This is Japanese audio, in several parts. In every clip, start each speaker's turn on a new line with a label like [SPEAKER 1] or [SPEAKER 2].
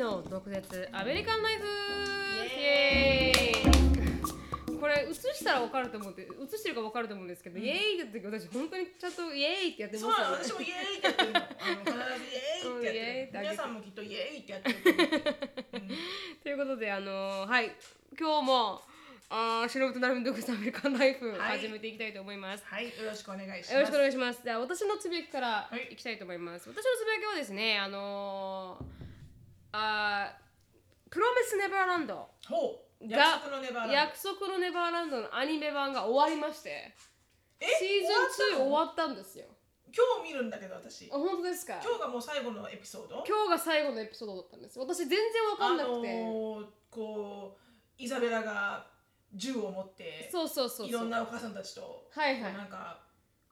[SPEAKER 1] の毒舌アメリカンナイフ
[SPEAKER 2] イ
[SPEAKER 1] イエ
[SPEAKER 2] エ
[SPEAKER 1] ーイこれ映したら分かると思って映してるか分かると思うんですけど、イエーイって時私本当にちゃんとイエーイってやってま
[SPEAKER 2] そうなの
[SPEAKER 1] す
[SPEAKER 2] 私
[SPEAKER 1] よ
[SPEAKER 2] も
[SPEAKER 1] ね
[SPEAKER 2] イエーイって やってるのあの必ずイエーイ
[SPEAKER 1] う
[SPEAKER 2] ってやって
[SPEAKER 1] ん
[SPEAKER 2] る
[SPEAKER 1] イエーイってあげて
[SPEAKER 2] 皆さんもきっとイエーイってやってると思う、うん
[SPEAKER 1] ということであのーはい今日もあー忍となる毒舌アメリカンナイフ
[SPEAKER 2] はい
[SPEAKER 1] 始めていきたいと思います、
[SPEAKER 2] はいよろしくお願いします
[SPEAKER 1] よろしくお願いします。じゃあ私のつぶやきから
[SPEAKER 2] はい
[SPEAKER 1] いきたいと思います。私のつぶやきはですね、あのー、あープロメスネバーランド
[SPEAKER 2] ほう
[SPEAKER 1] が
[SPEAKER 2] 約束のネバーランド
[SPEAKER 1] 約束のネバーランドのアニメ版が終わりまして、
[SPEAKER 2] え
[SPEAKER 1] シーズン2終
[SPEAKER 2] 終わっ
[SPEAKER 1] わったんですよ。
[SPEAKER 2] たの今日見るんだけど私
[SPEAKER 1] あ
[SPEAKER 2] 今
[SPEAKER 1] 本当ですか。
[SPEAKER 2] 日がもう最後のエピソード
[SPEAKER 1] 今日が最後のエピソードだったんです。私全然わかんなくて、
[SPEAKER 2] あのーこうイザベラが銃を持って
[SPEAKER 1] そうそうそうそう。
[SPEAKER 2] いろんなお母さんたちと
[SPEAKER 1] はいはい
[SPEAKER 2] なんか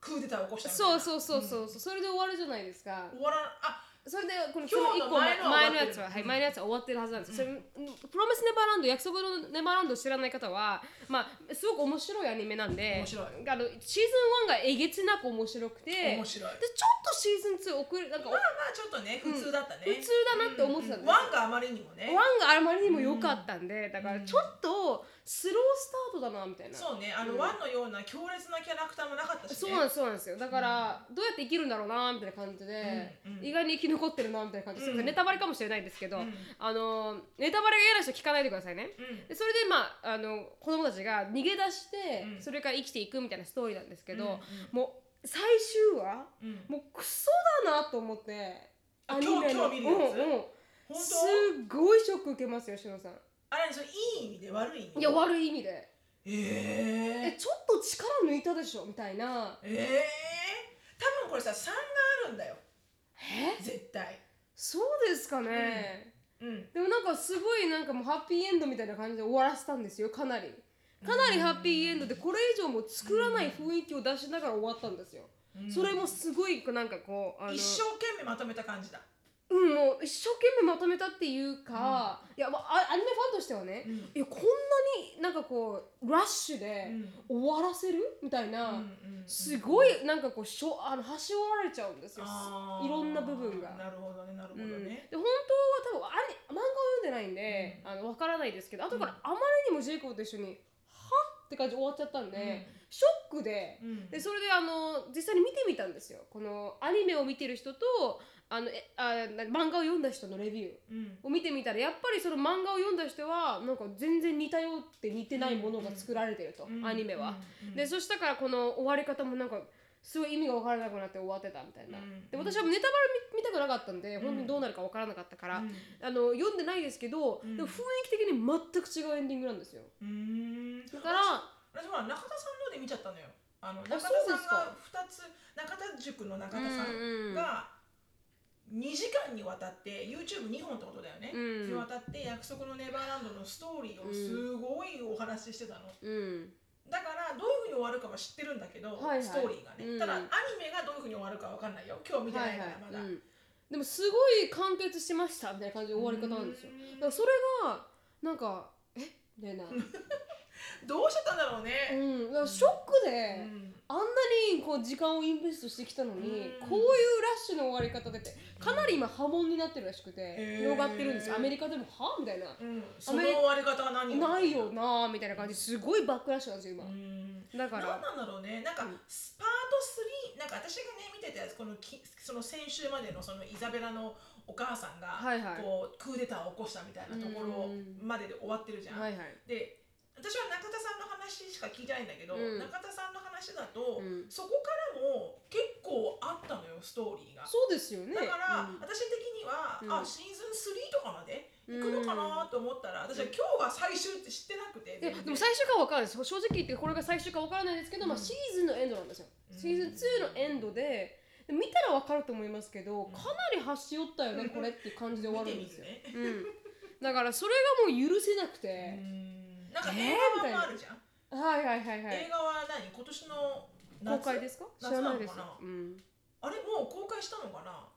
[SPEAKER 2] クーデターを起こしたみたい
[SPEAKER 1] そ
[SPEAKER 2] な
[SPEAKER 1] うそうそうそう、
[SPEAKER 2] ん
[SPEAKER 1] それで終わるじゃないですか。
[SPEAKER 2] 終わらんあ
[SPEAKER 1] それでこの
[SPEAKER 2] 今日の
[SPEAKER 1] そ一個前
[SPEAKER 2] 前のは
[SPEAKER 1] 前
[SPEAKER 2] 終
[SPEAKER 1] の
[SPEAKER 2] わってる、
[SPEAKER 1] やつは、はいう
[SPEAKER 2] ん
[SPEAKER 1] 前のやつは終わってるはずなんです、それプロメスネバーランド約束のネバーランドを知らない方は、まあ、すごく面白いアニメなんで
[SPEAKER 2] 面白い
[SPEAKER 1] あのシーズン1がえげつなく面白くて
[SPEAKER 2] 面白い
[SPEAKER 1] でちょっとシーズン2遅れなんか、
[SPEAKER 2] まあまあちょっとね普通だったね、
[SPEAKER 1] 普通だなって思ってたんです、
[SPEAKER 2] ワンがあまりにもね
[SPEAKER 1] ワンがあまりにも良かったんで、だからちょっとスロースタートだなみたいな
[SPEAKER 2] そうねあの、ワンのような強烈なキャラクターもなかったし、ね、
[SPEAKER 1] そうなんですそうなんですよだから、どうやって生きるんだろうなみたいな感じで、
[SPEAKER 2] うんうん
[SPEAKER 1] 意外に生き残ってるなみたいな感じです、
[SPEAKER 2] うん
[SPEAKER 1] ネタバレかもしれないですけど、
[SPEAKER 2] うん
[SPEAKER 1] あのネタバレが嫌な人は聞かないでくださいね
[SPEAKER 2] うん
[SPEAKER 1] でそれでまああの子供たちが逃げ出して、
[SPEAKER 2] うん
[SPEAKER 1] それから生きていくみたいなストーリーなんですけど、
[SPEAKER 2] うんうん
[SPEAKER 1] もう最終話
[SPEAKER 2] うん、
[SPEAKER 1] もうクソだなと思って
[SPEAKER 2] あ今日今日見るやつ
[SPEAKER 1] うんうん
[SPEAKER 2] 本
[SPEAKER 1] す
[SPEAKER 2] 当
[SPEAKER 1] っごいショック受けますよしのさん
[SPEAKER 2] あれそれいい意味で悪い意味
[SPEAKER 1] いや悪い意味でえ
[SPEAKER 2] えー、
[SPEAKER 1] ちょっと力抜いたでしょみたいな
[SPEAKER 2] えー、多分これさ3があるんだよ
[SPEAKER 1] え
[SPEAKER 2] 絶対
[SPEAKER 1] そうですかね、
[SPEAKER 2] うん
[SPEAKER 1] でもなんかすごいなんかもうハッピーエンドみたいな感じで終わらせたんですよかなりかなりハッピーエンドでこれ以上もう作らない雰囲気を出しながら終わったんですよ、
[SPEAKER 2] うん
[SPEAKER 1] それもすごいなんかこうあの
[SPEAKER 2] 一生懸命まとめた感じだ
[SPEAKER 1] うんもう一生懸命まとめたっていうか、いやまあアニメファンとしてはね、
[SPEAKER 2] うん
[SPEAKER 1] いやこんなになんかこうラッシュで終わらせるみたいな、す
[SPEAKER 2] い
[SPEAKER 1] ごいなんかこうしょあの端折られちゃうんですよ
[SPEAKER 2] あー
[SPEAKER 1] いろんな部分が。
[SPEAKER 2] なるほどねなるほど
[SPEAKER 1] うん、で
[SPEAKER 2] ね、
[SPEAKER 1] 本当は多分あれ漫画を読んでないんで、あのわからないですけど後からあまりにもジェイコブと一緒に「はって感じで終わっちゃったんで、
[SPEAKER 2] うん
[SPEAKER 1] ショックで
[SPEAKER 2] うん
[SPEAKER 1] でそれであの実際に見てみたんですよこのアニメを見てる人とあのえあな漫画を読んだ人のレビュー
[SPEAKER 2] うん
[SPEAKER 1] を見てみたらやっぱりその漫画を読んだ人はなんか全然似たようって似てないものが作られてると、
[SPEAKER 2] うん
[SPEAKER 1] アニメは。、
[SPEAKER 2] うんうん
[SPEAKER 1] でそしたからこの終わり方もなんかすごい意味が分からなくなって終わってたみたいな、
[SPEAKER 2] うん
[SPEAKER 1] で私はネタバレ見見たくなかったんで
[SPEAKER 2] ん
[SPEAKER 1] 本当にどうなるか分からなかったから、
[SPEAKER 2] うん
[SPEAKER 1] あの読んでないですけど、
[SPEAKER 2] うん
[SPEAKER 1] でも雰囲気的に全く違うエンディングなんですよ
[SPEAKER 2] うーん
[SPEAKER 1] だから
[SPEAKER 2] 私ほら中田さんので見ちゃったのよあの
[SPEAKER 1] そう
[SPEAKER 2] 中田さ
[SPEAKER 1] です
[SPEAKER 2] ん
[SPEAKER 1] か
[SPEAKER 2] が2つ中田塾の中田さ
[SPEAKER 1] うんんうん
[SPEAKER 2] が2時間にわたって YouTube2 本ってことだよね、
[SPEAKER 1] うん
[SPEAKER 2] にわたって「約束のネバーランド」のストーリーをすごいお話ししてたの、
[SPEAKER 1] うん
[SPEAKER 2] だからどういうふうに終わるかは知ってるんだけど、
[SPEAKER 1] はいはい
[SPEAKER 2] ストーリーがね、
[SPEAKER 1] うん
[SPEAKER 2] ただアニメがどういうふうに終わるかわかんないよ今日見て
[SPEAKER 1] は
[SPEAKER 2] ない
[SPEAKER 1] い
[SPEAKER 2] か
[SPEAKER 1] は
[SPEAKER 2] ら
[SPEAKER 1] い
[SPEAKER 2] まだ、
[SPEAKER 1] うん、でもすごい完結しましたみたいな感じで終わり方なんですよだからそれがなんかえみ たいな、う
[SPEAKER 2] どうしてたんだろうね、
[SPEAKER 1] ん、だからショック
[SPEAKER 2] う
[SPEAKER 1] で、
[SPEAKER 2] ん
[SPEAKER 1] あんなにこう時間をインベストしてきたのに、
[SPEAKER 2] うん
[SPEAKER 1] こういうラッシュの終わり方でってかなり今波紋になってるらしくて、
[SPEAKER 2] ー
[SPEAKER 1] 広がってるんですよアメリカでもはみたいな、
[SPEAKER 2] うんその終わり方は何
[SPEAKER 1] ないよなみたいな感じすごいバックラッシュなんですよ
[SPEAKER 2] う
[SPEAKER 1] 今、
[SPEAKER 2] ん
[SPEAKER 1] だから
[SPEAKER 2] なんなんだろうねなんか、
[SPEAKER 1] うん
[SPEAKER 2] スパート3なんか私がね見てたやつこのきその先週までのそのイザベラのお母さんが、
[SPEAKER 1] はいはい
[SPEAKER 2] こうクーデターを起こしたみたいなところ
[SPEAKER 1] うん
[SPEAKER 2] までで終わってるじゃん。
[SPEAKER 1] はいはい
[SPEAKER 2] で私は中田さんの話しか聞いてないんだけど、
[SPEAKER 1] うん
[SPEAKER 2] 中田さんの話だと、
[SPEAKER 1] うん
[SPEAKER 2] そこからも結構あったのよストーリーが。
[SPEAKER 1] そうですよね
[SPEAKER 2] だから、
[SPEAKER 1] うん
[SPEAKER 2] 私的には、
[SPEAKER 1] うん
[SPEAKER 2] あシーズン3とかまで行くのかなと思ったら、私は今日が最終って知ってなくて、
[SPEAKER 1] いや
[SPEAKER 2] 全然
[SPEAKER 1] でも最終かは分からないです正直言ってこれが最終か分からないですけど、まあ、シーズンのエンドなんですよ、
[SPEAKER 2] うん
[SPEAKER 1] シーズン2のエンドでで見たら分かると思いますけどかなり端折ったよねこれっていう感じで終わるんですよ、
[SPEAKER 2] 見て
[SPEAKER 1] うん、だからそれがもう許せなくて、
[SPEAKER 2] なんか映画版もあるじゃん、
[SPEAKER 1] はいはいはいはい
[SPEAKER 2] 映画は何今年の
[SPEAKER 1] 公
[SPEAKER 2] 夏
[SPEAKER 1] 開ですか知
[SPEAKER 2] 夏
[SPEAKER 1] ら
[SPEAKER 2] な
[SPEAKER 1] な
[SPEAKER 2] の
[SPEAKER 1] い
[SPEAKER 2] か
[SPEAKER 1] で
[SPEAKER 2] な
[SPEAKER 1] すうん
[SPEAKER 2] あれもう公開したのかな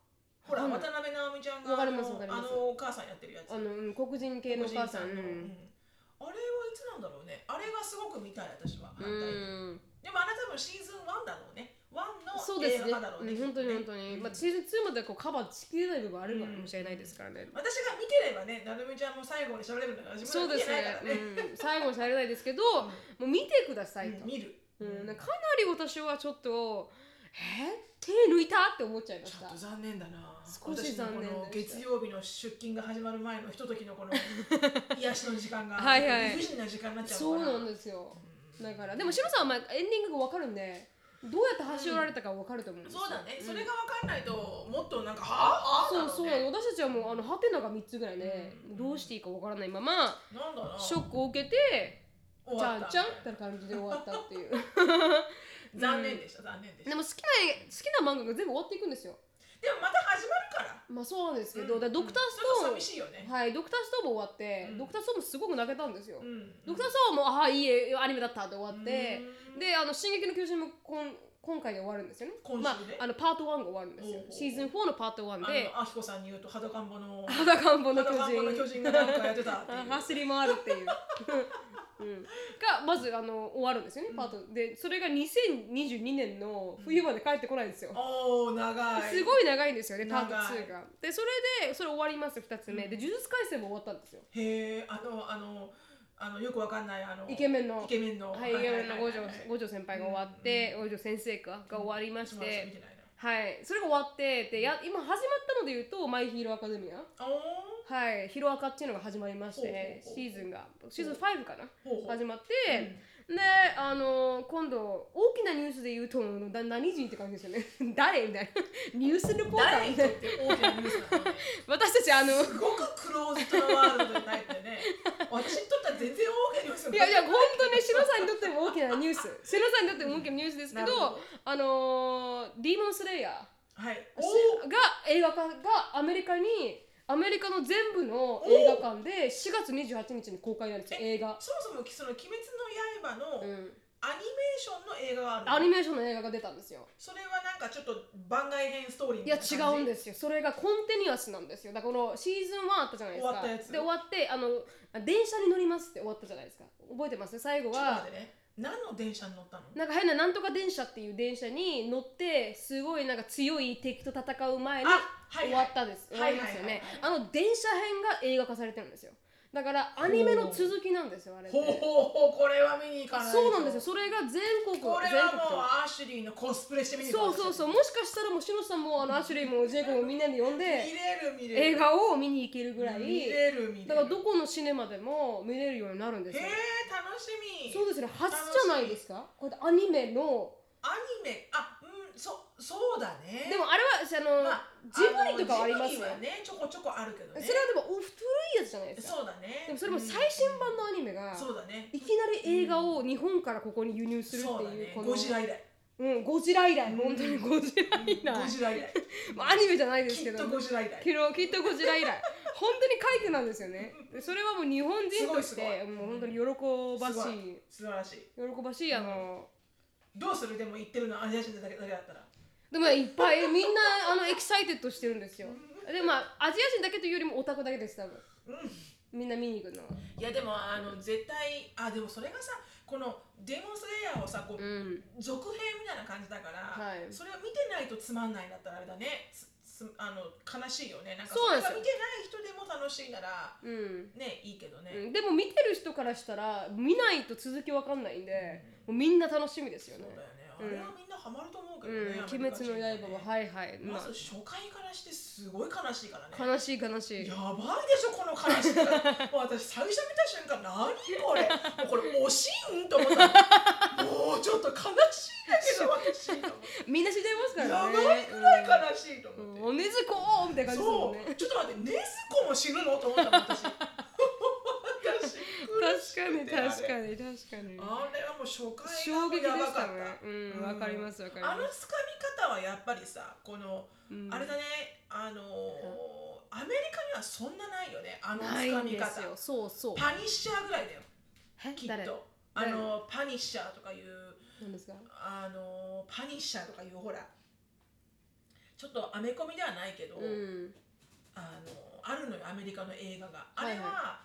[SPEAKER 2] ほら
[SPEAKER 1] わかんな
[SPEAKER 2] 渡辺直美ちゃん
[SPEAKER 1] わ
[SPEAKER 2] が
[SPEAKER 1] か
[SPEAKER 2] あ
[SPEAKER 1] りますわかり
[SPEAKER 2] の
[SPEAKER 1] ま
[SPEAKER 2] あ
[SPEAKER 1] す
[SPEAKER 2] のお母さんやってるやつ
[SPEAKER 1] あのうん黒人系のお母さんう
[SPEAKER 2] 黒人のうん
[SPEAKER 1] ん
[SPEAKER 2] あれはいつなんだろうねあれがすごく見たい私は反対に
[SPEAKER 1] うん
[SPEAKER 2] でもあれ多分シーズン1だろうね1の
[SPEAKER 1] そうです
[SPEAKER 2] 映
[SPEAKER 1] ね
[SPEAKER 2] 画化だろうね
[SPEAKER 1] うん本当に
[SPEAKER 2] きっ
[SPEAKER 1] 本
[SPEAKER 2] と
[SPEAKER 1] 当
[SPEAKER 2] ね
[SPEAKER 1] に、
[SPEAKER 2] うん
[SPEAKER 1] まあ、シーズン2まではこうカバーしきれない部分はあるか
[SPEAKER 2] うん
[SPEAKER 1] もしれないですからね、
[SPEAKER 2] 私が見てればね、なるみちゃんも最後に喋れるんだから、自
[SPEAKER 1] そう
[SPEAKER 2] 分は
[SPEAKER 1] で
[SPEAKER 2] 見
[SPEAKER 1] す
[SPEAKER 2] てないか
[SPEAKER 1] ね
[SPEAKER 2] らね。
[SPEAKER 1] うん、最後にされないですけど、もう見てくださいと、
[SPEAKER 2] うん見る。
[SPEAKER 1] うん、かな
[SPEAKER 2] ち
[SPEAKER 1] り私はちょっとえ手抜いたって思っちゃいまし
[SPEAKER 2] ょ
[SPEAKER 1] た
[SPEAKER 2] っと残念だな。
[SPEAKER 1] 少し残念で
[SPEAKER 2] 私
[SPEAKER 1] した
[SPEAKER 2] のこの月曜日の出勤が始まる前のひととき のこの癒しの時間が、
[SPEAKER 1] はいはい
[SPEAKER 2] 理不尽な時間になっちゃう
[SPEAKER 1] そう
[SPEAKER 2] から。
[SPEAKER 1] なんですよだからでもシロさんはまあエンディングが分かるんでどうやって走られたか分かると思うんですよ
[SPEAKER 2] そうだね。
[SPEAKER 1] ん
[SPEAKER 2] それがわかんないと、もっとなんか、はああ
[SPEAKER 1] そうそうな
[SPEAKER 2] な
[SPEAKER 1] の私たちはもうあのハテナが3つぐらいで、
[SPEAKER 2] うん
[SPEAKER 1] どうしていいか分からないまま
[SPEAKER 2] なんだろうな。
[SPEAKER 1] ショックを受けて
[SPEAKER 2] 終
[SPEAKER 1] じ
[SPEAKER 2] わっ
[SPEAKER 1] ゃ
[SPEAKER 2] た
[SPEAKER 1] んじゃんって感じで終わったっていう
[SPEAKER 2] 残念でした、残念でした。
[SPEAKER 1] でも好きな好きな漫画が全部終わっていくんですよ
[SPEAKER 2] でもまた始まるから。
[SPEAKER 1] まあそうなんですけど、
[SPEAKER 2] うん
[SPEAKER 1] だからドクタース
[SPEAKER 2] ちょ
[SPEAKER 1] ト
[SPEAKER 2] っ
[SPEAKER 1] ー
[SPEAKER 2] と
[SPEAKER 1] ン、
[SPEAKER 2] 寂しいよね。
[SPEAKER 1] はいドクターストーンも終わって、
[SPEAKER 2] うん
[SPEAKER 1] ドクターストーンもすごく泣けたんですよ、
[SPEAKER 2] うん
[SPEAKER 1] ドクターストーンもああいいえアニメだったって終わって、
[SPEAKER 2] うん
[SPEAKER 1] であの「進撃の巨人」もこん今回で終わるんですよね
[SPEAKER 2] 今週ね
[SPEAKER 1] まあ、あのパート1が終わるんですよ
[SPEAKER 2] おうおう
[SPEAKER 1] シーズン4のパート1で
[SPEAKER 2] あの、あきこさんに言うと、裸んぼ
[SPEAKER 1] 「
[SPEAKER 2] の。
[SPEAKER 1] 裸んぼの巨
[SPEAKER 2] 裸んぼの
[SPEAKER 1] 人
[SPEAKER 2] 巨人がなんかやってたっ ていう。」
[SPEAKER 1] 走り回るっていう、 うん、がまずあの終わるんですよねパート、でそれが2022年の冬まで帰ってこないんですよ、
[SPEAKER 2] おお、長い。
[SPEAKER 1] すごい長いんですよねパ
[SPEAKER 2] 長
[SPEAKER 1] ー
[SPEAKER 2] い
[SPEAKER 1] ト2がでそれでそれ終わりますよ2つ目、
[SPEAKER 2] うん
[SPEAKER 1] で呪術廻戦も終わったんですよ
[SPEAKER 2] へえ、あの、あの、あの、よくわかんない、あの。
[SPEAKER 1] イケメンの
[SPEAKER 2] イケメンの。
[SPEAKER 1] はい、イケメンの五条
[SPEAKER 2] はい
[SPEAKER 1] 五条先輩が終わって、五条先生かが終わりまし
[SPEAKER 2] そうなんですよ見
[SPEAKER 1] て、
[SPEAKER 2] てないな。
[SPEAKER 1] はい、それが終わってでや今始まったので言うと「マイヒーローアカデミア」
[SPEAKER 2] おお。
[SPEAKER 1] はい「ヒロアカ」っていうのが始まりまし
[SPEAKER 2] ほう
[SPEAKER 1] て
[SPEAKER 2] ほうほう
[SPEAKER 1] シーズンがシーズン5かな
[SPEAKER 2] ほうほう。
[SPEAKER 1] 始まって、であの今度大きなニュースで言うとだ何人って感じですよね 誰みたいなニュースレポーター
[SPEAKER 2] 誰に
[SPEAKER 1] み
[SPEAKER 2] と
[SPEAKER 1] た
[SPEAKER 2] っ
[SPEAKER 1] いな
[SPEAKER 2] て大きなニュースなのね。
[SPEAKER 1] 私たちあの
[SPEAKER 2] すごくクローズドなワールドになって ね。私にとっては全然大きなニュース
[SPEAKER 1] いやいや本当ねシロさんにとっても大きなニュー スシロさんにとっても大きなニュースですけど
[SPEAKER 2] なるほど
[SPEAKER 1] あのディーモンスレイヤー
[SPEAKER 2] はい。おお。
[SPEAKER 1] が映画館がアメリカにアメリカの全部の映画館で4月28日に公開なんですよ
[SPEAKER 2] え
[SPEAKER 1] 映画、
[SPEAKER 2] そもそもその「鬼滅の刃」のア
[SPEAKER 1] う
[SPEAKER 2] ニメー
[SPEAKER 1] ん、
[SPEAKER 2] ションの映画があ
[SPEAKER 1] ア
[SPEAKER 2] る
[SPEAKER 1] ニ
[SPEAKER 2] の
[SPEAKER 1] メーションの映画が出たんですよ
[SPEAKER 2] それはなんかちょっと番外編ストーリー
[SPEAKER 1] い
[SPEAKER 2] み
[SPEAKER 1] や
[SPEAKER 2] たいな
[SPEAKER 1] 違
[SPEAKER 2] 感じ
[SPEAKER 1] うんですよそれがコンティニュアスなんですよだからこのシーズン1あったじゃないですか
[SPEAKER 2] 終わったやつ
[SPEAKER 1] で終わってあの電車に乗りますって終わったじゃないですか覚えてます最後
[SPEAKER 2] ちょっと
[SPEAKER 1] は
[SPEAKER 2] 待ってね何の電車に乗ったの
[SPEAKER 1] なんか変ななんとか電車っていう電車に乗ってすごいなんか強い敵と戦う前に
[SPEAKER 2] あはいはい
[SPEAKER 1] 終わったです、
[SPEAKER 2] はい
[SPEAKER 1] 終わりますよね、
[SPEAKER 2] は
[SPEAKER 1] あの電車編が映画化されてるんですよだからアニメの続きなんですよあれって
[SPEAKER 2] ほうほうほうこれは見に行かないと
[SPEAKER 1] そうなんですよそれが全国
[SPEAKER 2] これ
[SPEAKER 1] 全
[SPEAKER 2] は
[SPEAKER 1] 国
[SPEAKER 2] もうアーシュリーのコスプレして見に
[SPEAKER 1] そ
[SPEAKER 2] 行
[SPEAKER 1] うそうそう
[SPEAKER 2] う
[SPEAKER 1] もしかしたらもうシロさんもあのアシュレイもジェイコブもみんなで呼ん
[SPEAKER 2] 見
[SPEAKER 1] で
[SPEAKER 2] れる見れる
[SPEAKER 1] 映画を見に行けるぐら
[SPEAKER 2] 見
[SPEAKER 1] い
[SPEAKER 2] れる見れる
[SPEAKER 1] だからどこのシネマでも見れるようになるんです
[SPEAKER 2] へ
[SPEAKER 1] よ
[SPEAKER 2] え楽しみ
[SPEAKER 1] そうですね初じゃないですかこうやってアニメの
[SPEAKER 2] アニメあうんそそうだね
[SPEAKER 1] でもあれはあの、
[SPEAKER 2] まあ
[SPEAKER 1] ジブリとかはあります
[SPEAKER 2] ジ
[SPEAKER 1] よ
[SPEAKER 2] ブリはねちょこちょこあるけどね
[SPEAKER 1] それはでもお古いやつじゃないですか
[SPEAKER 2] そうだね
[SPEAKER 1] でもそれも最新版のアニメが
[SPEAKER 2] そうだね
[SPEAKER 1] いきなり映画を日本からここに輸入するって
[SPEAKER 2] そうだ
[SPEAKER 1] いう
[SPEAKER 2] ね
[SPEAKER 1] この
[SPEAKER 2] ゴジラ以来
[SPEAKER 1] うん、ゴジラ以来本当にゴジラ以来
[SPEAKER 2] ゴジラ以来
[SPEAKER 1] まあアニメじゃないです
[SPEAKER 2] き
[SPEAKER 1] け
[SPEAKER 2] っ
[SPEAKER 1] ど
[SPEAKER 2] とゴジラ以来
[SPEAKER 1] けどきっとゴジラ以 来本当に快挙なんですよねでそれはもう日本人とし
[SPEAKER 2] すごい
[SPEAKER 1] て
[SPEAKER 2] すごい
[SPEAKER 1] もう本当に喜ばしい
[SPEAKER 2] 素晴らしい
[SPEAKER 1] 喜ばしいあの、
[SPEAKER 2] どうするでも言ってるのアジア人だけだけだったら
[SPEAKER 1] でもいっぱいみんなあのエキサイテッドしてるんですよでまあアジア人だけというよりもオタクだけです多分
[SPEAKER 2] うん
[SPEAKER 1] みんな見に行くのはい
[SPEAKER 2] やでもあの絶対あでもそれがさこのデモンスレイヤーをさこう、
[SPEAKER 1] うん
[SPEAKER 2] 続編みたいな感じだから、
[SPEAKER 1] はい
[SPEAKER 2] それを見てないとつまんないんだったらあれだねつつあの悲しいよねなんか
[SPEAKER 1] そうなんです
[SPEAKER 2] れ
[SPEAKER 1] よ
[SPEAKER 2] が見てない人でも楽しいなら
[SPEAKER 1] うん
[SPEAKER 2] ねいいけどね、
[SPEAKER 1] うんでも見てる人からしたら見ないと続きわかんないんで、もうみんな楽しみですよね
[SPEAKER 2] そうだよねあ
[SPEAKER 1] うん
[SPEAKER 2] れはみんなハマると思うけ
[SPEAKER 1] う
[SPEAKER 2] ど
[SPEAKER 1] ん「
[SPEAKER 2] ね、
[SPEAKER 1] 鬼滅の刃」は
[SPEAKER 2] は、
[SPEAKER 1] はいはい、ま
[SPEAKER 2] まず初回からしてすごい悲しいから
[SPEAKER 1] あ、
[SPEAKER 2] ね
[SPEAKER 1] 悲しい悲しい
[SPEAKER 2] やばいでしょこの悲 しさもう私最初見た瞬間何これもうこれおしんと思った のもうちょっと悲しいだけど私と思って
[SPEAKER 1] みんな死んじゃいますか
[SPEAKER 2] や
[SPEAKER 1] ら
[SPEAKER 2] ば
[SPEAKER 1] ね
[SPEAKER 2] いくらい悲しいと
[SPEAKER 1] う
[SPEAKER 2] 思っ
[SPEAKER 1] ん
[SPEAKER 2] て、
[SPEAKER 1] うんおねずこーみたいな感じですも
[SPEAKER 2] そ
[SPEAKER 1] ん
[SPEAKER 2] う、
[SPEAKER 1] ね
[SPEAKER 2] ちょっと待って禰豆子も死ぬのと思ったの 私私
[SPEAKER 1] 確かに確
[SPEAKER 2] に
[SPEAKER 1] かに確かに
[SPEAKER 2] あれはもう初回が
[SPEAKER 1] 衝撃で
[SPEAKER 2] やば
[SPEAKER 1] し
[SPEAKER 2] か
[SPEAKER 1] た
[SPEAKER 2] っ
[SPEAKER 1] ね
[SPEAKER 2] た
[SPEAKER 1] うんわかりますわかり
[SPEAKER 2] あの
[SPEAKER 1] ま
[SPEAKER 2] 掴み方はやっぱりさこの、
[SPEAKER 1] すうん
[SPEAKER 2] あれだねあのーアメリカにはそんなないよねあの
[SPEAKER 1] ない
[SPEAKER 2] 掴
[SPEAKER 1] ん
[SPEAKER 2] み
[SPEAKER 1] です
[SPEAKER 2] 方
[SPEAKER 1] よそうそう
[SPEAKER 2] パニッシャーぐらいだよ
[SPEAKER 1] え
[SPEAKER 2] き
[SPEAKER 1] 誰
[SPEAKER 2] っとあ
[SPEAKER 1] 誰
[SPEAKER 2] のパニッシャーとかいう
[SPEAKER 1] なんですか
[SPEAKER 2] あのパニッシャーとかいうほらちょっとアメコミではないけど、
[SPEAKER 1] うん
[SPEAKER 2] あのあるのよアメリカの映画があ
[SPEAKER 1] はいはい
[SPEAKER 2] れは、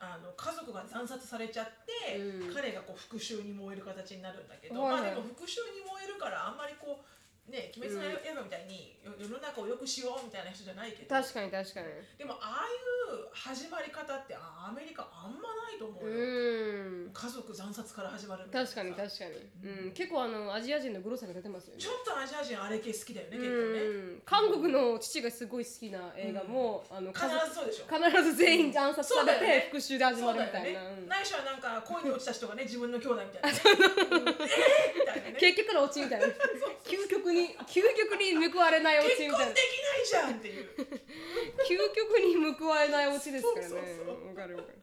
[SPEAKER 2] あの家族が惨殺されちゃって、
[SPEAKER 1] うん
[SPEAKER 2] 彼がこう復讐に燃える形になるんだけど、
[SPEAKER 1] はいはい
[SPEAKER 2] まあでも復讐に燃えるからあんまりこうね鬼滅の刃みたいによ世の中を良くしようみたいな人じゃないけど
[SPEAKER 1] 確かに確かに
[SPEAKER 2] でもああいう始まり方ってあアメリカあんまないと思
[SPEAKER 1] う
[SPEAKER 2] うよ、
[SPEAKER 1] ーん
[SPEAKER 2] 家族惨殺から始まるみたいな
[SPEAKER 1] 確
[SPEAKER 2] さ
[SPEAKER 1] かに確かに、うん、結構あのアジア人のグロさが出てますよね
[SPEAKER 2] ちょっとアジア人あれ系好きだよね結構ね
[SPEAKER 1] うん韓国の父がすごい好きな映画も、あの
[SPEAKER 2] 必
[SPEAKER 1] 家族
[SPEAKER 2] ずそうでしょ
[SPEAKER 1] 必ず全員暗殺されて、
[SPEAKER 2] そうだよね
[SPEAKER 1] 復讐で始
[SPEAKER 2] そ
[SPEAKER 1] ま
[SPEAKER 2] う
[SPEAKER 1] るみた
[SPEAKER 2] だ
[SPEAKER 1] い
[SPEAKER 2] よ
[SPEAKER 1] な、
[SPEAKER 2] ね
[SPEAKER 1] うん
[SPEAKER 2] ないしはなんか恋に落ちた 人がね自分の兄弟みたいなねうんえーみたいなね
[SPEAKER 1] 結局のオチみたいな究極に究極に報われないオチ
[SPEAKER 2] 結
[SPEAKER 1] みた
[SPEAKER 2] 婚
[SPEAKER 1] いな
[SPEAKER 2] できないじゃんっていう
[SPEAKER 1] 究極に報われないオチですからね
[SPEAKER 2] そうそうそう
[SPEAKER 1] わかるわかる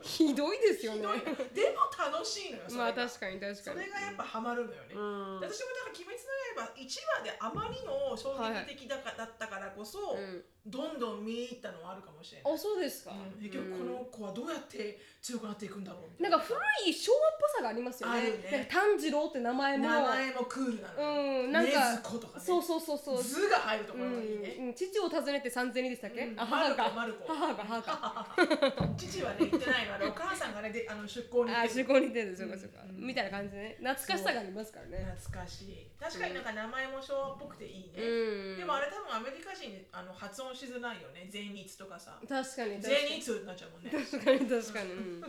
[SPEAKER 1] ひどいですよ
[SPEAKER 2] ひ
[SPEAKER 1] ね
[SPEAKER 2] どいのでも楽しいのよそれが
[SPEAKER 1] まあ確かに確
[SPEAKER 2] そ
[SPEAKER 1] かに
[SPEAKER 2] れがやっぱハマるのよね、
[SPEAKER 1] うん
[SPEAKER 2] 私もだから「鬼滅の刃」1話であまりの衝撃的だかだったからこそ、
[SPEAKER 1] うん
[SPEAKER 2] どんどん見入ったのはあるかもしれない、
[SPEAKER 1] あそうですか、
[SPEAKER 2] うん結局この子はどうやって強くなっていくんだろうみた
[SPEAKER 1] ないん
[SPEAKER 2] な
[SPEAKER 1] か古い昭和っぽさがありますよね
[SPEAKER 2] あるね
[SPEAKER 1] なんか炭治郎って名前も
[SPEAKER 2] 名前もクールなのよ、
[SPEAKER 1] うんなんか
[SPEAKER 2] 禰豆子とかね
[SPEAKER 1] そうそうそうそう
[SPEAKER 2] 図が入るとこ
[SPEAKER 1] う
[SPEAKER 2] ろが
[SPEAKER 1] ん
[SPEAKER 2] いいね、
[SPEAKER 1] うん、父を訪ねて三千里でしたっけ、
[SPEAKER 2] うん
[SPEAKER 1] あ母が
[SPEAKER 2] マルコマ
[SPEAKER 1] 母
[SPEAKER 2] ルコ
[SPEAKER 1] が母が
[SPEAKER 2] 父はね行ってないのあれお母さんがねであの出向に行
[SPEAKER 1] あ
[SPEAKER 2] って
[SPEAKER 1] 出
[SPEAKER 2] る
[SPEAKER 1] 向に出るそうかそうか、みたいな感じでね懐かしさがありますからね
[SPEAKER 2] 懐かしい確かになんか名前も昭和っぽくていいね、
[SPEAKER 1] うん
[SPEAKER 2] でもあれ多分アメリカ人あの発音しづらいよね全日とかさ
[SPEAKER 1] 確かに確か
[SPEAKER 2] 全日になっちゃう もんね
[SPEAKER 1] に確かに確かにうん、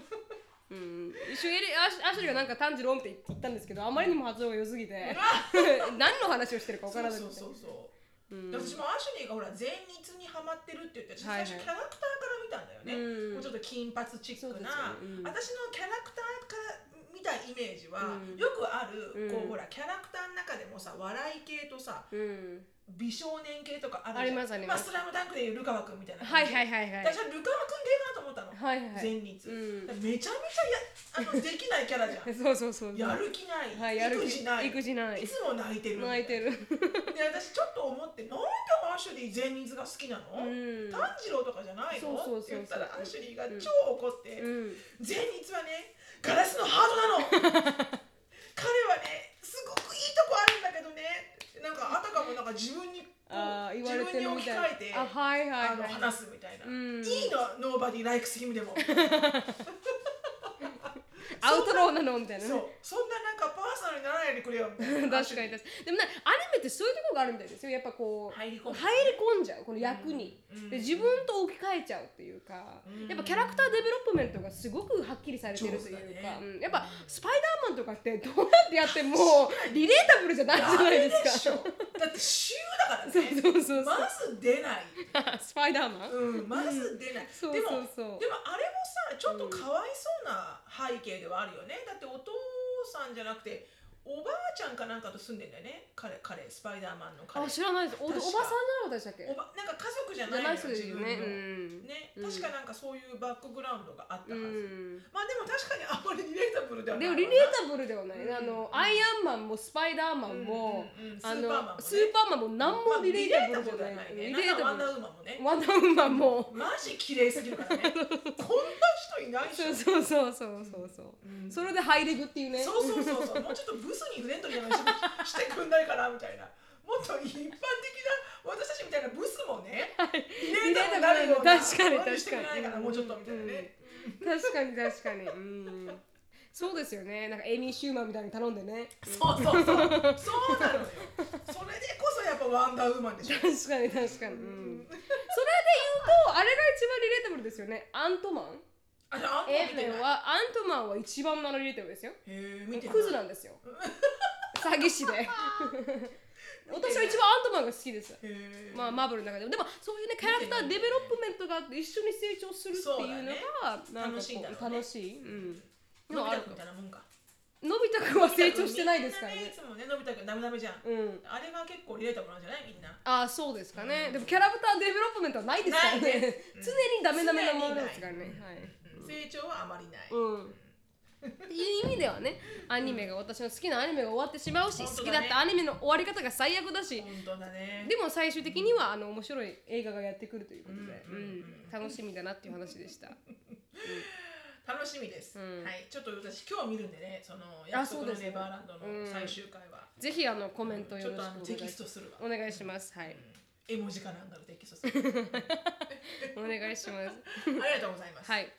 [SPEAKER 1] うん、一緒エリアシアシュリーがなんか炭治郎って言ったんですけどあまりにも発音が良すぎて 何の話をしてるか分からなくて
[SPEAKER 2] そうそうそうそう、
[SPEAKER 1] うん
[SPEAKER 2] で私もアシュリーがほら全日にハマってるって言って私
[SPEAKER 1] はいは
[SPEAKER 2] 最
[SPEAKER 1] い
[SPEAKER 2] 初キャラクターから見たんだよね、
[SPEAKER 1] うん
[SPEAKER 2] もうちょっと金髪チック
[SPEAKER 1] そ
[SPEAKER 2] な、
[SPEAKER 1] うですよねうん
[SPEAKER 2] 私のキャラクターから見たイメージは、
[SPEAKER 1] うん
[SPEAKER 2] よくある、
[SPEAKER 1] うん
[SPEAKER 2] こうほらキャラクターの中でもさ笑い系とさ
[SPEAKER 1] うん
[SPEAKER 2] 美少年系とかある
[SPEAKER 1] ありますあります
[SPEAKER 2] まあ、スラムダンクでいうルカワ君みたいな
[SPEAKER 1] はい
[SPEAKER 2] 感じ、
[SPEAKER 1] はいはいはい
[SPEAKER 2] 私はルカワ君系かなと思ったの、
[SPEAKER 1] はいはい
[SPEAKER 2] 全日、
[SPEAKER 1] うん
[SPEAKER 2] だからめちゃめちゃやあのできないキャラじゃん
[SPEAKER 1] そうそうそう
[SPEAKER 2] やる気ない、
[SPEAKER 1] はいやる
[SPEAKER 2] 育児ない
[SPEAKER 1] 育児ない
[SPEAKER 2] つも泣いてる
[SPEAKER 1] 泣いてる
[SPEAKER 2] で私ちょっと思ってなんでアシュリー全日が好きなの、
[SPEAKER 1] うん
[SPEAKER 2] 炭治郎とかじゃない
[SPEAKER 1] そ
[SPEAKER 2] の
[SPEAKER 1] うそうそうそう
[SPEAKER 2] って言ったらアシュリーが超怒って
[SPEAKER 1] うん
[SPEAKER 2] 「全日はねガラスのハートな の彼はねすごくいいとこあるんだけどね」なんかあたかもなんか自分にこう
[SPEAKER 1] ああ言わ
[SPEAKER 2] 自
[SPEAKER 1] れ
[SPEAKER 2] 分
[SPEAKER 1] て
[SPEAKER 2] に
[SPEAKER 1] る
[SPEAKER 2] 置
[SPEAKER 1] み
[SPEAKER 2] き
[SPEAKER 1] たい
[SPEAKER 2] 換えて
[SPEAKER 1] なあはいはい
[SPEAKER 2] あの
[SPEAKER 1] はい
[SPEAKER 2] 話すみたいな「
[SPEAKER 1] ん
[SPEAKER 2] いいのノーバディライクスキムで も」
[SPEAKER 1] アウトローなのみたいなね
[SPEAKER 2] そうそんななんかパーソナルにならないでくれよみたいな
[SPEAKER 1] 確かに確かにでもねアニメってそういうところがあるみたいですよやっぱこう
[SPEAKER 2] 入り込む
[SPEAKER 1] 込んじゃうこの役に、
[SPEAKER 2] うん
[SPEAKER 1] で自分と置き換えちゃうっていうか、
[SPEAKER 2] うん
[SPEAKER 1] やっぱキャラクターデベロップメントがすごくはっきりされてるという
[SPEAKER 2] 上手
[SPEAKER 1] か
[SPEAKER 2] だね
[SPEAKER 1] うんやっぱスパイダーマンとかってどうやってやってもリレータブルじゃないじゃない
[SPEAKER 2] ダメ
[SPEAKER 1] です
[SPEAKER 2] しょ
[SPEAKER 1] か
[SPEAKER 2] だって週だから ね
[SPEAKER 1] そうそうそうそう
[SPEAKER 2] まず出ない、
[SPEAKER 1] スパイダーマン、
[SPEAKER 2] うん、まず出ない、
[SPEAKER 1] そう
[SPEAKER 2] でも
[SPEAKER 1] そうそう
[SPEAKER 2] でもあれもさちょっとかわいそうな背景ではあるよね、だってお父さんじゃなくておばあちゃんかなんかと住んでんだよね彼彼スパイダーマンの彼
[SPEAKER 1] あ知らないですおおば
[SPEAKER 2] 確
[SPEAKER 1] さん
[SPEAKER 2] か
[SPEAKER 1] じゃなかったでしたっけ
[SPEAKER 2] おばなんか家族じゃ
[SPEAKER 1] じ
[SPEAKER 2] な
[SPEAKER 1] ゃ
[SPEAKER 2] い
[SPEAKER 1] ない
[SPEAKER 2] のよ
[SPEAKER 1] 人ですよねう
[SPEAKER 2] 自分の、
[SPEAKER 1] ん
[SPEAKER 2] ね
[SPEAKER 1] うん
[SPEAKER 2] 確かなんかそういうバックグラウンドがあった
[SPEAKER 1] う
[SPEAKER 2] はず、
[SPEAKER 1] ん
[SPEAKER 2] まあでも確かにあんまりリレータブルではない
[SPEAKER 1] で
[SPEAKER 2] わ
[SPEAKER 1] も
[SPEAKER 2] な
[SPEAKER 1] リレータブルではない、
[SPEAKER 2] うん
[SPEAKER 1] あのアイアンマンもスパイダーマンも、
[SPEAKER 2] うんうんうん
[SPEAKER 1] あの
[SPEAKER 2] スーパーマンもね
[SPEAKER 1] スーパーマンも何もリレータブルじゃない、
[SPEAKER 2] リレ
[SPEAKER 1] リレ
[SPEAKER 2] ー
[SPEAKER 1] ー
[SPEAKER 2] タ
[SPEAKER 1] タ
[SPEAKER 2] ブ
[SPEAKER 1] ブル
[SPEAKER 2] ルじゃないねなんかワンダーウーマンもね
[SPEAKER 1] ワンダーウーマンも
[SPEAKER 2] マジ綺麗すぎるからねこんな人いないでし
[SPEAKER 1] そ
[SPEAKER 2] ょ
[SPEAKER 1] うそうそうそうそうそう、
[SPEAKER 2] うん
[SPEAKER 1] それでハイレグっていうね
[SPEAKER 2] そうそうそうそうもうちょっとブスにフレンドリーな話もしてくんないかなみたいなもっと一般的な私たちみたいなブスもね入れたくなるような
[SPEAKER 1] 確かに確かに
[SPEAKER 2] してくれないからもうちょっとみたいなね、
[SPEAKER 1] 確かに確かにうんそうですよねなんかエミー・シューマンみたいに頼んでね
[SPEAKER 2] そうそうそうそうなのよそれでこそやっぱワンダーウーマンでしょ
[SPEAKER 1] 確かに確かに、うん、それで言うとあれが一番リレータブルですよねアントマン
[SPEAKER 2] あれあん
[SPEAKER 1] エ
[SPEAKER 2] た見
[SPEAKER 1] ンメン
[SPEAKER 2] てないへ
[SPEAKER 1] はアントマンは一番のリレータブルですよ
[SPEAKER 2] え見てない
[SPEAKER 1] クズなん ですよ詐欺師で私は一番アントマンが好きです
[SPEAKER 2] へえ
[SPEAKER 1] まあマーブルの中でもでもそういうねキャラクターデベロップメントがあって一緒に成長するっていうのがなんかこう
[SPEAKER 2] 楽しいんだろうね
[SPEAKER 1] 楽しいうん
[SPEAKER 2] のび
[SPEAKER 1] あ
[SPEAKER 2] 太
[SPEAKER 1] る
[SPEAKER 2] くんみたいなもんか
[SPEAKER 1] のび太くんは成長してないですから
[SPEAKER 2] みんなね
[SPEAKER 1] ね
[SPEAKER 2] いつもねのび太くんダメダメじゃん、
[SPEAKER 1] うん
[SPEAKER 2] あれが結構リレータブルなんじゃないみんな
[SPEAKER 1] ああそうですかね、でもキャラクターデベロップメントはないですからね
[SPEAKER 2] ないね
[SPEAKER 1] 常にダメダメなものですからねはい
[SPEAKER 2] 成長はあまりない、
[SPEAKER 1] うんっていう意味ではねアニメが私の好きなアニメが終わってしまうし、
[SPEAKER 2] 本
[SPEAKER 1] 好
[SPEAKER 2] 当
[SPEAKER 1] き
[SPEAKER 2] だね
[SPEAKER 1] だったアニメの終わり方が最悪だし、
[SPEAKER 2] 本当だね
[SPEAKER 1] でも最終的にはあの面白い映画がやってくるということで、う
[SPEAKER 2] う
[SPEAKER 1] んん
[SPEAKER 2] うん
[SPEAKER 1] 楽しみだなっていう話でした。
[SPEAKER 2] 楽しみです、
[SPEAKER 1] うん
[SPEAKER 2] はいちょっと私今日見るんでねその
[SPEAKER 1] あ
[SPEAKER 2] 約
[SPEAKER 1] そ
[SPEAKER 2] 束
[SPEAKER 1] う
[SPEAKER 2] の
[SPEAKER 1] です
[SPEAKER 2] ネ
[SPEAKER 1] ね
[SPEAKER 2] バーランドの
[SPEAKER 1] うん
[SPEAKER 2] 最終回は、
[SPEAKER 1] ぜひあのコメント
[SPEAKER 2] ちょ
[SPEAKER 1] よろ
[SPEAKER 2] っと
[SPEAKER 1] し
[SPEAKER 2] あの
[SPEAKER 1] く
[SPEAKER 2] テキストするわ
[SPEAKER 1] お願いします。はい、
[SPEAKER 2] 絵文字かなんかのテキストす る
[SPEAKER 1] お願いします。
[SPEAKER 2] ありがとうございます
[SPEAKER 1] はい、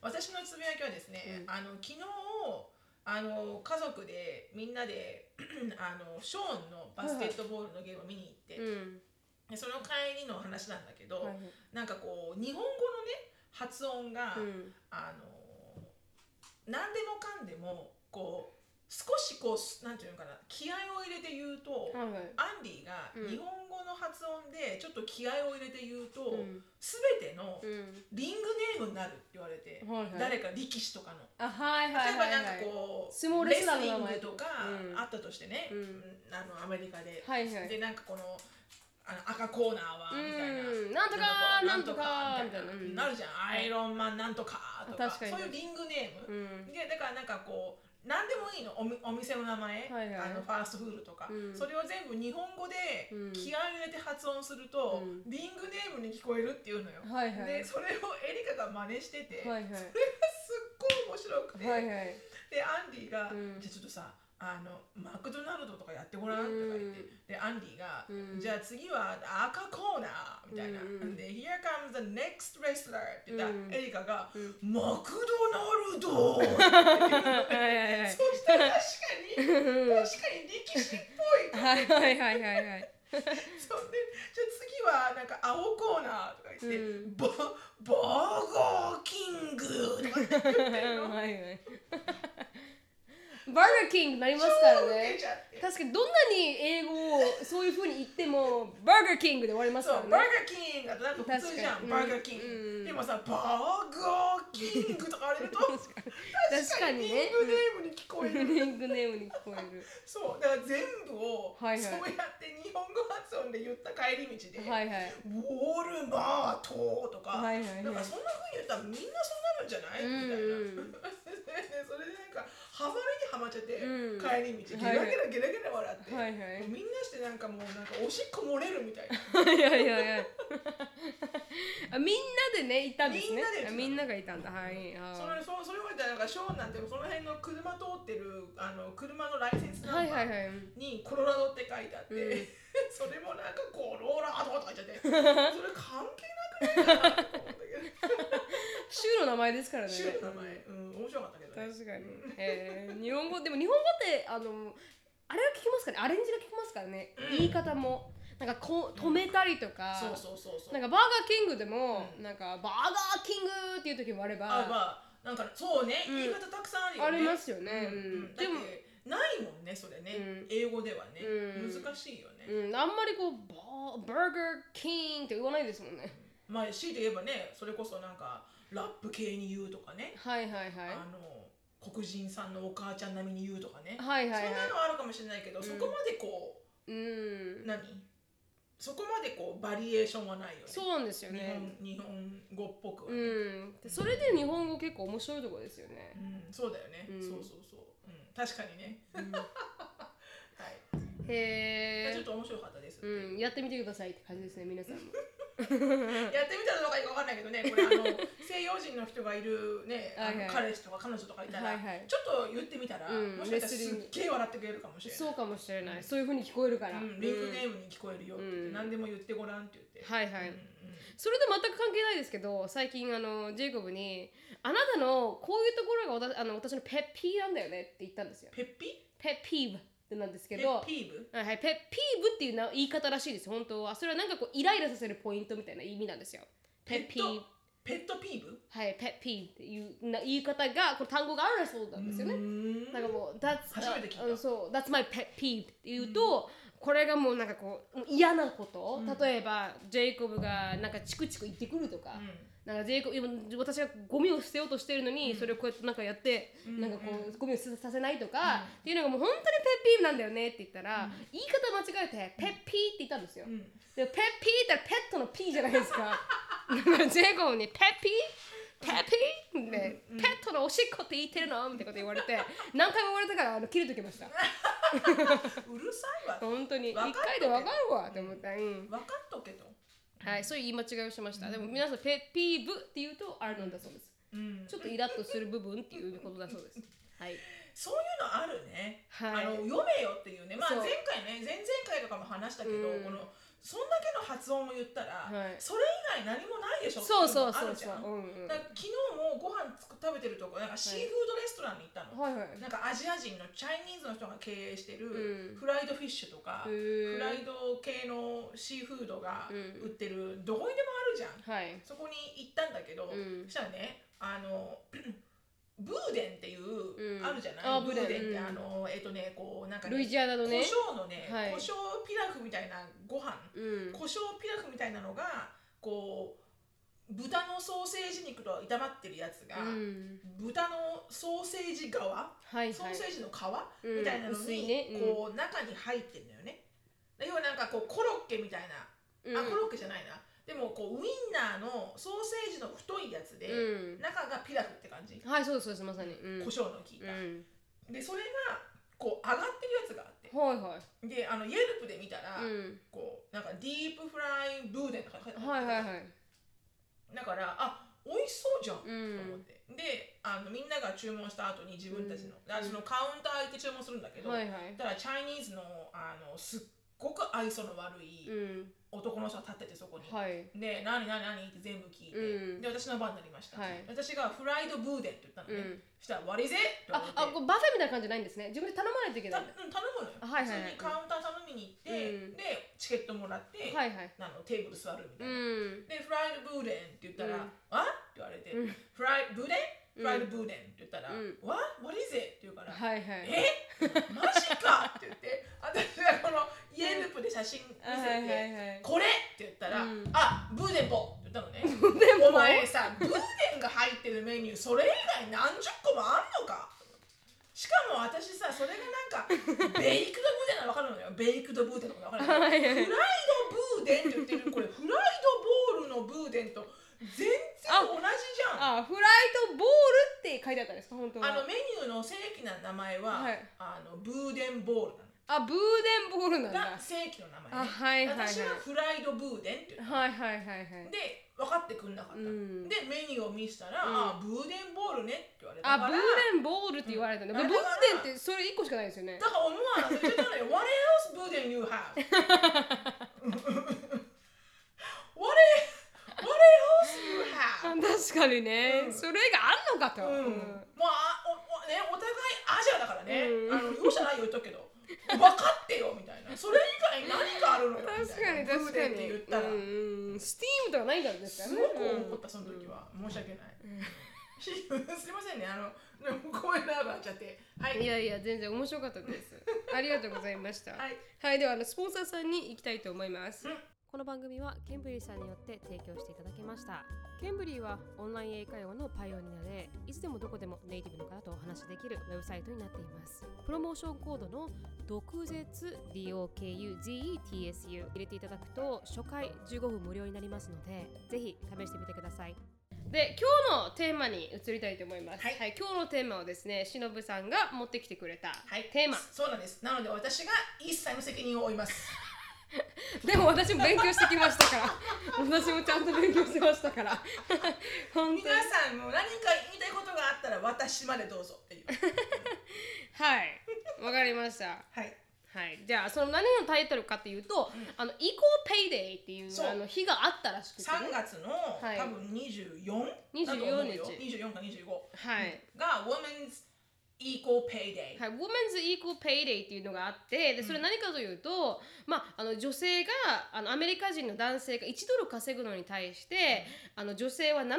[SPEAKER 2] 私のつぶやきはですね、あの昨日あの家族でみんなで あのショーンのバスケットボールのゲームを見に行って、
[SPEAKER 1] うん
[SPEAKER 2] でその帰りの話なんだけど、
[SPEAKER 1] はいはい
[SPEAKER 2] なんかこう日本語のね発音が、
[SPEAKER 1] うん
[SPEAKER 2] あの何でもかんでもこう少しこうすなんていうのかな気合を入れて言うと、
[SPEAKER 1] はいはい
[SPEAKER 2] アンディが
[SPEAKER 1] うん
[SPEAKER 2] 日本語の発音でちょっと気合を入れて言うと、
[SPEAKER 1] うん
[SPEAKER 2] すべての
[SPEAKER 1] うん
[SPEAKER 2] リングネームになるって言われて、
[SPEAKER 1] はいはい
[SPEAKER 2] 誰か力士とかの。
[SPEAKER 1] あはいはい
[SPEAKER 2] 例え
[SPEAKER 1] はい
[SPEAKER 2] ばなんか
[SPEAKER 1] はい
[SPEAKER 2] こう、
[SPEAKER 1] 相撲レ
[SPEAKER 2] レ
[SPEAKER 1] ス
[SPEAKER 2] ス
[SPEAKER 1] ラー
[SPEAKER 2] リ
[SPEAKER 1] の名
[SPEAKER 2] ン
[SPEAKER 1] 前
[SPEAKER 2] グ
[SPEAKER 1] と
[SPEAKER 2] と
[SPEAKER 1] か
[SPEAKER 2] か
[SPEAKER 1] うん
[SPEAKER 2] あったとしてね、
[SPEAKER 1] うん
[SPEAKER 2] あのアメリカで、
[SPEAKER 1] はいはい
[SPEAKER 2] でなんかこのあの赤コーナーはみたいな、
[SPEAKER 1] うんなんとかなんとか
[SPEAKER 2] なんと
[SPEAKER 1] みた
[SPEAKER 2] か
[SPEAKER 1] いな
[SPEAKER 2] み
[SPEAKER 1] うん
[SPEAKER 2] なるじゃん、アイロンマンなんとかとか
[SPEAKER 1] 確かに
[SPEAKER 2] そういうリングネー
[SPEAKER 1] う
[SPEAKER 2] ム、
[SPEAKER 1] ん
[SPEAKER 2] でだからなんかこう何でもいいのおみお店の名前、
[SPEAKER 1] はいはい
[SPEAKER 2] あのファーストフードとか、
[SPEAKER 1] うん
[SPEAKER 2] それを全部日本語で
[SPEAKER 1] うん
[SPEAKER 2] 気合い入れて発音すると、
[SPEAKER 1] うん
[SPEAKER 2] リングネームに聞こえるっていうのよ、
[SPEAKER 1] はいはい
[SPEAKER 2] でそれをエリカが真似してて、
[SPEAKER 1] はいはい
[SPEAKER 2] それがすっごい面白くて、
[SPEAKER 1] はいはい
[SPEAKER 2] でアンディが、
[SPEAKER 1] うん
[SPEAKER 2] じゃあちょっとさあのマクドナルドとかやってごらんとか言って、
[SPEAKER 1] うん
[SPEAKER 2] でアンディが、
[SPEAKER 1] うん
[SPEAKER 2] じゃあ次は赤コーナーみたい
[SPEAKER 1] う
[SPEAKER 2] な、
[SPEAKER 1] ん
[SPEAKER 2] で「Here comes the next wrestler」って言ったら、
[SPEAKER 1] うん
[SPEAKER 2] エリカが、
[SPEAKER 1] うん
[SPEAKER 2] マクドナル
[SPEAKER 1] は
[SPEAKER 2] ド!」
[SPEAKER 1] いはいはい
[SPEAKER 2] そしたら確かに
[SPEAKER 1] うん
[SPEAKER 2] 確かに力士っぽいと
[SPEAKER 1] はいはいはいはいはい
[SPEAKER 2] そんでじゃあ次はなんか青コーナーとか言って「
[SPEAKER 1] う
[SPEAKER 2] ババーガーキング!」とかって言ってるの
[SPEAKER 1] はいはい。バーガーキングになりますから
[SPEAKER 2] 超ウケ
[SPEAKER 1] ね
[SPEAKER 2] ちゃって。
[SPEAKER 1] 確かにどんなに英語をそういう風に言ってもバーガーキングで終わります
[SPEAKER 2] そ
[SPEAKER 1] か
[SPEAKER 2] う、バ
[SPEAKER 1] らね。
[SPEAKER 2] ーガーキングだとなんか普通じゃ
[SPEAKER 1] 確かに
[SPEAKER 2] ん、バーガーキング。
[SPEAKER 1] うん
[SPEAKER 2] でもさ、バーガーキングとかあれると、確
[SPEAKER 1] 確か
[SPEAKER 2] か
[SPEAKER 1] に
[SPEAKER 2] に
[SPEAKER 1] ね
[SPEAKER 2] リング
[SPEAKER 1] リングネームに
[SPEAKER 2] ネームに聞こえる。
[SPEAKER 1] 聞こえる。
[SPEAKER 2] そう、だから全部を、
[SPEAKER 1] はいはい
[SPEAKER 2] そうやって日本語発音で言った帰り道で、
[SPEAKER 1] はいはい。
[SPEAKER 2] ウォールマートとか、
[SPEAKER 1] はいはいはい
[SPEAKER 2] なんかそんな風に言ったらみんなそうなるんじゃないみた
[SPEAKER 1] うんう
[SPEAKER 2] いな。
[SPEAKER 1] ん
[SPEAKER 2] それでなんかハマりにハマっちゃって、
[SPEAKER 1] うん
[SPEAKER 2] 帰り道ゲラゲラゲラゲラ笑って、
[SPEAKER 1] はいはい
[SPEAKER 2] もうみんなしてなんかもうなんかおしっこ漏れるみたいな。
[SPEAKER 1] はいはいはいはい。あみんなでねいたんですね
[SPEAKER 2] みんなで。
[SPEAKER 1] あみんながいたんだ。はいはい。
[SPEAKER 2] それそそれを言ったらなんかショーンなんてその辺の車通ってるあの車のライセンスナ
[SPEAKER 1] は
[SPEAKER 2] ン
[SPEAKER 1] い
[SPEAKER 2] バ
[SPEAKER 1] はいは
[SPEAKER 2] ー
[SPEAKER 1] い。
[SPEAKER 2] にコロラドって書いてあって、
[SPEAKER 1] うん
[SPEAKER 2] それもなんかコロラドとか書 いてあってそれ関係なくないかなと思ったけ
[SPEAKER 1] 州の名前ですから
[SPEAKER 2] ど
[SPEAKER 1] ね。
[SPEAKER 2] 州の名前、うん、面白かったけどね
[SPEAKER 1] 確かに。えー、日本語でも日本語ってあのあれが聞きますからねアレンジが聞きますからね、
[SPEAKER 2] うん
[SPEAKER 1] 言い方もなんかこう止めたりとか、
[SPEAKER 2] そうそうそうそう
[SPEAKER 1] なんかバーガーキングでも、
[SPEAKER 2] うん
[SPEAKER 1] なんかバーガーキングっていう時もあれば
[SPEAKER 2] あまあなんかそうね、
[SPEAKER 1] うん
[SPEAKER 2] 言い方たくさんあるよ
[SPEAKER 1] あ
[SPEAKER 2] ね
[SPEAKER 1] りますよね
[SPEAKER 2] うん、
[SPEAKER 1] うん
[SPEAKER 2] だ
[SPEAKER 1] で
[SPEAKER 2] っ
[SPEAKER 1] も
[SPEAKER 2] てないもんねそれね、
[SPEAKER 1] うん
[SPEAKER 2] 英語ではね、
[SPEAKER 1] うん
[SPEAKER 2] 難しいよね、
[SPEAKER 1] うん、あんまりこうバーバーガーキングって言わないですもんね
[SPEAKER 2] まあ強いて言えばねそれこそなんかラップ系に言うとかね
[SPEAKER 1] はいはいはい
[SPEAKER 2] あの黒人さんのお母ちゃん並みに言うとかね、
[SPEAKER 1] はいはいはい
[SPEAKER 2] そんなのあるかもしれないけど、
[SPEAKER 1] ん
[SPEAKER 2] そこまでこ
[SPEAKER 1] うん
[SPEAKER 2] う何そこまでこうバリエーションはないよね
[SPEAKER 1] そうなんですよ
[SPEAKER 2] 日
[SPEAKER 1] ね
[SPEAKER 2] 本日本語っぽくは
[SPEAKER 1] う
[SPEAKER 2] ね、
[SPEAKER 1] んでそれで日本語結構面白いところですよね、
[SPEAKER 2] うんそうだよね、
[SPEAKER 1] うん
[SPEAKER 2] そうそうそう、うん、確かにね
[SPEAKER 1] うん
[SPEAKER 2] はい、ちょ
[SPEAKER 1] へ
[SPEAKER 2] っと面白かったです、
[SPEAKER 1] え、うん、やってみてくださいって感じですね皆さんも
[SPEAKER 2] やってみたらどうかいいかわかんないけどねこれあの 西洋人の人がいるねあの
[SPEAKER 1] はいはい
[SPEAKER 2] 彼氏とか彼女とかいたら、
[SPEAKER 1] はいはい
[SPEAKER 2] ちょっと言ってみたら、
[SPEAKER 1] うん
[SPEAKER 2] もしかしたら
[SPEAKER 1] レスリ
[SPEAKER 2] す
[SPEAKER 1] ン
[SPEAKER 2] っ
[SPEAKER 1] グ
[SPEAKER 2] げえ笑ってくれるかもしれない
[SPEAKER 1] そうかもしれないそういう風に聞こえるから、
[SPEAKER 2] うん、リングネームに聞こえるよって言って、
[SPEAKER 1] うん
[SPEAKER 2] 何でも言ってごらんって言って、
[SPEAKER 1] はいはい、
[SPEAKER 2] うんうん
[SPEAKER 1] それと全く関係ないですけど最近あのジェイコブに「あなたのこういうところが私あの私のペッピーなんだよね」って言ったんですよ
[SPEAKER 2] ペッピ
[SPEAKER 1] ペッピーブってなんですけ
[SPEAKER 2] ペ
[SPEAKER 1] ど
[SPEAKER 2] ッピーブ
[SPEAKER 1] はいはい、ペッピーブっていうな言い方らしいです本当はそれはなんかこうイライラさせるポイントみたいな意味なんですよペッピーブ
[SPEAKER 2] ペットピーブ
[SPEAKER 1] はいペッピーっていうな言い方がこれ単語があるそうなんですよね
[SPEAKER 2] うーん
[SPEAKER 1] なんかもう、that's,
[SPEAKER 2] 初めて聞いた
[SPEAKER 1] うんそう、that's my pet peeve って言うと、これがもうなんかこう、もう嫌なこと、例えば、ジェイコブがなんかチクチク言ってくるとか、なんかジェイコブ、今私がゴミを捨てようとしてるのに、それをこうやってなんかやって、なんかこう、ゴミを捨てさせないとか、っていうのがもう本当にペッピーなんだよねって言ったら、言い方間違えて、ペッピーって言ったんですよ。
[SPEAKER 2] うん、
[SPEAKER 1] で、ペッピーって言ったらペットのピーじゃないですか。だからジェイコブに、ペッピーペッピーって、ペットのおしっこって言ってるのみたいなこと言われて、何回も言われたから、あの、切れときました。
[SPEAKER 2] うるさいわ分
[SPEAKER 1] 本当に。一
[SPEAKER 2] わかっとけ
[SPEAKER 1] 回でわかるわって思った。うん。
[SPEAKER 2] かっとけと、
[SPEAKER 1] はい、そういう言い間違いをしました。でも皆さん、ペッピーブって言うと、あれなんだそうです。
[SPEAKER 2] うん、
[SPEAKER 1] ちょっとイラッとする部分っていうことだそうです。はい。
[SPEAKER 2] そういうのあるね、
[SPEAKER 1] はい
[SPEAKER 2] あの読めよっていうねまあ
[SPEAKER 1] そう
[SPEAKER 2] 前回ね前々回とかも話したけ
[SPEAKER 1] うん
[SPEAKER 2] ど、このそんだけの発音を言ったら、
[SPEAKER 1] はい
[SPEAKER 2] それ以外何もないでしょ
[SPEAKER 1] そうそう
[SPEAKER 2] ってい
[SPEAKER 1] そ
[SPEAKER 2] のも
[SPEAKER 1] う
[SPEAKER 2] ある
[SPEAKER 1] そ
[SPEAKER 2] じゃ
[SPEAKER 1] うんうんうん
[SPEAKER 2] だから昨日もご飯つく食べてるとこなんかシーフードレストランに行ったの、
[SPEAKER 1] はいはい
[SPEAKER 2] なんかアジア人のチャイニーズの人が経営して
[SPEAKER 1] うん
[SPEAKER 2] るフライドフィッシュとか、
[SPEAKER 1] へ
[SPEAKER 2] フ
[SPEAKER 1] ー
[SPEAKER 2] ライド系のシーフードが
[SPEAKER 1] うん
[SPEAKER 2] 売ってるどこにでもあるじゃん、
[SPEAKER 1] はい
[SPEAKER 2] そこに行ったんだけど、
[SPEAKER 1] うん
[SPEAKER 2] そしたらねあの ブーデンっていう、
[SPEAKER 1] うん
[SPEAKER 2] あるじゃない
[SPEAKER 1] あ
[SPEAKER 2] ブーデンって、
[SPEAKER 1] ブーデンうん
[SPEAKER 2] あのえっとねこうなんか
[SPEAKER 1] ルイ
[SPEAKER 2] ね
[SPEAKER 1] ジアナ
[SPEAKER 2] 胡
[SPEAKER 1] のね
[SPEAKER 2] 椒のね、
[SPEAKER 1] はい
[SPEAKER 2] 胡椒ピラフみたいなご飯、
[SPEAKER 1] うん
[SPEAKER 2] 胡椒ピラフみたいなのがこう豚のソーセージ肉と炒まってるやつが、
[SPEAKER 1] うん
[SPEAKER 2] 豚のソーセージ
[SPEAKER 1] は
[SPEAKER 2] 側
[SPEAKER 1] いはい
[SPEAKER 2] ソーセージの皮、
[SPEAKER 1] うん
[SPEAKER 2] みたいなの
[SPEAKER 1] 薄い
[SPEAKER 2] に、
[SPEAKER 1] ねうん
[SPEAKER 2] こう中に入ってるのよね要はなんかこうコロッケみたいな、
[SPEAKER 1] うん
[SPEAKER 2] あコロッケじゃないなでもこうウインナーのソーセージの太いやつで、
[SPEAKER 1] うん
[SPEAKER 2] 中がピラフって感じ、
[SPEAKER 1] はいそうですそうですまさにうん
[SPEAKER 2] 胡椒の効いた、
[SPEAKER 1] うん
[SPEAKER 2] でそれがこう上がってるやつがあって
[SPEAKER 1] はいは
[SPEAKER 2] であの Yelp で見たら、
[SPEAKER 1] いうん
[SPEAKER 2] こうなんかディープフライブーデンとか書いてあ
[SPEAKER 1] は
[SPEAKER 2] った
[SPEAKER 1] いはいはい
[SPEAKER 2] だからあ美味しそうじゃん、
[SPEAKER 1] うん
[SPEAKER 2] と思ってであのみんなが注文した後に自分たちの、あそのカウンター行って注文するんだけど、
[SPEAKER 1] はいはい
[SPEAKER 2] ただチャイニーズのあのすっごく愛想の悪い
[SPEAKER 1] うん
[SPEAKER 2] 男の人が立っててそこに、
[SPEAKER 1] はい
[SPEAKER 2] で「何何何?」って全部聞い
[SPEAKER 1] うん
[SPEAKER 2] て、で私の番になりました、
[SPEAKER 1] はい
[SPEAKER 2] 私が「フライドブーデン」って言ったのね、
[SPEAKER 1] うん
[SPEAKER 2] そしたら「割りぜ!」って言わ
[SPEAKER 1] あ
[SPEAKER 2] れて
[SPEAKER 1] あこうバフェみたいな感じじゃないんですね自分で頼まないといけな
[SPEAKER 2] た
[SPEAKER 1] いん
[SPEAKER 2] うん
[SPEAKER 1] だ
[SPEAKER 2] 頼むのよ、
[SPEAKER 1] あはいはいはい
[SPEAKER 2] 普通にカウンター頼みに行
[SPEAKER 1] うん
[SPEAKER 2] って、でチケットもらって、
[SPEAKER 1] はいはい
[SPEAKER 2] あのテーブル座るみた
[SPEAKER 1] う
[SPEAKER 2] い
[SPEAKER 1] ん
[SPEAKER 2] な、で、フライドブーデンって言ったら、
[SPEAKER 1] うん
[SPEAKER 2] あって言われて、フライブーデンフライドブーデンって言ったら、
[SPEAKER 1] うん
[SPEAKER 2] わ ?What is it? って言うから、
[SPEAKER 1] はいはい
[SPEAKER 2] えマジかって言って、私がこのイエルプで写真見せて、
[SPEAKER 1] あはいはいはい
[SPEAKER 2] これって言ったら、
[SPEAKER 1] うん
[SPEAKER 2] あブーデンポって言ったのね。
[SPEAKER 1] デンポ
[SPEAKER 2] お前さ、ブーデンが入ってるメニュー、それ以外何十個もあんのかしかも私さ、それがなんか、ベイクドブーデンなの分かるのよ。ベイクドブーデンなの分か
[SPEAKER 1] はい
[SPEAKER 2] るのよ。
[SPEAKER 1] はい
[SPEAKER 2] フライドブーデンって言ってる、これフライドボールのブーデンと全然同じじゃ
[SPEAKER 1] あ
[SPEAKER 2] ん。あ
[SPEAKER 1] フライトボールって書いてあったんですか本当は
[SPEAKER 2] のメニューの正規な名前は、
[SPEAKER 1] はい
[SPEAKER 2] あのブーデンボールなの。
[SPEAKER 1] あブーデンボールなん
[SPEAKER 2] が
[SPEAKER 1] だ
[SPEAKER 2] 正規の名前、
[SPEAKER 1] あはいはいはい
[SPEAKER 2] 私はフライドブーデンって言った
[SPEAKER 1] はいはいはいはい
[SPEAKER 2] で分かってくんなかった、
[SPEAKER 1] うん
[SPEAKER 2] でメニューを見せたら、
[SPEAKER 1] うん
[SPEAKER 2] あブーデンボールねって言われた
[SPEAKER 1] あブ
[SPEAKER 2] か
[SPEAKER 1] ー
[SPEAKER 2] ら
[SPEAKER 1] デンボールって言われたんだ、
[SPEAKER 2] うん
[SPEAKER 1] ブーデンってそれ一個しかないですよね
[SPEAKER 2] だから思わず言ってたのよ What else ブーデン you have? what, e- what else you
[SPEAKER 1] あ
[SPEAKER 2] have?
[SPEAKER 1] 確かにね、
[SPEAKER 2] うん
[SPEAKER 1] それがあんのかと、
[SPEAKER 2] うんまあおおね、お互いアジアだからね、
[SPEAKER 1] うん
[SPEAKER 2] あの容赦ないよ言っとくけど分かってよみたいなそれ以外何があるのよみ
[SPEAKER 1] 確か
[SPEAKER 2] た
[SPEAKER 1] に
[SPEAKER 2] いな
[SPEAKER 1] 確か
[SPEAKER 2] ブーデンって
[SPEAKER 1] に
[SPEAKER 2] 言ったら、
[SPEAKER 1] うんうん、スティームとかないからですから
[SPEAKER 2] す
[SPEAKER 1] ね
[SPEAKER 2] ごく怒った
[SPEAKER 1] うん
[SPEAKER 2] その時は、申し訳ない、 すいませんねあの声長くなっちゃってはい
[SPEAKER 1] いやいや全然面白かったですありがとうございました
[SPEAKER 2] はい
[SPEAKER 1] はい、ではあのスポンサーさんに行きたいと思います
[SPEAKER 2] うん。
[SPEAKER 1] この番組はケンブリーさんによって提供していただきました。ケンブリーはオンライン英会話のパイオニアで、いつでもどこでもネイティブの方とお話しできるウェブサイトになっています。プロモーションコードの毒舌 DOKUZETSU 入れていただくと初回15分無料になりますので、ぜひ試してみてください。で今日のテーマに移りたいと思います。
[SPEAKER 2] はい
[SPEAKER 1] 今日のテーマはですね、しのぶさんが持ってきてくれた
[SPEAKER 2] はい
[SPEAKER 1] テーマ。
[SPEAKER 2] そうなんですなので私が一切の責任を負います
[SPEAKER 1] でも私も勉強してきましたから私もちゃんと勉強してましたから 本当に
[SPEAKER 2] 皆さんも何か言いたいことがあったら私までどうぞ っていう
[SPEAKER 1] はいわかりました
[SPEAKER 2] はい
[SPEAKER 1] はいじゃあその何のタイトルかっていうと「あのイコーペイデイ」っていう
[SPEAKER 2] そう
[SPEAKER 1] あの日があったらしくて、
[SPEAKER 2] 3
[SPEAKER 1] ね、
[SPEAKER 2] 月の、
[SPEAKER 1] はい
[SPEAKER 2] 多分24だと思うよ
[SPEAKER 1] 24
[SPEAKER 2] 24か25
[SPEAKER 1] はい
[SPEAKER 2] が Women's Equal Pay Day、
[SPEAKER 1] はい、Women's Equal Pay Day っていうのがあってでそれ何かというと、まあ、あの女性があのアメリカ人の男性が1ドル稼ぐのに対してあの女性は79セン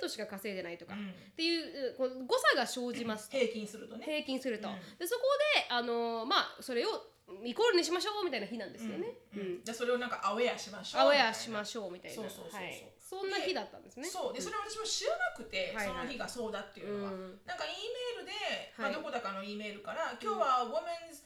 [SPEAKER 1] トしか稼いでないとか、
[SPEAKER 2] うん
[SPEAKER 1] っていうこう誤差が生じますと
[SPEAKER 2] 平均するとね
[SPEAKER 1] 平均すると、
[SPEAKER 2] うん
[SPEAKER 1] でそこであのーまあそれをイコールにしましょうみたいな日なんですよね。
[SPEAKER 2] うんうんじゃあそれをなんかアウェアしましょう
[SPEAKER 1] アウ
[SPEAKER 2] みたい
[SPEAKER 1] ェ
[SPEAKER 2] な
[SPEAKER 1] アしましょうみたいな。
[SPEAKER 2] そうそうそうそう
[SPEAKER 1] はい。そんな日だったんですね。
[SPEAKER 2] そうでそれは私も知らなく
[SPEAKER 1] は
[SPEAKER 2] て、
[SPEAKER 1] いはい
[SPEAKER 2] その日がそうだっていうのは、
[SPEAKER 1] うん
[SPEAKER 2] なんか E メールで、
[SPEAKER 1] はい
[SPEAKER 2] まあ、どこだかの E メールから「今日は Women's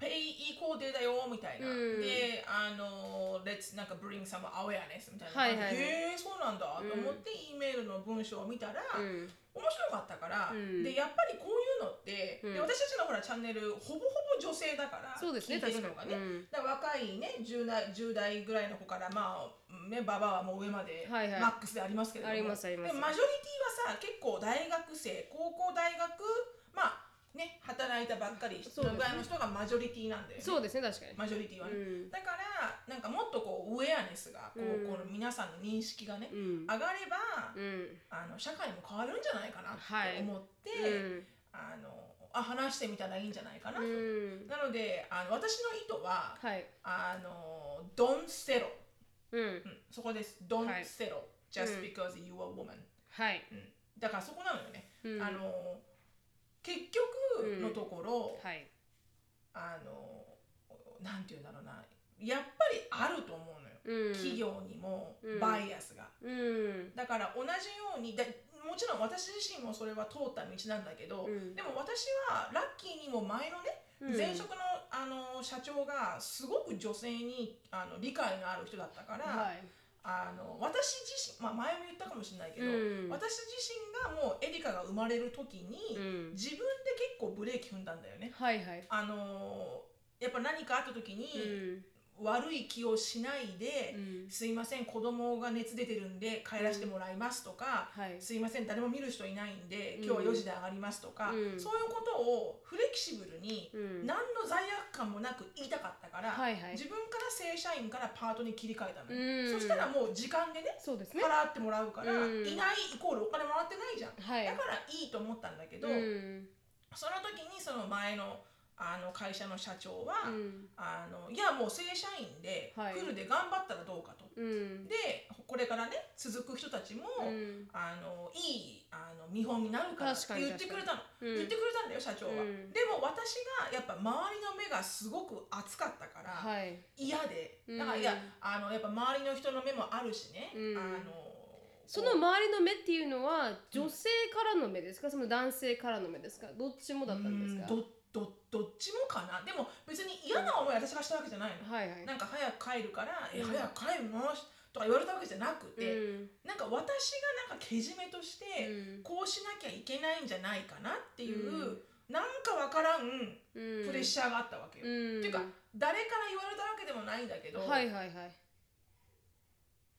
[SPEAKER 2] Pay Equal Day だよ」みたいな、
[SPEAKER 1] うん
[SPEAKER 2] であの「Let's なんか bring some awareness」みたいな、
[SPEAKER 1] はいはいはい
[SPEAKER 2] へえそうなんだと思って E メールの文章を見たら、
[SPEAKER 1] うん。
[SPEAKER 2] 面白かったから、
[SPEAKER 1] うん
[SPEAKER 2] でやっぱりこういうのって、
[SPEAKER 1] うん
[SPEAKER 2] で私たちのほらチャンネルほぼほぼ女性だから
[SPEAKER 1] そうですね
[SPEAKER 2] 聞いてるのが
[SPEAKER 1] 確かに
[SPEAKER 2] ね、
[SPEAKER 1] うん
[SPEAKER 2] だから若いね10代 ,10 代ぐらいの子からまあねババアはもう上まで、
[SPEAKER 1] はいはい
[SPEAKER 2] マックスでありますけれども
[SPEAKER 1] ありますあります
[SPEAKER 2] でもマジョリティはさ結構大学生高校大学まあね働いたばっかり
[SPEAKER 1] そうです
[SPEAKER 2] の
[SPEAKER 1] ね
[SPEAKER 2] ぐらいの人がマジョリティなんだよね
[SPEAKER 1] そうですね確か
[SPEAKER 2] マジョリティはね、
[SPEAKER 1] にうん
[SPEAKER 2] だからなんかもっとこうウェアネスがこう、
[SPEAKER 1] うん
[SPEAKER 2] この皆さんの認識がね
[SPEAKER 1] うん
[SPEAKER 2] 上がれば、
[SPEAKER 1] うん
[SPEAKER 2] あの社会も変わるんじゃないかな
[SPEAKER 1] はい
[SPEAKER 2] と思って、
[SPEAKER 1] うん
[SPEAKER 2] あのあ話してみたらいいんじゃないかなと、
[SPEAKER 1] うん
[SPEAKER 2] なのであの私の意図は
[SPEAKER 1] はい
[SPEAKER 2] あの「don't settle」
[SPEAKER 1] うん
[SPEAKER 2] うん、そこです「don't
[SPEAKER 1] はい
[SPEAKER 2] settle just
[SPEAKER 1] うん
[SPEAKER 2] because you are woman
[SPEAKER 1] はい」
[SPEAKER 2] うんだからそこなのよね、
[SPEAKER 1] うん
[SPEAKER 2] あの結局のところ、
[SPEAKER 1] はい
[SPEAKER 2] あのなんて言うんだろうなやっぱりあると思うの
[SPEAKER 1] う
[SPEAKER 2] よ、
[SPEAKER 1] ん
[SPEAKER 2] 企業にも
[SPEAKER 1] うん
[SPEAKER 2] バイアスが、
[SPEAKER 1] うん
[SPEAKER 2] だから同じようにだもちろん私自身もそれは通った道なんだけど、
[SPEAKER 1] うん
[SPEAKER 2] でも私はラッキーにも前のね、
[SPEAKER 1] うん
[SPEAKER 2] 前職のあの社長がすごく女性にあの理解のある人だったから、
[SPEAKER 1] はい
[SPEAKER 2] あの私自身、まあ、前も言ったかもしれないけど、
[SPEAKER 1] うん
[SPEAKER 2] 私自身がもうエリカが生まれる時に、
[SPEAKER 1] うん
[SPEAKER 2] 自分で結構ブレーキ踏んだんだよね。
[SPEAKER 1] はいはい
[SPEAKER 2] あのやっぱ何かあった時
[SPEAKER 1] う
[SPEAKER 2] に、
[SPEAKER 1] ん
[SPEAKER 2] 悪い気をしないで
[SPEAKER 1] う、ん
[SPEAKER 2] すいません子供が熱出てるんで帰らせてもらいますとか、
[SPEAKER 1] はい
[SPEAKER 2] すいません誰も見る人いないんで
[SPEAKER 1] うん
[SPEAKER 2] 今日は4時で上がりますとか、
[SPEAKER 1] うん
[SPEAKER 2] そういうことをフレキシブルに、
[SPEAKER 1] うん
[SPEAKER 2] 何の罪悪感もなく言いたかったから、
[SPEAKER 1] はいはい
[SPEAKER 2] 自分から正社員からパートに切り替えたのよ、
[SPEAKER 1] うん
[SPEAKER 2] そしたらもう時間でね
[SPEAKER 1] そうですね
[SPEAKER 2] 払ってもらうから、
[SPEAKER 1] うん
[SPEAKER 2] いないイコールお金もらってないじゃん、
[SPEAKER 1] はい
[SPEAKER 2] だからいいと思ったんだけど、
[SPEAKER 1] うん
[SPEAKER 2] その時にその前のあの会社の社長は、
[SPEAKER 1] うん
[SPEAKER 2] あのいやもう正社員で
[SPEAKER 1] はい
[SPEAKER 2] フルで頑張ったらどうかと、
[SPEAKER 1] うん
[SPEAKER 2] でこれからね続く人たちも、
[SPEAKER 1] うん
[SPEAKER 2] あのいいあの見本になるからって
[SPEAKER 1] 確かに
[SPEAKER 2] 言ってくれたの、
[SPEAKER 1] うん
[SPEAKER 2] 言ってくれたんだよ社長は、
[SPEAKER 1] うん
[SPEAKER 2] でも私がやっぱ周りの目がすごく熱かったから、
[SPEAKER 1] はい
[SPEAKER 2] 嫌で
[SPEAKER 1] うん
[SPEAKER 2] だからいやあのやっぱ周りの人の目もあるしね、
[SPEAKER 1] うん
[SPEAKER 2] あの
[SPEAKER 1] その周りの目っていうのは女性からの目ですか、その男性からの目ですかどっちもだったんですか、
[SPEAKER 2] うどどどっちもかなでも別に嫌な思い私がしたわけじゃないの、
[SPEAKER 1] はいはい
[SPEAKER 2] なんか早く帰るから「え
[SPEAKER 1] うん
[SPEAKER 2] 早く帰るの?」とか言われたわけじゃなく
[SPEAKER 1] う
[SPEAKER 2] て、
[SPEAKER 1] ん
[SPEAKER 2] なんか私がなんかけじめとして、
[SPEAKER 1] うん
[SPEAKER 2] こうしなきゃいけないんじゃないかなっていう、
[SPEAKER 1] うん
[SPEAKER 2] なんかわからん
[SPEAKER 1] うん
[SPEAKER 2] プレッシャーがあったわけよ、
[SPEAKER 1] うん
[SPEAKER 2] っていうか誰から言われたわけでもないんだけど、
[SPEAKER 1] はいはいはい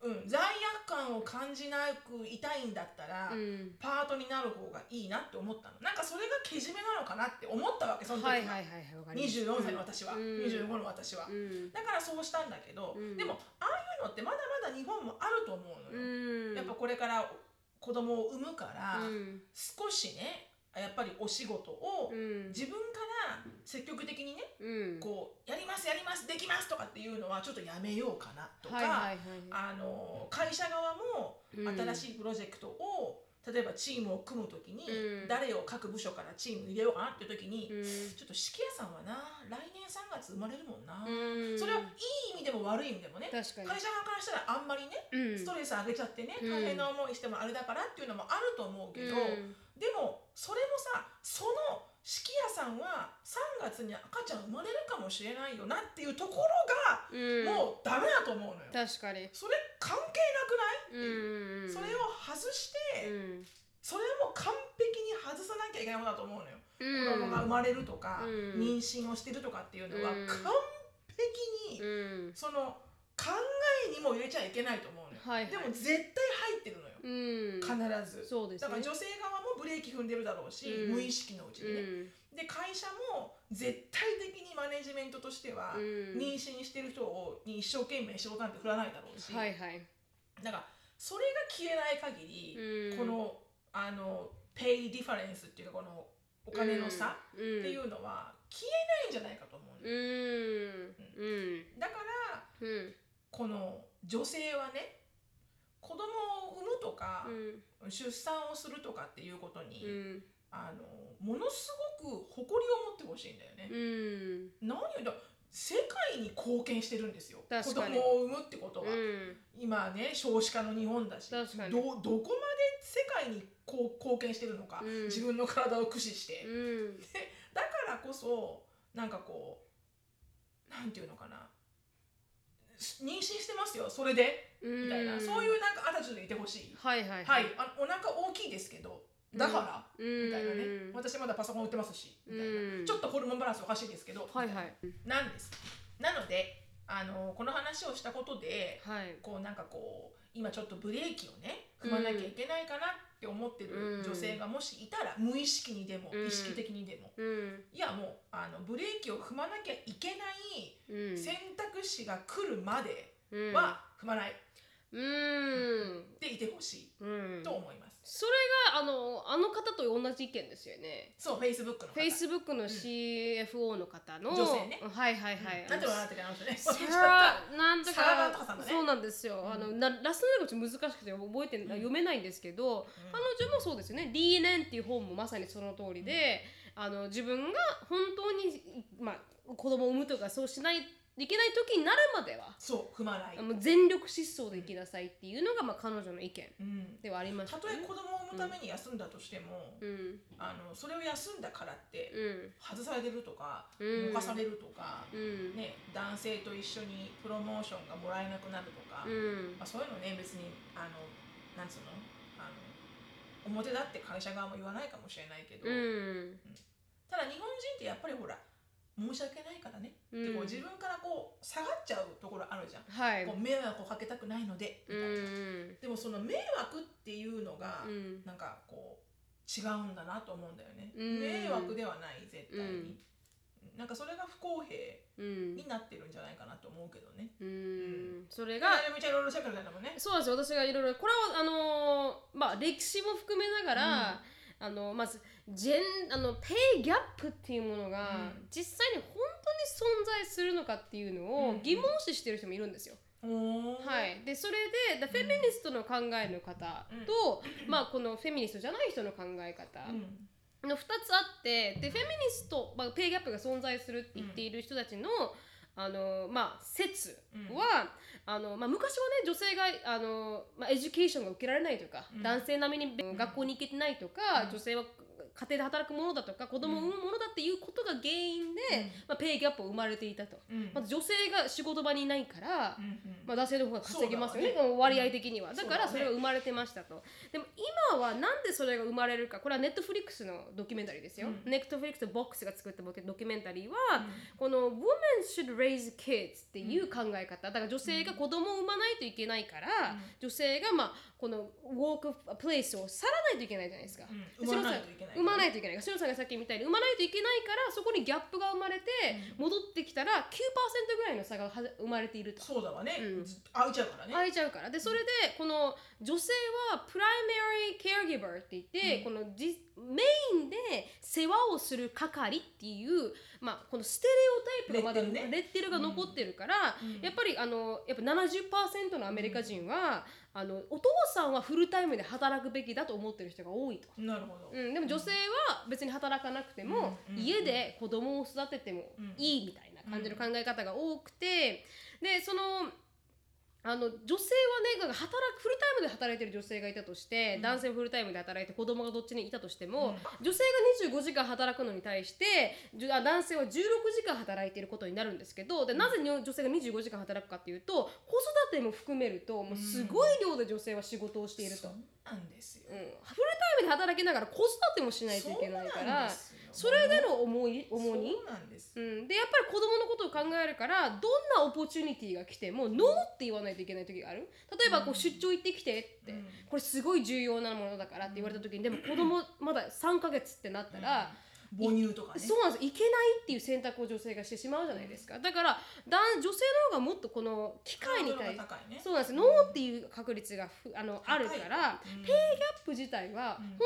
[SPEAKER 2] うん、罪悪感を感じなくいたいんだったら、
[SPEAKER 1] うん
[SPEAKER 2] パートになる方がいいなって思ったのなんかそれがけじめなのかなって思ったわけその時は、
[SPEAKER 1] はいはいはいはいわかります
[SPEAKER 2] 24歳の私は、
[SPEAKER 1] うん
[SPEAKER 2] 25の私は、
[SPEAKER 1] うん
[SPEAKER 2] だからそうしたんだけど、
[SPEAKER 1] うん
[SPEAKER 2] でもああいうのってまだまだ日本もあると思う
[SPEAKER 1] う
[SPEAKER 2] のよ、
[SPEAKER 1] ん
[SPEAKER 2] やっぱこれから子供を産むから、
[SPEAKER 1] うん
[SPEAKER 2] 少しねやっぱりお仕事を
[SPEAKER 1] うん
[SPEAKER 2] 自分から積極的にね
[SPEAKER 1] うん
[SPEAKER 2] こうやりますやりますできますとかっていうのはちょっとやめようかなとか、
[SPEAKER 1] はいはいはい
[SPEAKER 2] あの会社側も
[SPEAKER 1] うん
[SPEAKER 2] 新しいプロジェクトを、例えばチームを組む時に、
[SPEAKER 1] うん
[SPEAKER 2] 誰を各部署からチーム入れようかなっていう時に、
[SPEAKER 1] うん
[SPEAKER 2] ちょっと式屋さんはな来年3月生まれるもんな、
[SPEAKER 1] うん
[SPEAKER 2] それはいい意味でも悪い意味でもね会
[SPEAKER 1] 確か
[SPEAKER 2] 社
[SPEAKER 1] に
[SPEAKER 2] 側からしたらあんまりね
[SPEAKER 1] うん
[SPEAKER 2] ストレス上げちゃってね、
[SPEAKER 1] うん
[SPEAKER 2] 大変な思いしてもあれだからっていうのもあると思うけど、
[SPEAKER 1] うん
[SPEAKER 2] でもそれもさその式屋さんは3月に赤ちゃん生まれるかもしれないよなっていうところが、
[SPEAKER 1] うん
[SPEAKER 2] もうダメだと思うのよ。
[SPEAKER 1] 確かに
[SPEAKER 2] それ関係な
[SPEAKER 1] う
[SPEAKER 2] くないっていう、
[SPEAKER 1] ん
[SPEAKER 2] それを外して、
[SPEAKER 1] うん
[SPEAKER 2] それも完璧に外さなきゃいけないものだと思うのよ。
[SPEAKER 1] うん
[SPEAKER 2] 子供が生まれるとか、
[SPEAKER 1] うん
[SPEAKER 2] 妊娠をしてるとかっていうのは
[SPEAKER 1] うん
[SPEAKER 2] 完璧に、
[SPEAKER 1] うん
[SPEAKER 2] その考えにも入れちゃいけないと思うのよ。
[SPEAKER 1] はいはい
[SPEAKER 2] でも絶対入ってるのよ、
[SPEAKER 1] うん
[SPEAKER 2] 必ず。
[SPEAKER 1] そうです
[SPEAKER 2] だ
[SPEAKER 1] ね
[SPEAKER 2] から女性側もブレーキ踏んでるだろうし、
[SPEAKER 1] うん
[SPEAKER 2] 無意識のうちにね、で会社も絶対的にマネジメントとしては、
[SPEAKER 1] うん
[SPEAKER 2] 妊娠してる人をに一生懸命仕事なんて振らないだろうし、
[SPEAKER 1] うんはいはい
[SPEAKER 2] だからそれが消えない限り、
[SPEAKER 1] うん
[SPEAKER 2] このあのペイディファレンスっていうかこのお金の差
[SPEAKER 1] って
[SPEAKER 2] って
[SPEAKER 1] い
[SPEAKER 2] いううのは消えないんじゃないかと思うの、
[SPEAKER 1] んうん
[SPEAKER 2] だから
[SPEAKER 1] うん
[SPEAKER 2] この女性はね子供を産むとか
[SPEAKER 1] う、ん
[SPEAKER 2] 出産をするとかっていうことに、
[SPEAKER 1] うん
[SPEAKER 2] あのものすごく誇りを持ってほしいんだよね。
[SPEAKER 1] うん
[SPEAKER 2] 何よりだ世界に貢献してるんですよ子
[SPEAKER 1] 確かに
[SPEAKER 2] 供を産むってことは、
[SPEAKER 1] うん
[SPEAKER 2] 今ね少子化の日本だし
[SPEAKER 1] 確かに
[SPEAKER 2] どどこまで世界にこう貢献してるのか、
[SPEAKER 1] うん
[SPEAKER 2] 自分の体を駆使して、
[SPEAKER 1] うん
[SPEAKER 2] だからこそなんかこうなんていうのかな妊娠してますよそれでみたいな、そういうなんかアタチュードでいてほしい、
[SPEAKER 1] はいはい
[SPEAKER 2] はいあのお腹大きいですけどだから、
[SPEAKER 1] み
[SPEAKER 2] みたいなね、
[SPEAKER 1] うん
[SPEAKER 2] 私まだパソコン売ってますしみたいな、
[SPEAKER 1] うん
[SPEAKER 2] ちょっとホルモンバランスおかしいですけど、
[SPEAKER 1] はいはい
[SPEAKER 2] なんです。なので、あのこの話をしたことで、
[SPEAKER 1] はい
[SPEAKER 2] こうなんかこう今ちょっとブレーキをね組まなきゃいけないかなって思ってる女性がもしいたら無意識にでも
[SPEAKER 1] うん
[SPEAKER 2] 意識的にでも
[SPEAKER 1] うん
[SPEAKER 2] いやもうあのブレーキを踏まなきゃいけない
[SPEAKER 1] うん
[SPEAKER 2] 選択肢が来るまで
[SPEAKER 1] うん
[SPEAKER 2] は踏まない
[SPEAKER 1] うん
[SPEAKER 2] でいてほし
[SPEAKER 1] うん
[SPEAKER 2] いと思います。
[SPEAKER 1] それがあのあの方と同じ意見ですよね
[SPEAKER 2] そう、Facebook の方。
[SPEAKER 1] フェイスブックの CFO の方の、
[SPEAKER 2] 女性ね
[SPEAKER 1] はいはいはい、
[SPEAKER 2] なんて笑ってるかなとね。
[SPEAKER 1] サ
[SPEAKER 2] 忘れち ゃっ
[SPEAKER 1] ラなんとか
[SPEAKER 2] サラなんとかさんだね
[SPEAKER 1] そうなんですよ、あのなラストネームちょっと難しくて覚えて、読めないんですけど、彼女もそうですよね DNN っていう本もまさにその通りで、あの自分が本当に、まあ、子供を産むとかそうしないいけない時になるまでは
[SPEAKER 2] た。そう、踏まない。
[SPEAKER 1] もう全力疾走で生きなさいっていうのが、まあ、彼女の意見
[SPEAKER 2] うん。
[SPEAKER 1] ではありましたた
[SPEAKER 2] とえ子供を産むために休んだとしても、
[SPEAKER 1] うん
[SPEAKER 2] あのそれを休んだからって
[SPEAKER 1] うん
[SPEAKER 2] 外されるとか、
[SPEAKER 1] うん
[SPEAKER 2] 犯されるとか、
[SPEAKER 1] うん、
[SPEAKER 2] ね、男性と一緒にプロモーションがもらえなくなるとか、
[SPEAKER 1] うん
[SPEAKER 2] まあ、そういうのね別にあのなんつうのあの表だって会社側も言わないかもしれないけど、
[SPEAKER 1] うん
[SPEAKER 2] ただ日本人ってやっぱりほら申し訳ないからね、
[SPEAKER 1] うん
[SPEAKER 2] でこう自分からこう下がっちゃうところあるじゃん、
[SPEAKER 1] はい
[SPEAKER 2] こう迷惑をかけたくないのでみ
[SPEAKER 1] う
[SPEAKER 2] たいな、
[SPEAKER 1] ん
[SPEAKER 2] でもその迷惑っていうのが、
[SPEAKER 1] うん
[SPEAKER 2] なんかこう違うんだなと思うんだよね、
[SPEAKER 1] うん
[SPEAKER 2] 迷惑ではない絶対
[SPEAKER 1] う
[SPEAKER 2] に、なんかそれが不公平
[SPEAKER 1] うん
[SPEAKER 2] になってるんじゃないかなと思うけどね、
[SPEAKER 1] うんそれ
[SPEAKER 2] が
[SPEAKER 1] が
[SPEAKER 2] めちゃいろいろ喋るんだもんね
[SPEAKER 1] そうなんですよ私がいろいろこれはあのーまあ歴史も含めながら、あのまずジェンあのペイギャップっていうものが、
[SPEAKER 2] うん
[SPEAKER 1] 実際に本当に存在するのかっていうの
[SPEAKER 2] う
[SPEAKER 1] を
[SPEAKER 2] ん
[SPEAKER 1] 疑問視してる人もいるんですよ。
[SPEAKER 2] おー
[SPEAKER 1] はい、でそれでだフェミニストの考えの方と、まあ、このフェミニストじゃない人の考え方、
[SPEAKER 2] うん
[SPEAKER 1] の2つあってでフェミニスト、まあ、ペイギャップが存在するって言っている人たちの,、あのまあ、説は、あのまあ、昔はね女性があの、まあ、エデュケーションが受けられないとか、
[SPEAKER 2] うん
[SPEAKER 1] 男性並みに学校に行けてないとか、
[SPEAKER 2] うん
[SPEAKER 1] 女性は家庭で働くものだとか子供を産むものだっていうことが原因で、
[SPEAKER 2] うん
[SPEAKER 1] まあ、ペイギャップを生まれていたと。
[SPEAKER 2] うん
[SPEAKER 1] まず女性が仕事場にいないから、
[SPEAKER 2] うんうん
[SPEAKER 1] まあ、男性の方が稼ぎますよね
[SPEAKER 2] そうだわ
[SPEAKER 1] 割合的には
[SPEAKER 2] ん
[SPEAKER 1] だから
[SPEAKER 2] そうだね
[SPEAKER 1] それが生まれてましたと、でも今はなんでそれが生まれるかこれはネットフリックスのドキュメンタリーですよ、
[SPEAKER 2] うん
[SPEAKER 1] ネットフリックスボックスが作ったドキュメンタリーは、
[SPEAKER 2] うん
[SPEAKER 1] この「Women should raise kids」っていう考え方だから女性が子供を産まないといけないから、
[SPEAKER 2] うん
[SPEAKER 1] 女性がまあこの walk of a place を去らないといけないじゃないですか、
[SPEAKER 2] うん産まないといけない
[SPEAKER 1] 産まないといけないから篠田さんがさっきみたいに産まないといけないからそこにギャップが生まれて、戻ってきたら9%ぐらいの差がは生まれていると
[SPEAKER 2] そうだわね、
[SPEAKER 1] うん
[SPEAKER 2] ずっと会うちゃうからね、
[SPEAKER 1] 空いちゃうからでそれでこの女性はプライマリーケアギバーって言って、
[SPEAKER 2] うん
[SPEAKER 1] このじメインで世話をする係っていう、まあ、このステレオタイプがまだレ
[SPEAKER 2] レッ
[SPEAKER 1] ッ
[SPEAKER 2] テルね
[SPEAKER 1] テルが残ってるから、
[SPEAKER 2] うん
[SPEAKER 1] やっぱりあのやっぱ70%のアメリカ人は、あのお父さんはフルタイムで働くべきだと思ってる人が多いと。
[SPEAKER 2] なるほど、
[SPEAKER 1] うん、でも女性は別に働かなくても、
[SPEAKER 2] うん
[SPEAKER 1] 家で子供を育ててもいいみたいな感じの考え方が多くて、でそのあの女性はねなんか働くフルタイムで働いてる女性がいたとして、
[SPEAKER 2] うん
[SPEAKER 1] 男性はフルタイムで働いて子供がどっちにいたとして
[SPEAKER 2] う
[SPEAKER 1] も
[SPEAKER 2] ん、
[SPEAKER 1] 女性が25時間働くのに対してじゅあ男性は16時間働いていることになるんですけどでなぜに女性が25時間働くかっていうと子育ても含めるともうすごい量で女性は仕事をしていると。
[SPEAKER 2] そうなんですよ
[SPEAKER 1] うん、フルタイムで働きながら子育てもしないといけないからそれでの重い重荷
[SPEAKER 2] そうなんです
[SPEAKER 1] う、ん、でやっぱり子供のことを考えるからどんなオポチュニティが来てもノーって言わないといけない時がある例えばこう出張行ってきてって、
[SPEAKER 2] うん
[SPEAKER 1] これすごい重要なものだからって言われた時にでも子供まだ3ヶ月ってなったら、
[SPEAKER 2] 母乳とかね
[SPEAKER 1] そうなんですいけないっていう選択を女性がしてしまうじゃないですかだからだ女性の方がもっとこの機会に対して
[SPEAKER 2] ハードルが高いね
[SPEAKER 1] そうなんですノーっていう確率がふあの
[SPEAKER 2] 高い
[SPEAKER 1] あるから
[SPEAKER 2] う
[SPEAKER 1] ペ
[SPEAKER 2] ん
[SPEAKER 1] イギャップ自体は
[SPEAKER 2] うん
[SPEAKER 1] 本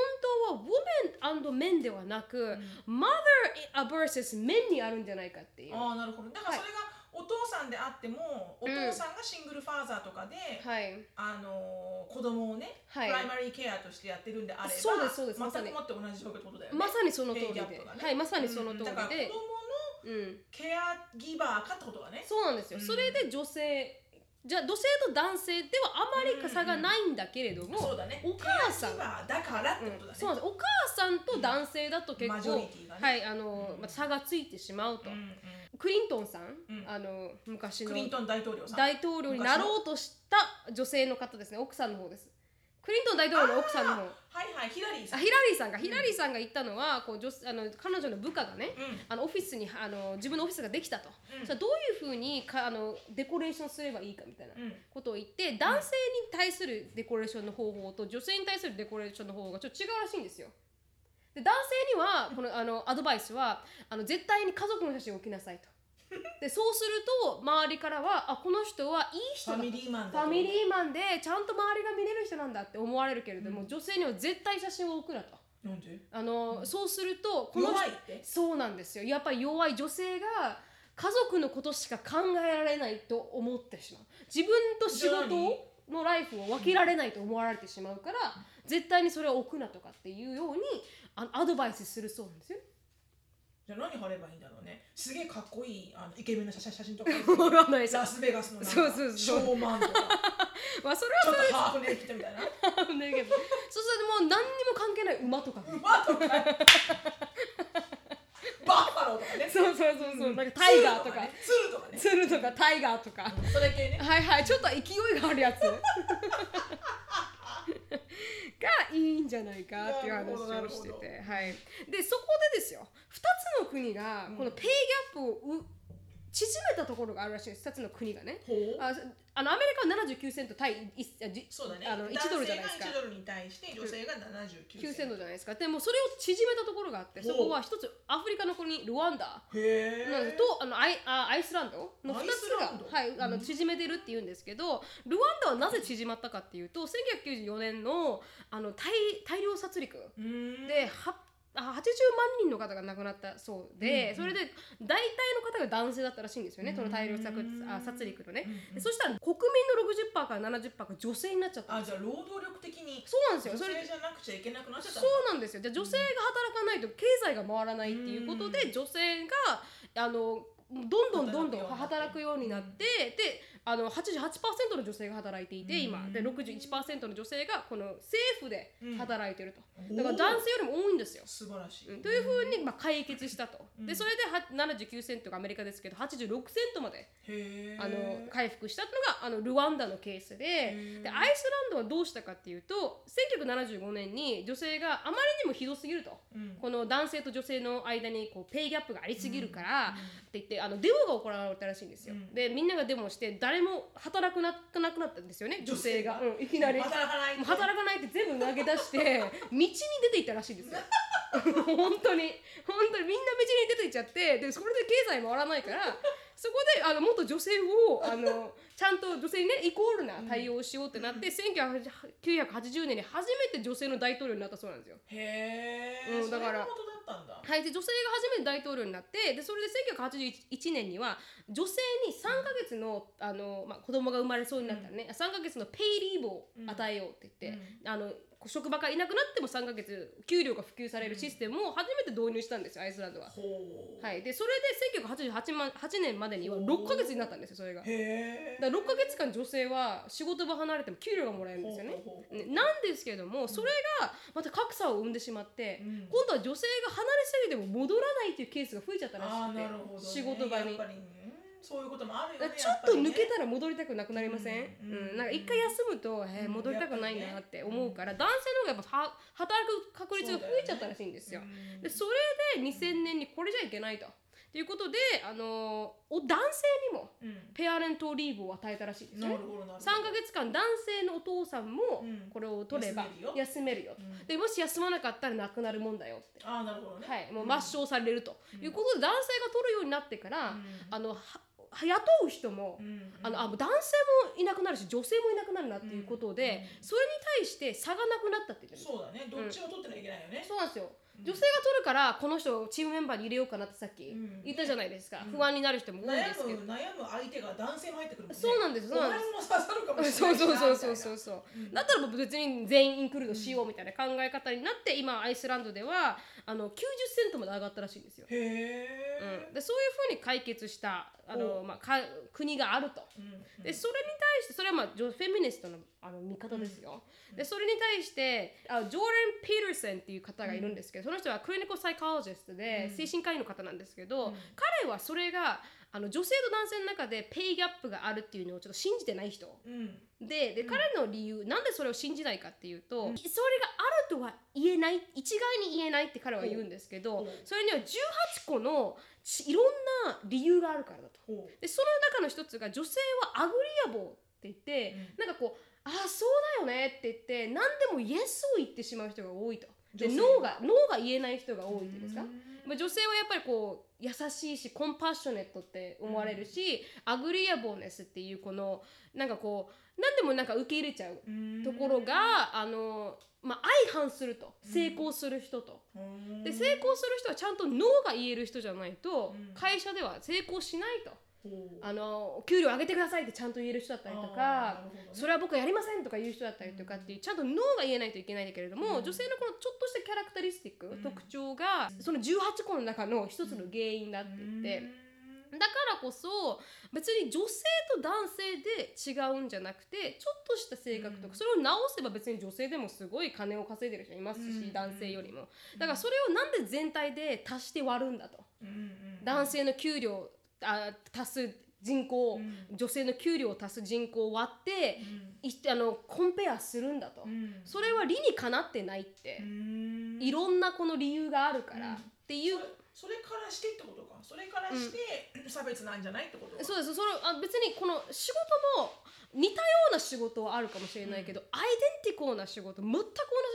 [SPEAKER 1] 当は women and men ではなく、mother versus men にあるんじゃないかっていう。
[SPEAKER 2] ああなるほどだから
[SPEAKER 1] はい
[SPEAKER 2] それがお父さんであっても、
[SPEAKER 1] うん
[SPEAKER 2] お父さんがシングルファーザーとかで、
[SPEAKER 1] はい、
[SPEAKER 2] あのー子供をね、
[SPEAKER 1] はい
[SPEAKER 2] プライマリーケアとしてやってるんであれば
[SPEAKER 1] そうですそうですまさ
[SPEAKER 2] 全
[SPEAKER 1] に
[SPEAKER 2] くもって同じ状況ってことだよね
[SPEAKER 1] まさにその通り
[SPEAKER 2] ペイ
[SPEAKER 1] で、
[SPEAKER 2] ギャップがね
[SPEAKER 1] はいまさにその通り
[SPEAKER 2] うんだから子
[SPEAKER 1] で
[SPEAKER 2] 供の、
[SPEAKER 1] うん、
[SPEAKER 2] ケアギバーかってことだね
[SPEAKER 1] そうなんですよ、
[SPEAKER 2] うん
[SPEAKER 1] それで女性じゃあ女性と男性ではあまり差がないんだけれども、
[SPEAKER 2] そうだね
[SPEAKER 1] お母さん
[SPEAKER 2] ケアギバーだからってこと
[SPEAKER 1] う
[SPEAKER 2] だね、
[SPEAKER 1] んそうなんですお母さんと男性だと結
[SPEAKER 2] マジョ
[SPEAKER 1] 構、
[SPEAKER 2] リティがね
[SPEAKER 1] はいあの
[SPEAKER 2] うん
[SPEAKER 1] まあ差がついてしまうと、
[SPEAKER 2] うんうん
[SPEAKER 1] クリントンさん、
[SPEAKER 2] うん
[SPEAKER 1] あの昔の
[SPEAKER 2] クリントン大統領さん
[SPEAKER 1] 大統領になろうとした女性の方ですね奥さんの方ですククリントン大統領の奥さんの方
[SPEAKER 2] はいはいヒラリーさ
[SPEAKER 1] あ
[SPEAKER 2] ん
[SPEAKER 1] ヒラリーさんがヒラリーさんが言ったのはこう女あの彼女の部下がね、
[SPEAKER 2] うん
[SPEAKER 1] あのオフィスにあの自分のオフィスができたと、
[SPEAKER 2] うん
[SPEAKER 1] それはどういうふうにかあのデコレーションすればいいかみたいな
[SPEAKER 2] うん
[SPEAKER 1] ことを言って、男性に対するデコレーションの方法と女性に対するデコレーションの方法がちょっと違うらしいんですよ。で男性にはこのあのアドバイスはあの絶対に家族の写真を置きなさいと。でそうすると周りからはあこの人はいい
[SPEAKER 2] フ
[SPEAKER 1] 人だと
[SPEAKER 2] ァミリーマン
[SPEAKER 1] フ
[SPEAKER 2] だ
[SPEAKER 1] ァ
[SPEAKER 2] と
[SPEAKER 1] ミリーマンでちゃんと周りが見れる人なんだって思われるけれども、女性には絶対写真を送らと
[SPEAKER 2] なんで
[SPEAKER 1] あの、そうするとこの人
[SPEAKER 2] 弱いって
[SPEAKER 1] そうなんですよやっぱり弱い女性が家族のことしか考えられないと思ってしまう自分と仕事をのライフを分けられないと思われてしまうから、絶対にそれを置くなとかっていうようにあアドバイスするそうなんですよ。
[SPEAKER 2] じゃあ何貼ればいいんだろうねすげえかっこいいあのイケメンの写写 真と か
[SPEAKER 1] わかんないです
[SPEAKER 2] ラスベガスのなんか
[SPEAKER 1] そうそうそう
[SPEAKER 2] ショーマン とか
[SPEAKER 1] まあそれ
[SPEAKER 2] ちょ
[SPEAKER 1] は
[SPEAKER 2] っとハーフネイキッドみたいな
[SPEAKER 1] そうなんだけどそうするともう何にも関係ない馬とかね、
[SPEAKER 2] 馬とかバッファローとかね
[SPEAKER 1] そうそうそうそう、なんかタイガーとか
[SPEAKER 2] 鶴とかね
[SPEAKER 1] 鶴とかタイガーとか。
[SPEAKER 2] 鶴とかねそれ系ね
[SPEAKER 1] はいはいちょっと勢いがあるやつがいいんじゃないかっていう話
[SPEAKER 2] なる
[SPEAKER 1] を
[SPEAKER 2] ほど
[SPEAKER 1] して
[SPEAKER 2] なるほど
[SPEAKER 1] て、はい、でそこでですよ2つの国がこのペイギャップをう縮めたところがあるらしいです2つの国がね
[SPEAKER 2] ほう
[SPEAKER 1] ああのアメリカは79セント対一あじ
[SPEAKER 2] そうだね
[SPEAKER 1] あの1ドルじゃないですか
[SPEAKER 2] 男性が1ドルに対して女性が
[SPEAKER 1] 9
[SPEAKER 2] 79セ
[SPEAKER 1] セ
[SPEAKER 2] ン
[SPEAKER 1] ン
[SPEAKER 2] ト
[SPEAKER 1] トじゃないですかでもそれを縮めたところがあって
[SPEAKER 2] ほ
[SPEAKER 1] そうこは1つアフリカの国ルワンダ
[SPEAKER 2] へえ
[SPEAKER 1] なんですとあのアイあアイスランドの2
[SPEAKER 2] アイスランド
[SPEAKER 1] つが、はい、あの縮めてるっていうんですけど、ルワンダはなぜ縮まったかっていうと1994年のあの大大量殺戮
[SPEAKER 2] うーん
[SPEAKER 1] ではあ80万人の方が亡くなったそうで、
[SPEAKER 2] うん
[SPEAKER 1] それで大体の方が男性だったらしいんですよね、その大量殺
[SPEAKER 2] うん
[SPEAKER 1] あ殺戮のね
[SPEAKER 2] うんうん、
[SPEAKER 1] でそしたら国民の60%から70%が女性になっちゃった
[SPEAKER 2] あじゃあ労働力的に
[SPEAKER 1] そうなんです
[SPEAKER 2] 女
[SPEAKER 1] よそれで
[SPEAKER 2] 性じゃなくちゃいけなくなっちゃっ
[SPEAKER 1] そ
[SPEAKER 2] たんだ
[SPEAKER 1] うなんですよで女性が働かないと経済が回らないっていうことで、
[SPEAKER 2] う
[SPEAKER 1] 女性があのどんどんどんどん
[SPEAKER 2] 働
[SPEAKER 1] 働
[SPEAKER 2] く
[SPEAKER 1] く
[SPEAKER 2] よ
[SPEAKER 1] よ
[SPEAKER 2] う
[SPEAKER 1] う
[SPEAKER 2] に
[SPEAKER 1] に
[SPEAKER 2] な
[SPEAKER 1] な
[SPEAKER 2] っ
[SPEAKER 1] っててであの88%の女性が働いていて今で
[SPEAKER 2] うん
[SPEAKER 1] 61%の女性がこの政府で働いてると、
[SPEAKER 2] うん
[SPEAKER 1] だから男性よりも多いんですよ。
[SPEAKER 2] 素晴らしい、
[SPEAKER 1] うんというふうにまあ解決したと、
[SPEAKER 2] うん
[SPEAKER 1] でそれでは79セントがアメリカですけど86セントまで
[SPEAKER 2] へえ
[SPEAKER 1] あの回復したのがあのルワンダのケースで
[SPEAKER 2] ー
[SPEAKER 1] でアイスランドはどうしたかっていうと1975年に女性があまりにもひどすぎると。
[SPEAKER 2] うん
[SPEAKER 1] この男性と女性の間にこうペイギャップがありすぎるから、って言ってあのデモが行われたらしいんですよ、
[SPEAKER 2] うん
[SPEAKER 1] でみんながデモをして誰も働くなくなくなったんですよね女性が、うん、いきなり
[SPEAKER 2] 働かない
[SPEAKER 1] もう働かないって全部投げ出して 道に出ていったらしいんですよ 本当に本当にみんな道に出ていっちゃってでそれで経済回らないからそこであのもっと女性をあのちゃんと女性にねイコールな対応をしようってなって、1980年に初めて女性の大統領になったそうなんですよ。
[SPEAKER 2] へえ、
[SPEAKER 1] うんだから
[SPEAKER 2] そういうことだったんだ
[SPEAKER 1] はい、で女性が初めて大統領になってでそれで1981年には女性に3ヶ月のあの、まあ、子供が生まれそうになったらね、3ヶ月のペイリーブを与えようって言って、あの職場からいなくなっても3ヶ月給料が普及されるシステムを初めて導入したんですよアイスランドは。
[SPEAKER 2] ほう、
[SPEAKER 1] はい、でそれで1988ま8年までには6ヶ月になったんですよそれが。
[SPEAKER 2] へえ
[SPEAKER 1] だから6ヶ月間女性は仕事場離れても給料がもらえるんですよね
[SPEAKER 2] ほうほうほ。う
[SPEAKER 1] ねなんですけれどもそれがまた格差を生んでしまって、
[SPEAKER 2] うん
[SPEAKER 1] 今度は女性が離れすぎても戻らないっていうケースが増えちゃったらし
[SPEAKER 2] ああ
[SPEAKER 1] く
[SPEAKER 2] な
[SPEAKER 1] て、
[SPEAKER 2] るほど、ね、
[SPEAKER 1] 仕事場
[SPEAKER 2] やっ
[SPEAKER 1] に。
[SPEAKER 2] ぱ
[SPEAKER 1] だ
[SPEAKER 2] り、うん、そういうこともあるよ
[SPEAKER 1] から
[SPEAKER 2] ね
[SPEAKER 1] ちょっと抜け
[SPEAKER 2] やぱ
[SPEAKER 1] たら戻りたくなくなりません、
[SPEAKER 2] う
[SPEAKER 1] うんん
[SPEAKER 2] うん
[SPEAKER 1] なんか一回休むと、えー戻りたくないなって思うから、男性の方がやっぱは働く確率が増えちゃったらしいんですよ。
[SPEAKER 2] りね、
[SPEAKER 1] でそれで2000年にこれじゃいけないと。ということで、あのーお男性にも
[SPEAKER 2] うん
[SPEAKER 1] ペアレントリーブを与えたらしいんで
[SPEAKER 2] う
[SPEAKER 1] す
[SPEAKER 2] んな
[SPEAKER 1] よ
[SPEAKER 2] る
[SPEAKER 1] ね
[SPEAKER 2] ほ。どなるほど
[SPEAKER 1] 3ヶ月間男性のお父さんも
[SPEAKER 2] うん
[SPEAKER 1] これを取れば休めるよと
[SPEAKER 2] うん
[SPEAKER 1] でもし休まなかったら亡くなるもんだよって、
[SPEAKER 2] ああなるほどね、
[SPEAKER 1] はい、もう抹消されると、いうことで男性が取るようになってから、
[SPEAKER 2] うん
[SPEAKER 1] あのはは雇う人も、
[SPEAKER 2] うん
[SPEAKER 1] あのあ男性もいなくなるし女性もいなくなるなっていうことで、それに対して差がなくなったって言ってる
[SPEAKER 2] そうだねどっちも取ってないといけないよね、
[SPEAKER 1] そうなんですよ女性が取るからこの人をチームメンバーに入れようかなってさっき
[SPEAKER 2] うん
[SPEAKER 1] 言ったじゃないですか、不安になる人も多いですけ
[SPEAKER 2] 悩
[SPEAKER 1] ど
[SPEAKER 2] む悩む相手が男性も入ってくるもんね
[SPEAKER 1] そうなんですそうなんです
[SPEAKER 2] お前も刺さるかもしれ
[SPEAKER 1] そ
[SPEAKER 2] な
[SPEAKER 1] う
[SPEAKER 2] いしな
[SPEAKER 1] そうそうそうそう
[SPEAKER 2] み
[SPEAKER 1] そう、だったらもう別に全員インクルードしようみたいな考え方になって、今アイスランドではあの90セントまで上がったらしいんですよ、
[SPEAKER 2] たいな
[SPEAKER 1] う
[SPEAKER 2] へえ、
[SPEAKER 1] ん、でそういうふうに解決したあの、まあ、か国があると、
[SPEAKER 2] うん
[SPEAKER 1] でそれに対してそれはまあ女フェミニストのあの見方ですよ、でそれに対してあジョーレン・ピーターセンっていう方がいるんですけど、その人はクリニコ・サイコロジストで精神科医の方なんですけど、彼はそれがああの女性と男性の中でペイギャップがあるっていうのをちょっと信じてない人
[SPEAKER 2] うん
[SPEAKER 1] でで
[SPEAKER 2] うん
[SPEAKER 1] 彼の理由、なんでそれを信じないかっていうと、
[SPEAKER 2] うん
[SPEAKER 1] それがあるとは言えない一概に言えないって彼は言うんですけど、
[SPEAKER 2] うん
[SPEAKER 1] それには18個のちいろんな理由があるからだと。
[SPEAKER 2] ほう
[SPEAKER 1] でその中の一つが女性はアグリアボーって言って、なんかこう「ああそうだよね」って言って何でもイエスを言ってしまう人が多いと。で
[SPEAKER 2] 女性
[SPEAKER 1] 脳が脳が言えない人が多いっていうんですか
[SPEAKER 2] う。ん
[SPEAKER 1] まあ女性はやっぱりこう優しいしコンパッショネットって思われるし、アグリアボーネスっていうこのなんかこう何でもなんか受け入れちゃう
[SPEAKER 2] うん
[SPEAKER 1] ところが、あのまあ、相反すると
[SPEAKER 2] うん
[SPEAKER 1] 成功する人と。
[SPEAKER 2] うん
[SPEAKER 1] で成功する人はちゃんとノーが言える人じゃないと
[SPEAKER 2] うん
[SPEAKER 1] 会社では成功しないと。
[SPEAKER 2] ほう
[SPEAKER 1] あの給料上げてくださいってちゃんと言える人だったりとか
[SPEAKER 2] あーなるほどね
[SPEAKER 1] それは僕はやりませんとか言う人だったりとかっていうちゃんとノーが言えないといけないんだけれども、
[SPEAKER 2] うん
[SPEAKER 1] 女性のこのちょっとしたキャラクタリスティック、
[SPEAKER 2] うん
[SPEAKER 1] 特徴がその18個の中の一つの原因だって言って、だからこそ別に女性と男性で違うんじゃなくてちょっとした性格と
[SPEAKER 2] う
[SPEAKER 1] か
[SPEAKER 2] ん
[SPEAKER 1] それを直せば別に女性でもすごい金を稼いでる人いますし、
[SPEAKER 2] うん
[SPEAKER 1] 男性よりも
[SPEAKER 2] うん
[SPEAKER 1] だからそれをなんで全体で足して割るんだと。
[SPEAKER 2] うんうん
[SPEAKER 1] 男性の給料あ足す人口、
[SPEAKER 2] うん
[SPEAKER 1] 女性の給料を足す人口を割って
[SPEAKER 2] う、ん
[SPEAKER 1] いあのコンペアするんだと、
[SPEAKER 2] うん
[SPEAKER 1] それは理にかなってないって
[SPEAKER 2] う、ん
[SPEAKER 1] いろんなこの理由があるから、
[SPEAKER 2] うん
[SPEAKER 1] っていう
[SPEAKER 2] それそれからしてってことかそれからして、差別なんじゃないってことか
[SPEAKER 1] そうですそれあ別にこの仕事も似たような仕事はあるかもしれないけど、アイデンティコーな仕事全く同じ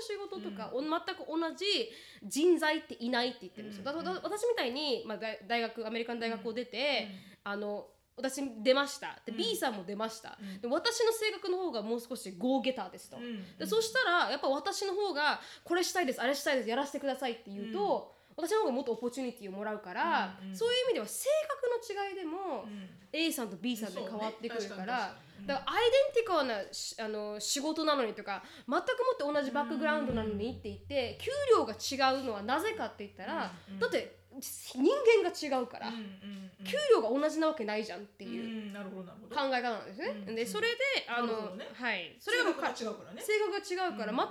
[SPEAKER 1] 仕事とか、
[SPEAKER 2] う
[SPEAKER 1] お全く同じ人材っていないって言ってるんですよ。だ
[SPEAKER 2] うん
[SPEAKER 1] だ私みたいに、まあ、大大学アメリカの大学を出て、あの私出ましたで、
[SPEAKER 2] うん
[SPEAKER 1] B さんも出ました、
[SPEAKER 2] うん
[SPEAKER 1] で私の性格の方がもう少しゴーゲターですと、
[SPEAKER 2] うん
[SPEAKER 1] でそしたらやっぱ私の方がこれしたいですあれしたいですやらせてくださいって言うと、私の方がもっとオポチュニティをもらうから、
[SPEAKER 2] うんうん
[SPEAKER 1] そういう意味では性格の違いでも、
[SPEAKER 2] うん
[SPEAKER 1] A さんと B さんで変わってくる
[SPEAKER 2] そう
[SPEAKER 1] か
[SPEAKER 2] ね
[SPEAKER 1] ら。
[SPEAKER 2] 確
[SPEAKER 1] だ
[SPEAKER 2] か
[SPEAKER 1] からアイデンティコなしあの仕事なのにとか全くもって同じバックグラウンドなのにって言って給料が違うのはなぜかって言ったら、
[SPEAKER 2] うんうん
[SPEAKER 1] だって人間が違うから、
[SPEAKER 2] にうんうんうんうん
[SPEAKER 1] 給料が同じなわけないじゃんっていう
[SPEAKER 2] うんなるほどなるほど
[SPEAKER 1] 考え方なんですね。
[SPEAKER 2] うん
[SPEAKER 1] でそれであ
[SPEAKER 2] なるほ
[SPEAKER 1] の、
[SPEAKER 2] どね
[SPEAKER 1] はいそ
[SPEAKER 2] そ
[SPEAKER 1] れ
[SPEAKER 2] れ
[SPEAKER 1] はも
[SPEAKER 2] も
[SPEAKER 1] うか
[SPEAKER 2] 違うからね
[SPEAKER 1] 性格が違うから、
[SPEAKER 2] う
[SPEAKER 1] 全く
[SPEAKER 2] ん
[SPEAKER 1] もっ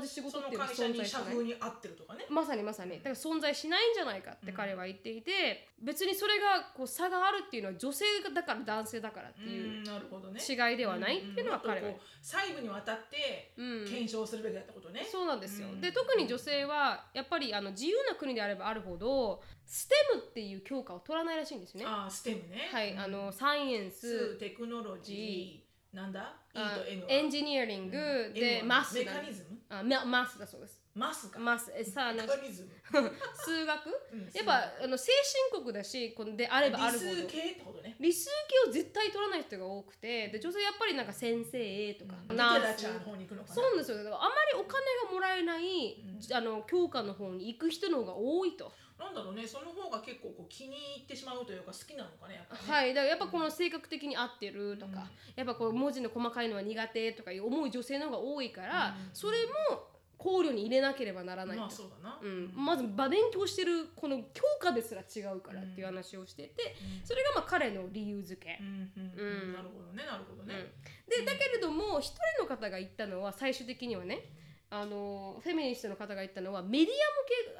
[SPEAKER 1] て同じ仕事
[SPEAKER 2] そ
[SPEAKER 1] っ
[SPEAKER 2] の
[SPEAKER 1] ていうのは
[SPEAKER 2] 会社
[SPEAKER 1] 存
[SPEAKER 2] に
[SPEAKER 1] 在し
[SPEAKER 2] 社
[SPEAKER 1] ない
[SPEAKER 2] 風。に合ってるとかね
[SPEAKER 1] まさにまさにだから存在しないんじゃないかって彼は言っていて、別にそれがこう差があるっていうのは女性だから男性だからって
[SPEAKER 2] う
[SPEAKER 1] いうん
[SPEAKER 2] なるほどね
[SPEAKER 1] 違いではないっていうのは彼は
[SPEAKER 2] うんうんもっとこう細部にわたって
[SPEAKER 1] うん
[SPEAKER 2] 検証するべきだったことね
[SPEAKER 1] そうなんですよ、
[SPEAKER 2] うん
[SPEAKER 1] で特に女性はやっぱりあの自由な国であればあるほどステムっていう教科を取らないらしいんですね。
[SPEAKER 2] ああステムね
[SPEAKER 1] はい、あのサイエンス
[SPEAKER 2] ステクノロジーなんだ E
[SPEAKER 1] あ
[SPEAKER 2] と M は
[SPEAKER 1] エンジニアリング、
[SPEAKER 2] うん
[SPEAKER 1] で
[SPEAKER 2] M は
[SPEAKER 1] マス
[SPEAKER 2] メ
[SPEAKER 1] だ
[SPEAKER 2] カニズム
[SPEAKER 1] あママスだそうです。
[SPEAKER 2] マスかメ
[SPEAKER 1] マスえさあ の
[SPEAKER 2] カニズム
[SPEAKER 1] 数学
[SPEAKER 2] う ん
[SPEAKER 1] やっぱあの先進国だしこのであればあるほど
[SPEAKER 2] 理数系ってことね
[SPEAKER 1] 理数系を絶対取らない人が多くてで女性やっぱりなんか先生とか、
[SPEAKER 2] うん
[SPEAKER 1] ナ
[SPEAKER 2] リテ
[SPEAKER 1] ー
[SPEAKER 2] ラ
[SPEAKER 1] ス
[SPEAKER 2] チャーの方に行くのかな
[SPEAKER 1] そうなんですよだからあまりお金がもらえない、
[SPEAKER 2] うん
[SPEAKER 1] あの教科の方に行く人の方が多いと。
[SPEAKER 2] なんだろうねその方が結構こう気に入ってしまうというか好きなのかねやっぱね
[SPEAKER 1] はい、だからやっぱこの性格的に合ってるとか、
[SPEAKER 2] うん
[SPEAKER 1] やっぱこう文字の細かいのは苦手とかいう思う女性の方が多いから、
[SPEAKER 2] うん
[SPEAKER 1] それも考慮に入れなければならないと。
[SPEAKER 2] まあそうだな
[SPEAKER 1] うん、まず場勉強してるこの教科ですら違うからっていう話をしててそれがまあ彼の理由付け
[SPEAKER 2] う、んうんう
[SPEAKER 1] うん
[SPEAKER 2] んなるほどねなるほど
[SPEAKER 1] うん
[SPEAKER 2] ね
[SPEAKER 1] でだけれども一人の方が言ったのは最終的にはねあのフェミニストの方が言ったのはメディ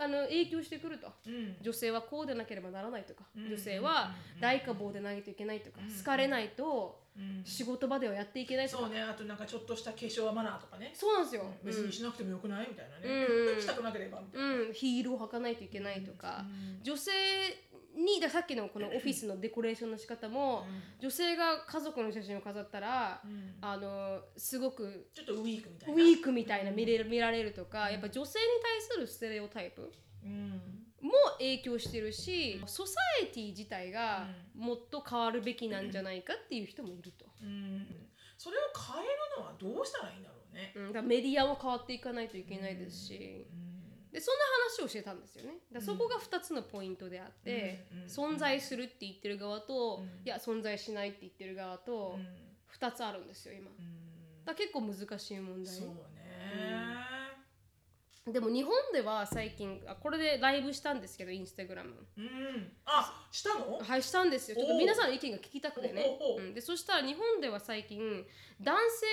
[SPEAKER 1] アもけあの影響してくると
[SPEAKER 2] うん
[SPEAKER 1] 女性はこうでなければならないとか
[SPEAKER 2] うん
[SPEAKER 1] 女性は
[SPEAKER 2] うん
[SPEAKER 1] 大花棒でないといけないとか
[SPEAKER 2] うん
[SPEAKER 1] 好かれないと
[SPEAKER 2] うん
[SPEAKER 1] 仕事場ではやっていけないとか
[SPEAKER 2] そうねあとなんかちょっとした化粧はマナーとかね
[SPEAKER 1] そうなんですよ、
[SPEAKER 2] うん別にしなくてもよくないみたいなね
[SPEAKER 1] うんうん
[SPEAKER 2] したくなければみたいな
[SPEAKER 1] うん、うん、ヒールを履かないといけないとか、女性にだからさっきのこのオフィスのデコレーションの仕方も、女性が家族の写真を飾ったら、
[SPEAKER 2] うんうん
[SPEAKER 1] あのすごく
[SPEAKER 2] ちょっとウィークみたいな
[SPEAKER 1] ウィークみたいな見れる見られるとかやっぱ女性に対するステレオタイプ
[SPEAKER 2] うん
[SPEAKER 1] も影響してるしソサエティ自体がもっと変わるべきなんじゃないかっていう人もいると、
[SPEAKER 2] うんそれを変えるのはどうしたらいいんだろうね
[SPEAKER 1] うん、だからメディアも変わっていかないといけないですし。
[SPEAKER 2] うん
[SPEAKER 1] でそんな話をしてたんですよねだからそこが2つのポイントであって、
[SPEAKER 2] うんうん
[SPEAKER 1] 存在するって言ってる側と、
[SPEAKER 2] うん
[SPEAKER 1] いや存在しないって言ってる側と
[SPEAKER 2] うん
[SPEAKER 1] 2つあるんですよ今だか
[SPEAKER 2] うん
[SPEAKER 1] ら結構難しい問題
[SPEAKER 2] そうね
[SPEAKER 1] でも日本では最近あこれでライブしたんですけどインスタグラム
[SPEAKER 2] うんあしたの
[SPEAKER 1] はいしたんですよちょっと
[SPEAKER 2] おう
[SPEAKER 1] 皆さんの意見が聞きたくてね
[SPEAKER 2] おうおうお
[SPEAKER 1] う
[SPEAKER 2] う
[SPEAKER 1] ん、でそしたら日本では最近男性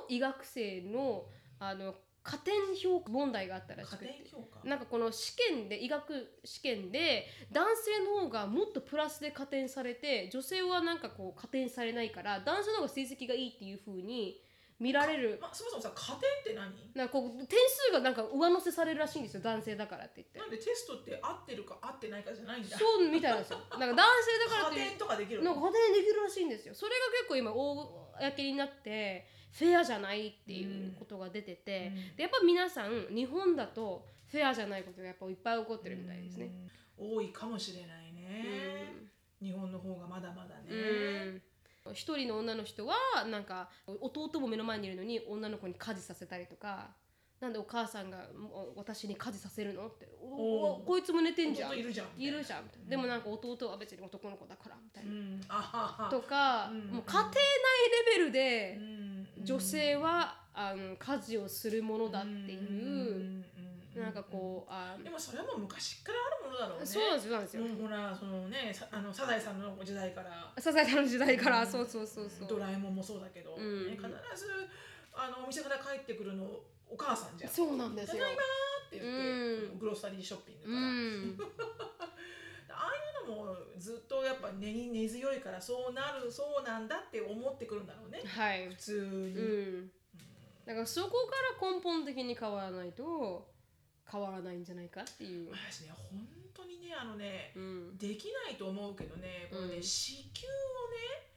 [SPEAKER 1] の医学生のあの加点表問題があったらし
[SPEAKER 2] 家
[SPEAKER 1] くて
[SPEAKER 2] 庭評価
[SPEAKER 1] なんかこの試験で医学試験で男性の方がもっとプラスで加点されて女性はなんかこう加点されないから男性の方が成績がいいっていう風に見られる
[SPEAKER 2] まあ、そもそもさ加点って何
[SPEAKER 1] なんかこう点数がなんか上乗せされるらしいんですよ男性だからって言
[SPEAKER 2] な
[SPEAKER 1] っ
[SPEAKER 2] んでテストって合ってるか合ってないかじゃないん
[SPEAKER 1] て
[SPEAKER 2] だ
[SPEAKER 1] そうみたいなんですよなんか男性だから
[SPEAKER 2] 加
[SPEAKER 1] っていう
[SPEAKER 2] 点とかできる
[SPEAKER 1] な
[SPEAKER 2] の
[SPEAKER 1] んか派手にできるらしいんですよそれが結構今公になってフェアじゃないっていうことが出てて、でやっぱ皆さん日本だとフェアじゃないことがやっぱいっぱい起こってるみたいですね。
[SPEAKER 2] うん多いかもしれないね、日本の方がまだまだね、
[SPEAKER 1] うん一人の女の人はなんか弟も目の前にいるのに女の子に家事させたりとかなんでお母さんがもう私に家事させるのってお
[SPEAKER 2] おう
[SPEAKER 1] おこいつも寝てんじゃん
[SPEAKER 2] 弟いるじゃん
[SPEAKER 1] いるじゃんみたいなでもなんか弟は別に男の子だからみたいな、
[SPEAKER 2] うんあはは
[SPEAKER 1] とか、
[SPEAKER 2] うん
[SPEAKER 1] もう家庭内レベルで、
[SPEAKER 2] うん
[SPEAKER 1] 女性は、あの家事をするものだっていうう、
[SPEAKER 2] んうん
[SPEAKER 1] なんかこうあ
[SPEAKER 2] でもそれはもう昔からあるものだろうね
[SPEAKER 1] そうなんですよそうなんですよ、
[SPEAKER 2] もうほらそのねさあのサザエさんの時代から
[SPEAKER 1] サザエさんの時代から、
[SPEAKER 2] うん
[SPEAKER 1] そうそうそうそう
[SPEAKER 2] ドラえもんもそうだけど、
[SPEAKER 1] うん
[SPEAKER 2] ね、必ずあのお店から帰ってくるのお母さんじゃん「
[SPEAKER 1] そうなんです
[SPEAKER 2] た
[SPEAKER 1] よ
[SPEAKER 2] だいま」って言って、
[SPEAKER 1] うん
[SPEAKER 2] グロッサリーショッピング
[SPEAKER 1] う
[SPEAKER 2] から、
[SPEAKER 1] ん
[SPEAKER 2] ああいうのもずっとやっぱ根に根強いからそうなるそうなんだって思ってくるんだろうね
[SPEAKER 1] はい
[SPEAKER 2] 普通
[SPEAKER 1] う
[SPEAKER 2] に、
[SPEAKER 1] んだからそこから根本的に変わらないと変わらないんじゃないかっていう、
[SPEAKER 2] 私ね本当にねあのね
[SPEAKER 1] うん、
[SPEAKER 2] できないと思うけどねこのね、
[SPEAKER 1] うん
[SPEAKER 2] 子宮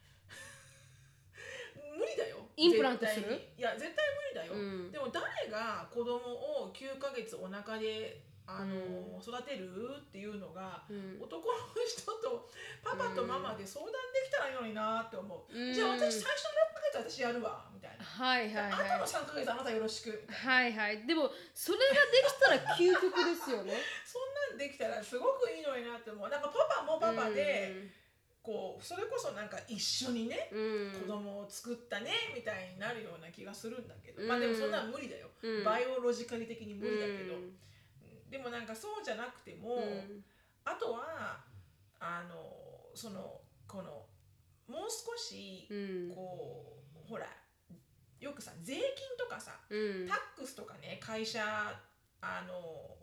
[SPEAKER 2] をね 無理だよ
[SPEAKER 1] インプラントする
[SPEAKER 2] 絶対にいや絶対無理だよ、
[SPEAKER 1] うん
[SPEAKER 2] でも誰が子供を9ヶ月お腹であの、
[SPEAKER 1] うん
[SPEAKER 2] 育てるっていうのが
[SPEAKER 1] うん
[SPEAKER 2] 男の人とパパとママで相談できたらいいのになって思う、
[SPEAKER 1] うん
[SPEAKER 2] じゃあ私最初の6ヶ月私やるわみたいな、
[SPEAKER 1] はいはいはい
[SPEAKER 2] あとの3ヶ月あなたよろしく
[SPEAKER 1] はいはいでもそれができたら究極ですよね
[SPEAKER 2] そんなんできたらすごくいいのになって思うなんかパパもパパで、こうそれこそなんか一緒にね
[SPEAKER 1] うん、
[SPEAKER 2] 子供を作ったねみたいになるような気がするんだけど、
[SPEAKER 1] うん
[SPEAKER 2] まあでもそんなの無理だよ、
[SPEAKER 1] うん
[SPEAKER 2] バイオロジカル的に無理だけど、
[SPEAKER 1] うん
[SPEAKER 2] でもなんかそうじゃなくても、
[SPEAKER 1] うん
[SPEAKER 2] あとはあのそのこのもう少し
[SPEAKER 1] うん
[SPEAKER 2] こう、ほらよくさ税金とかさ
[SPEAKER 1] うん
[SPEAKER 2] タックスとかね会社あの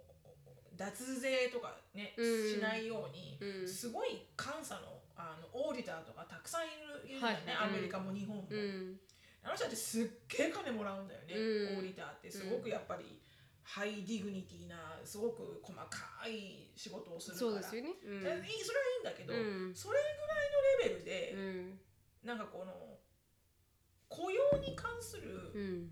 [SPEAKER 2] 脱税とかね、
[SPEAKER 1] うん
[SPEAKER 2] しないように、
[SPEAKER 1] うん
[SPEAKER 2] すごい監査のあのオーディターとかたくさんいるいるんだよね、
[SPEAKER 1] はいはい
[SPEAKER 2] アメリカも日本も。
[SPEAKER 1] うん
[SPEAKER 2] あの人たちすっげえ金もらうんだよね、
[SPEAKER 1] うん
[SPEAKER 2] オーディターってすごくやっぱりハイディグニティなすごく細かい仕事をするから
[SPEAKER 1] そうですよね。う
[SPEAKER 2] い
[SPEAKER 1] ん
[SPEAKER 2] やいいそれはいいんだけど、
[SPEAKER 1] うん
[SPEAKER 2] それぐらいのレベルで、
[SPEAKER 1] うん
[SPEAKER 2] なんかこの雇用に関す
[SPEAKER 1] う
[SPEAKER 2] る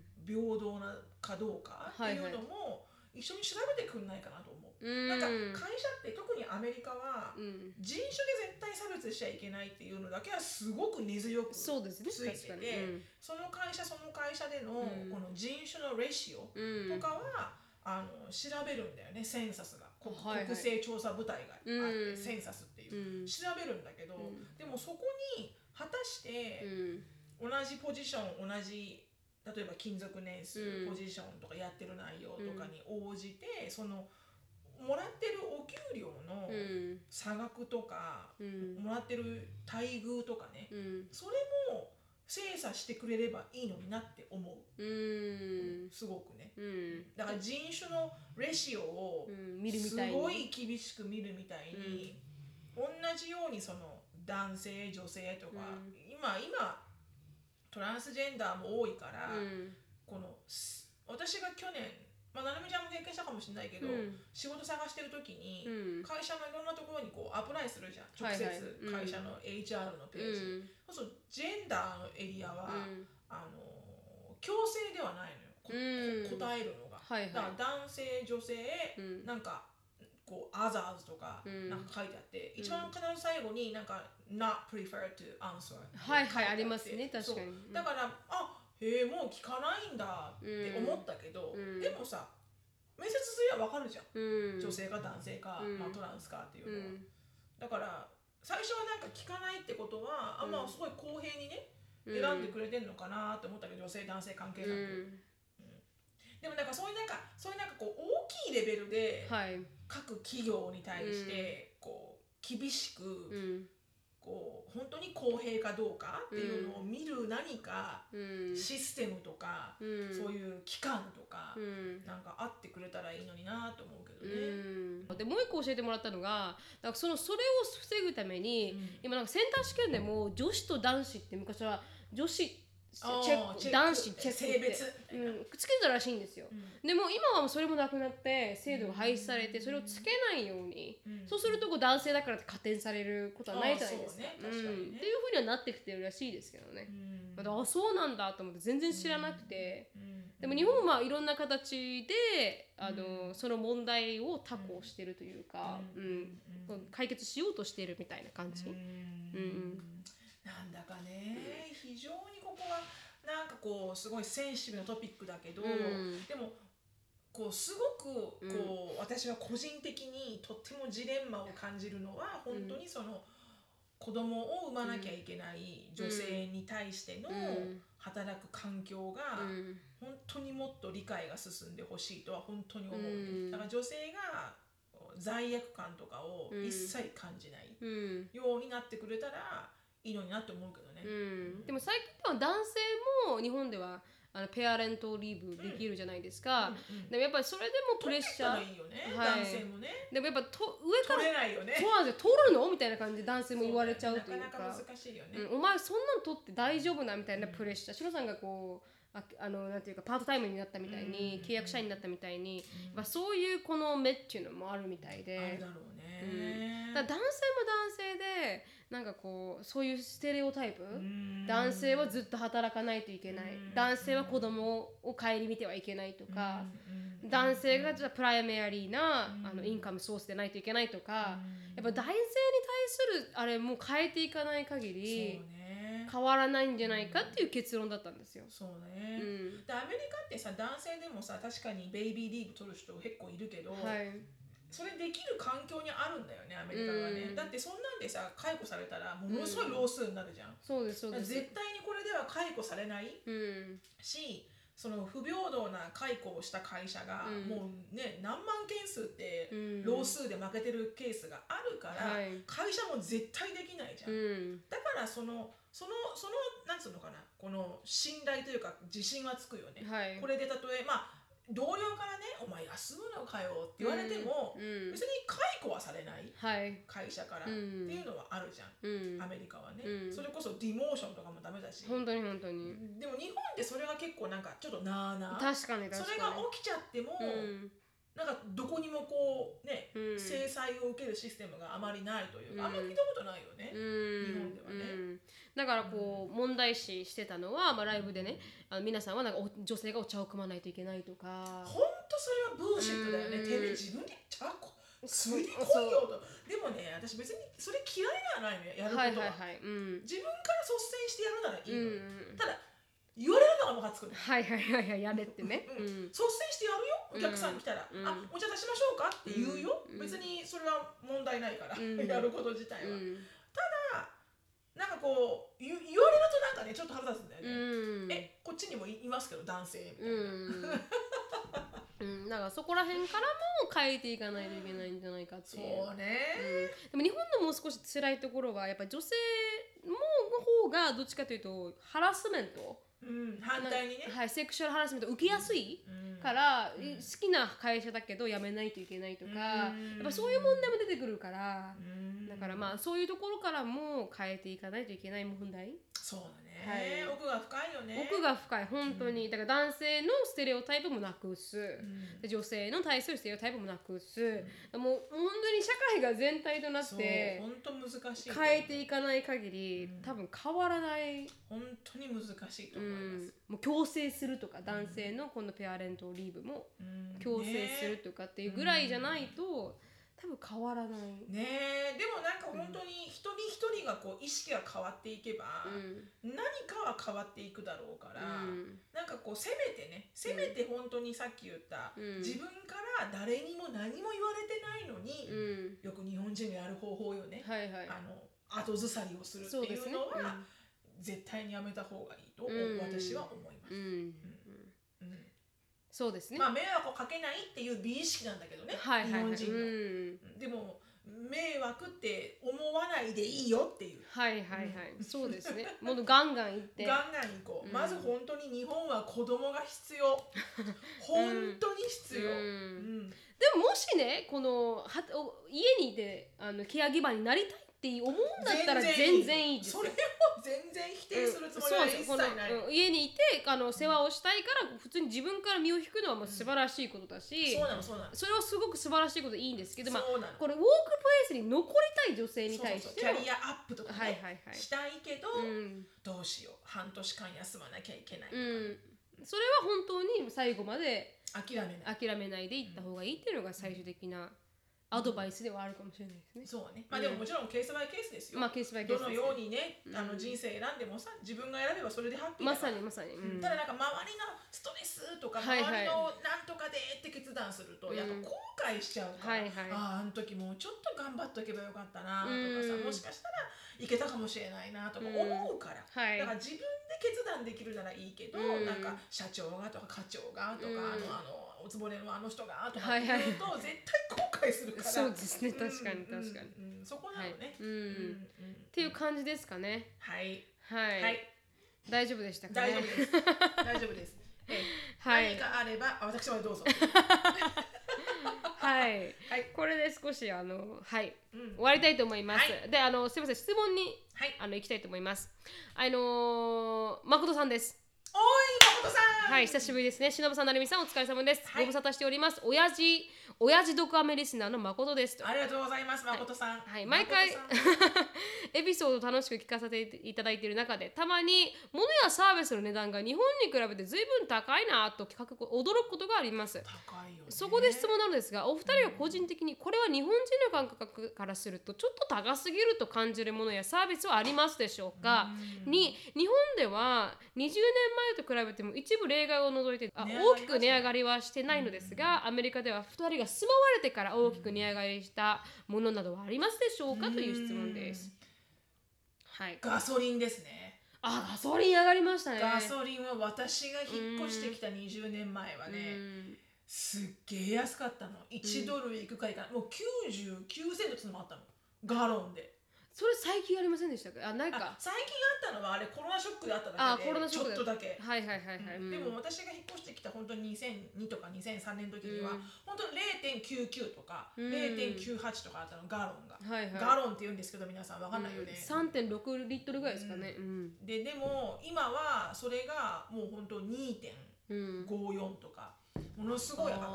[SPEAKER 1] ん
[SPEAKER 2] 平等なかどうかっていうのも一緒に調べてくんないかなと思
[SPEAKER 1] う
[SPEAKER 2] う。
[SPEAKER 1] ん
[SPEAKER 2] なんか会社って特にアメリカは
[SPEAKER 1] うん
[SPEAKER 2] 人種で絶対差別しちゃいけないっていうのだけはすごく根強く
[SPEAKER 1] そうですね
[SPEAKER 2] ついて
[SPEAKER 1] 確かに
[SPEAKER 2] てその会社その会社での
[SPEAKER 1] うん
[SPEAKER 2] この人種のレシオ
[SPEAKER 1] うん
[SPEAKER 2] とかは、あの調べるんだよねセンサスが国,、
[SPEAKER 1] はいはい
[SPEAKER 2] 国勢調査部隊があって、
[SPEAKER 1] うん
[SPEAKER 2] センサスっていうう、
[SPEAKER 1] ん
[SPEAKER 2] 調べるんだけど、
[SPEAKER 1] うん
[SPEAKER 2] でもそこに果たして
[SPEAKER 1] うん
[SPEAKER 2] 同じポジション同じ例えば勤続年数、
[SPEAKER 1] うん
[SPEAKER 2] ポジションとかやってる内容とかに応じてそのもらってるお給料の
[SPEAKER 1] うん
[SPEAKER 2] 差額とか、
[SPEAKER 1] うん
[SPEAKER 2] もらってる待遇とかね、
[SPEAKER 1] うん
[SPEAKER 2] それも精査してくれればいいのになって思
[SPEAKER 1] う
[SPEAKER 2] う、
[SPEAKER 1] ん
[SPEAKER 2] すごくね
[SPEAKER 1] うん
[SPEAKER 2] だから人種のレシオを
[SPEAKER 1] うん見るみ
[SPEAKER 2] す
[SPEAKER 1] たいに
[SPEAKER 2] ごい厳しく見るみたいに、同じようにその男性女性とか、
[SPEAKER 1] うん
[SPEAKER 2] 今今トランスジェンダーも多いから、
[SPEAKER 1] うん
[SPEAKER 2] このす私が去年まあ、ななみちゃんも経験したかもしれないけど、
[SPEAKER 1] うん
[SPEAKER 2] 仕事探してる時に、
[SPEAKER 1] うん
[SPEAKER 2] 会社のいろんなところにこうアプライするじゃん
[SPEAKER 1] は
[SPEAKER 2] 直
[SPEAKER 1] いは
[SPEAKER 2] 接、
[SPEAKER 1] いうん
[SPEAKER 2] 会社の HR のペ
[SPEAKER 1] う
[SPEAKER 2] ージ、
[SPEAKER 1] ん
[SPEAKER 2] そうそうジェンダーのエリアは、
[SPEAKER 1] うん
[SPEAKER 2] あの強制ではないのよこ、
[SPEAKER 1] うん
[SPEAKER 2] 答えるのが、
[SPEAKER 1] はいはい
[SPEAKER 2] だから男性女性、
[SPEAKER 1] うん
[SPEAKER 2] なんかこう「others」とか
[SPEAKER 1] うん
[SPEAKER 2] なんか書いてあって、
[SPEAKER 1] うん
[SPEAKER 2] 一番必ず最後になんか「not prefer to answer」
[SPEAKER 1] はいはい
[SPEAKER 2] って書てって
[SPEAKER 1] ありますね確かに
[SPEAKER 2] そう
[SPEAKER 1] うん
[SPEAKER 2] だからあへえもう聞かないんだって思ったけど、
[SPEAKER 1] うん
[SPEAKER 2] でもさ面接すればわかるじゃん、
[SPEAKER 1] うん
[SPEAKER 2] 女性か男性か、
[SPEAKER 1] うん
[SPEAKER 2] まあ、トランスかっていう
[SPEAKER 1] う
[SPEAKER 2] のは。
[SPEAKER 1] ん
[SPEAKER 2] だから最初はなんか聞かないってことは、あまあすごい公平にね
[SPEAKER 1] うん
[SPEAKER 2] 選んでくれてるのかなと思ったけど女性男性関係な
[SPEAKER 1] う
[SPEAKER 2] く、
[SPEAKER 1] ん
[SPEAKER 2] でもなんかそういうなんかそういうなんかこう大きいレベルで
[SPEAKER 1] はい
[SPEAKER 2] 各企業に対してこう厳しく
[SPEAKER 1] うん
[SPEAKER 2] こう本当に公平かどうかっていうのを見る何か
[SPEAKER 1] うん
[SPEAKER 2] システムとか、
[SPEAKER 1] うん
[SPEAKER 2] そういう機関とか
[SPEAKER 1] う、ん
[SPEAKER 2] なんかあってくれたらいいのになと思うけどね。
[SPEAKER 1] うん、でもう一個教えてもらったのがなんかそのそれを防ぐために、
[SPEAKER 2] うん
[SPEAKER 1] 今なんかセンター試験でも女子と男子って昔は女子チ
[SPEAKER 2] あー
[SPEAKER 1] ェック
[SPEAKER 2] チェック
[SPEAKER 1] 男子チェックって
[SPEAKER 2] 性別
[SPEAKER 1] うん、くっつけてたらしいんですよ、でも今はそれもなくなって制度が廃止されてそれをつけないように、
[SPEAKER 2] うん
[SPEAKER 1] そうするとこう男性だからって加点されることはないじゃないですか。
[SPEAKER 2] あーそうね確かにね
[SPEAKER 1] うんっていうふうにはなってきてるらしいですけどね
[SPEAKER 2] う。ん
[SPEAKER 1] まああそうなんだと思って全然知らなくて。
[SPEAKER 2] うん
[SPEAKER 1] でも日本はまあいろんな形であの、その問題をタコしてるというか、う
[SPEAKER 2] うんん
[SPEAKER 1] こう解決しようとしてるみたいな感じ。
[SPEAKER 2] う
[SPEAKER 1] うん
[SPEAKER 2] ん
[SPEAKER 1] うん
[SPEAKER 2] なんだかね非常にここはなんかこうすごいセンシティブなトピックだけど、
[SPEAKER 1] うん
[SPEAKER 2] でもこうすごくこう、私は個人的にとってもジレンマを感じるのは本当にその、子供を産まなきゃいけない女性に対しての
[SPEAKER 1] うん
[SPEAKER 2] 働く環境が、
[SPEAKER 1] うん
[SPEAKER 2] 本当にもっと理解が進んでほしいとは本当に思うね、
[SPEAKER 1] うん
[SPEAKER 2] だから女性がこう罪悪感とかを一切感じない
[SPEAKER 1] うん
[SPEAKER 2] ようになってくれたらいいのになって思うけどね、
[SPEAKER 1] でも最近では男性も日本ではあのペアレントリーブできるじゃないですか、
[SPEAKER 2] うん
[SPEAKER 1] でもやっぱりそれでもプレッシャ
[SPEAKER 2] 取
[SPEAKER 1] ー
[SPEAKER 2] れたらいいよね、
[SPEAKER 1] はい
[SPEAKER 2] 男性もね
[SPEAKER 1] でもやっぱと上か
[SPEAKER 2] 取
[SPEAKER 1] ら
[SPEAKER 2] れないよね
[SPEAKER 1] そうなんですよ取るのみたいな感じで男性も言われちゃうという
[SPEAKER 2] なかなか難しいよね、
[SPEAKER 1] うん、お前そんなの取って大丈夫なみたいなプレッシャー、シロさんがこうああのなんていうかパートタイムになったみたいに、契約社員になったみたいに、まあ、そういうこの目っていうのもあるみたい
[SPEAKER 2] ある
[SPEAKER 1] で
[SPEAKER 2] だろうね、
[SPEAKER 1] だから男性も男性でなんかこうそういうステレオタイプ、
[SPEAKER 2] うん
[SPEAKER 1] 男性はずっと働かないといけない、
[SPEAKER 2] うん
[SPEAKER 1] 男性は子供を顧みてはいけないとか、
[SPEAKER 2] うんうん
[SPEAKER 1] 男性がじゃあプライメアリーな、
[SPEAKER 2] うん
[SPEAKER 1] あのインカムソースでないといけないとか、
[SPEAKER 2] うん
[SPEAKER 1] やっぱ男性に対するあれもう変えていかない限
[SPEAKER 2] そう
[SPEAKER 1] り。
[SPEAKER 2] ね
[SPEAKER 1] 変わらないんじゃないかっていう結論だったんですよ。
[SPEAKER 2] そう
[SPEAKER 1] う
[SPEAKER 2] ね、
[SPEAKER 1] ん、
[SPEAKER 2] でアメリカってさ男性でもさ確かにベイビーリーグ取る人結構いるけど、
[SPEAKER 1] はい。
[SPEAKER 2] それできる環境にあるんだよねアメリカはね、
[SPEAKER 1] うん
[SPEAKER 2] だってそんなんでさ解雇されたらものすごい老数になるじゃん、
[SPEAKER 1] そうですそう
[SPEAKER 2] だから
[SPEAKER 1] です。
[SPEAKER 2] 絶対にこれでは解雇されない
[SPEAKER 1] うん。
[SPEAKER 2] しその不平等な解雇をした会社が、
[SPEAKER 1] うん
[SPEAKER 2] もうね何万件数って
[SPEAKER 1] うん
[SPEAKER 2] 老数で負けてるケースがあるから、
[SPEAKER 1] はい
[SPEAKER 2] 会社も絶対できないじゃ、
[SPEAKER 1] うんん。
[SPEAKER 2] だからそのそのそのなんつうのかなこの信頼というか自信はつくよね、
[SPEAKER 1] はい。
[SPEAKER 2] これでたとえまあ同僚からね「お前休むのかよ」って言われても、
[SPEAKER 1] うん
[SPEAKER 2] 別に解雇はされない
[SPEAKER 1] はい。
[SPEAKER 2] 会社からっ
[SPEAKER 1] う
[SPEAKER 2] て
[SPEAKER 1] ん
[SPEAKER 2] いうのはあるじゃん、
[SPEAKER 1] うん
[SPEAKER 2] ア。メリカはね、
[SPEAKER 1] うん
[SPEAKER 2] それこそディモーションとかもダメだし、
[SPEAKER 1] 本当に本当に。
[SPEAKER 2] でも日本ってそれが結構なんかちょっとなあなあ
[SPEAKER 1] 確かに
[SPEAKER 2] そ
[SPEAKER 1] 確
[SPEAKER 2] れが
[SPEAKER 1] か
[SPEAKER 2] 起きちゃっても、
[SPEAKER 1] に。うん。
[SPEAKER 2] なんかどこにもこうね、
[SPEAKER 1] うん
[SPEAKER 2] 制裁を受けるシステムがあまりないというか、
[SPEAKER 1] うん
[SPEAKER 2] あんまり聞いたことないよね。
[SPEAKER 1] う
[SPEAKER 2] 日
[SPEAKER 1] ん
[SPEAKER 2] 本ではね
[SPEAKER 1] うん、だからこう問題視してたのは、まあ、ライブでねあの皆さんはなんかお女性がお茶を組まないといけないとか
[SPEAKER 2] ほんとそれはブーシットだよね、
[SPEAKER 1] うん
[SPEAKER 2] てめえ自分でちゃこついてこいよとでもね私別にそれ嫌いではないのよやることは,、
[SPEAKER 1] はいはいはい、うん
[SPEAKER 2] 自分から率先してやるならいい
[SPEAKER 1] うん
[SPEAKER 2] の
[SPEAKER 1] う
[SPEAKER 2] よ、
[SPEAKER 1] ん、
[SPEAKER 2] ただ言われるのがムカつくの
[SPEAKER 1] はいはいはいはいやれってね、
[SPEAKER 2] う
[SPEAKER 1] うんん、
[SPEAKER 2] 率先してやるよお客さん来たら、
[SPEAKER 1] うん
[SPEAKER 2] あお茶出しましょうかって言うよ、
[SPEAKER 1] うん
[SPEAKER 2] 別にそれは問題ないから、
[SPEAKER 1] うん
[SPEAKER 2] やること自体
[SPEAKER 1] う
[SPEAKER 2] は、
[SPEAKER 1] ん
[SPEAKER 2] なんかこう言言われるとなんかねちょっと腹立つんだよ
[SPEAKER 1] う
[SPEAKER 2] ね、
[SPEAKER 1] ん、
[SPEAKER 2] えこっちにもいいますけど男性みたいな、
[SPEAKER 1] うん、うん、だからそこら辺からも変えていかないといけないんじゃないかっていう。
[SPEAKER 2] そうね、
[SPEAKER 1] うん、でも日本のもう少し辛いところはやっぱり女性もの方がどっちかというとハラスメント
[SPEAKER 2] うん、反対にね、
[SPEAKER 1] はい、セクシュアルハラスメント受けやすい
[SPEAKER 2] うん
[SPEAKER 1] から、
[SPEAKER 2] うん
[SPEAKER 1] 好きな会社だけど辞めないといけないとか、
[SPEAKER 2] うん
[SPEAKER 1] やっぱそういう問題も出てくるから、
[SPEAKER 2] うん
[SPEAKER 1] だからまあそういうところからも変えていかないといけない問題、
[SPEAKER 2] そうだね、
[SPEAKER 1] はい
[SPEAKER 2] 奥が深いよね
[SPEAKER 1] 奥が深い本当に、だから男性のステレオタイプもなくす、
[SPEAKER 2] うん
[SPEAKER 1] で女性の対するステレオタイプもなくす、もう本当に社会が全体となっ
[SPEAKER 2] そう
[SPEAKER 1] て
[SPEAKER 2] 本当難しい
[SPEAKER 1] 変えていかない限り、
[SPEAKER 2] うん
[SPEAKER 1] 多分変わらない、
[SPEAKER 2] 本当に難しいと
[SPEAKER 1] う
[SPEAKER 2] 思いま
[SPEAKER 1] ん
[SPEAKER 2] す、
[SPEAKER 1] もう強制するとか男性のこのペアレントリーブも
[SPEAKER 2] うん
[SPEAKER 1] 強制する
[SPEAKER 2] ね
[SPEAKER 1] とかっていうぐらいじゃないと、多分変わらない。
[SPEAKER 2] ねえでもなんか本当に一人一人がこう意識が変わっていけば、
[SPEAKER 1] うん
[SPEAKER 2] 何かは変わっていくだろうから、
[SPEAKER 1] うん
[SPEAKER 2] なんかこうせめてねせめて本当にさっき言った、
[SPEAKER 1] うん
[SPEAKER 2] 自分から誰にも何も言われてないのに、
[SPEAKER 1] うん
[SPEAKER 2] よく日本人がやる方法よね、
[SPEAKER 1] はいはい
[SPEAKER 2] あの後ずさりをするって
[SPEAKER 1] そうで
[SPEAKER 2] い
[SPEAKER 1] す
[SPEAKER 2] う
[SPEAKER 1] ね
[SPEAKER 2] のは、
[SPEAKER 1] うん
[SPEAKER 2] 絶対にやめた方がいいと、
[SPEAKER 1] うん
[SPEAKER 2] 私は思います、
[SPEAKER 1] うん
[SPEAKER 2] うん
[SPEAKER 1] そうですね、
[SPEAKER 2] まあ迷惑をかけないっていう美意識なんだけどね、
[SPEAKER 1] はいはいはい
[SPEAKER 2] 日本人の、
[SPEAKER 1] うん
[SPEAKER 2] でも迷惑って思わないでいいよっていう
[SPEAKER 1] はいはいはいそうですねもっとガンガン行って
[SPEAKER 2] ガンガン行こう、
[SPEAKER 1] うん
[SPEAKER 2] まず本当に日本は子供が 必要本当に必要、
[SPEAKER 1] う
[SPEAKER 2] うんん
[SPEAKER 1] でももしねこのはお家にいてあのケアギバーになりたいって思うんだったら全然いいです
[SPEAKER 2] それを全然否定するつもりは
[SPEAKER 1] うん
[SPEAKER 2] 一
[SPEAKER 1] そうな
[SPEAKER 2] 切
[SPEAKER 1] んです
[SPEAKER 2] な
[SPEAKER 1] よこのうん
[SPEAKER 2] い、
[SPEAKER 1] 家にいてあの世話をしたいから普通に自分から身を引くのはまあ素晴らしいことだし、
[SPEAKER 2] そうなのそうなの
[SPEAKER 1] それはすごく素晴らしいことでいいんですけど、まあ、
[SPEAKER 2] そうなの
[SPEAKER 1] これウォークプレイスに残りたい女性に対
[SPEAKER 2] そ
[SPEAKER 1] し
[SPEAKER 2] うそう
[SPEAKER 1] ての
[SPEAKER 2] キャリアアップとかね、
[SPEAKER 1] はいはいはい
[SPEAKER 2] したいけど、
[SPEAKER 1] うん
[SPEAKER 2] どうしよう半年間休まなきゃいけない
[SPEAKER 1] う
[SPEAKER 2] とか、
[SPEAKER 1] ん、それは本当に最後まで
[SPEAKER 2] 諦め
[SPEAKER 1] 諦めな
[SPEAKER 2] ない
[SPEAKER 1] いでいった方がいいっていうのが最終的なアドバイスではあるかもしれないですね。
[SPEAKER 2] そうねまあでももちろんケースバイケースですよ、
[SPEAKER 1] まあケースバイケー
[SPEAKER 2] ど
[SPEAKER 1] スです
[SPEAKER 2] の
[SPEAKER 1] ね
[SPEAKER 2] ようにね、あ
[SPEAKER 1] う
[SPEAKER 2] の
[SPEAKER 1] ん
[SPEAKER 2] 人生選んでもさ自分が選べばそれでハッピー
[SPEAKER 1] ま
[SPEAKER 2] だ
[SPEAKER 1] さ
[SPEAKER 2] から
[SPEAKER 1] にまさに。うん
[SPEAKER 2] ただなんか周りがストレスとか
[SPEAKER 1] はい
[SPEAKER 2] 周り
[SPEAKER 1] はい
[SPEAKER 2] のなんとかでって決断すると
[SPEAKER 1] うん
[SPEAKER 2] やっぱ後悔しちゃうから、
[SPEAKER 1] はいはい
[SPEAKER 2] あああの時もうちょっと頑張っとけばよかったなとかさ、
[SPEAKER 1] うん
[SPEAKER 2] もしかしたらいけたかもしれないなと
[SPEAKER 1] う
[SPEAKER 2] か
[SPEAKER 1] ん
[SPEAKER 2] 思うから、
[SPEAKER 1] はい
[SPEAKER 2] だから自分で決断できるならいいけど、
[SPEAKER 1] うん
[SPEAKER 2] なんか社長がとか課長がと
[SPEAKER 1] う
[SPEAKER 2] か、
[SPEAKER 1] ん
[SPEAKER 2] あのあのおつぼねのあの人がと
[SPEAKER 1] は
[SPEAKER 2] かっ
[SPEAKER 1] い
[SPEAKER 2] て
[SPEAKER 1] はい
[SPEAKER 2] 言うと絶対後悔するから
[SPEAKER 1] そうですね
[SPEAKER 2] うん
[SPEAKER 1] 確かに確かに。
[SPEAKER 2] うんそこなの
[SPEAKER 1] はい
[SPEAKER 2] ね、
[SPEAKER 1] うん
[SPEAKER 2] うん
[SPEAKER 1] っ
[SPEAKER 2] うん
[SPEAKER 1] ていう感じですかね。
[SPEAKER 2] はい
[SPEAKER 1] はい。
[SPEAKER 2] はい
[SPEAKER 1] 大丈夫でしたか
[SPEAKER 2] 大丈夫
[SPEAKER 1] ね。
[SPEAKER 2] です大丈夫です、ええ
[SPEAKER 1] はい
[SPEAKER 2] 何かあればあ私 はどうぞ
[SPEAKER 1] はい。
[SPEAKER 2] はい、
[SPEAKER 1] これで少しあのはい
[SPEAKER 2] うん
[SPEAKER 1] 終わりたいと思います。
[SPEAKER 2] は
[SPEAKER 1] であのすみません質問に
[SPEAKER 2] はい
[SPEAKER 1] あの行きたいと思います。あのー、誠さんです。
[SPEAKER 2] おい誠さん
[SPEAKER 1] はい、久しぶりですね。しのぶさん、なるみさん、お疲れ様です。
[SPEAKER 2] はい
[SPEAKER 1] ご無沙汰しております。親父、親父毒アメリスナーの誠ですと。
[SPEAKER 2] ありがとうございます誠さん
[SPEAKER 1] はい、毎回
[SPEAKER 2] 誠さん
[SPEAKER 1] エピソードを楽しく聞かせていただいている中でたまに物やサービスの値段が日本に比べて随分高いなと驚くことがあります
[SPEAKER 2] 高いよね
[SPEAKER 1] そこで質問なのですがお二人は個人的にこれは日本人の感覚からするとちょっと高すぎると感じるものやサービスはありますでしょうか
[SPEAKER 2] うん
[SPEAKER 1] に日本では20年前と比べても一部例外を除いてあ
[SPEAKER 2] 値上がり
[SPEAKER 1] 大きく値上がりはしてないのですがアメリカでは2人が住まわれてから大きく値上がりしたものなどはありますでしょうかという質問です。はい、
[SPEAKER 2] ガソリンですね
[SPEAKER 1] あガソリン上がりましたね。
[SPEAKER 2] ガソリンは私が引っ越してきた20年前は
[SPEAKER 1] う
[SPEAKER 2] ね
[SPEAKER 1] ん
[SPEAKER 2] すっげえ安かったの1ドルいくかいかないもう99セントつのもあったのガロンで
[SPEAKER 1] それ最近ありませんでしたかあない
[SPEAKER 2] あ
[SPEAKER 1] か。
[SPEAKER 2] 最近あったのはあれコロナショックであった
[SPEAKER 1] あ
[SPEAKER 2] だけ
[SPEAKER 1] コロナ
[SPEAKER 2] で
[SPEAKER 1] シ
[SPEAKER 2] ち
[SPEAKER 1] ョッ
[SPEAKER 2] ょ
[SPEAKER 1] ク
[SPEAKER 2] っとだけ
[SPEAKER 1] はいはいはいはい。
[SPEAKER 2] でも私が引っ越してきた本当に2002とか2003年の時には、
[SPEAKER 1] うん
[SPEAKER 2] 本当に0.99とか、
[SPEAKER 1] うん
[SPEAKER 2] 0.98とかあったのガロンが、
[SPEAKER 1] はいはい。
[SPEAKER 2] ガロンって言うんですけど皆さんわかんないよね、
[SPEAKER 1] 3.6リットルぐらいですかね。うん。
[SPEAKER 2] ででも今はそれがもう本当2.54
[SPEAKER 1] うん。
[SPEAKER 2] とかものすごい上がって
[SPEAKER 1] あ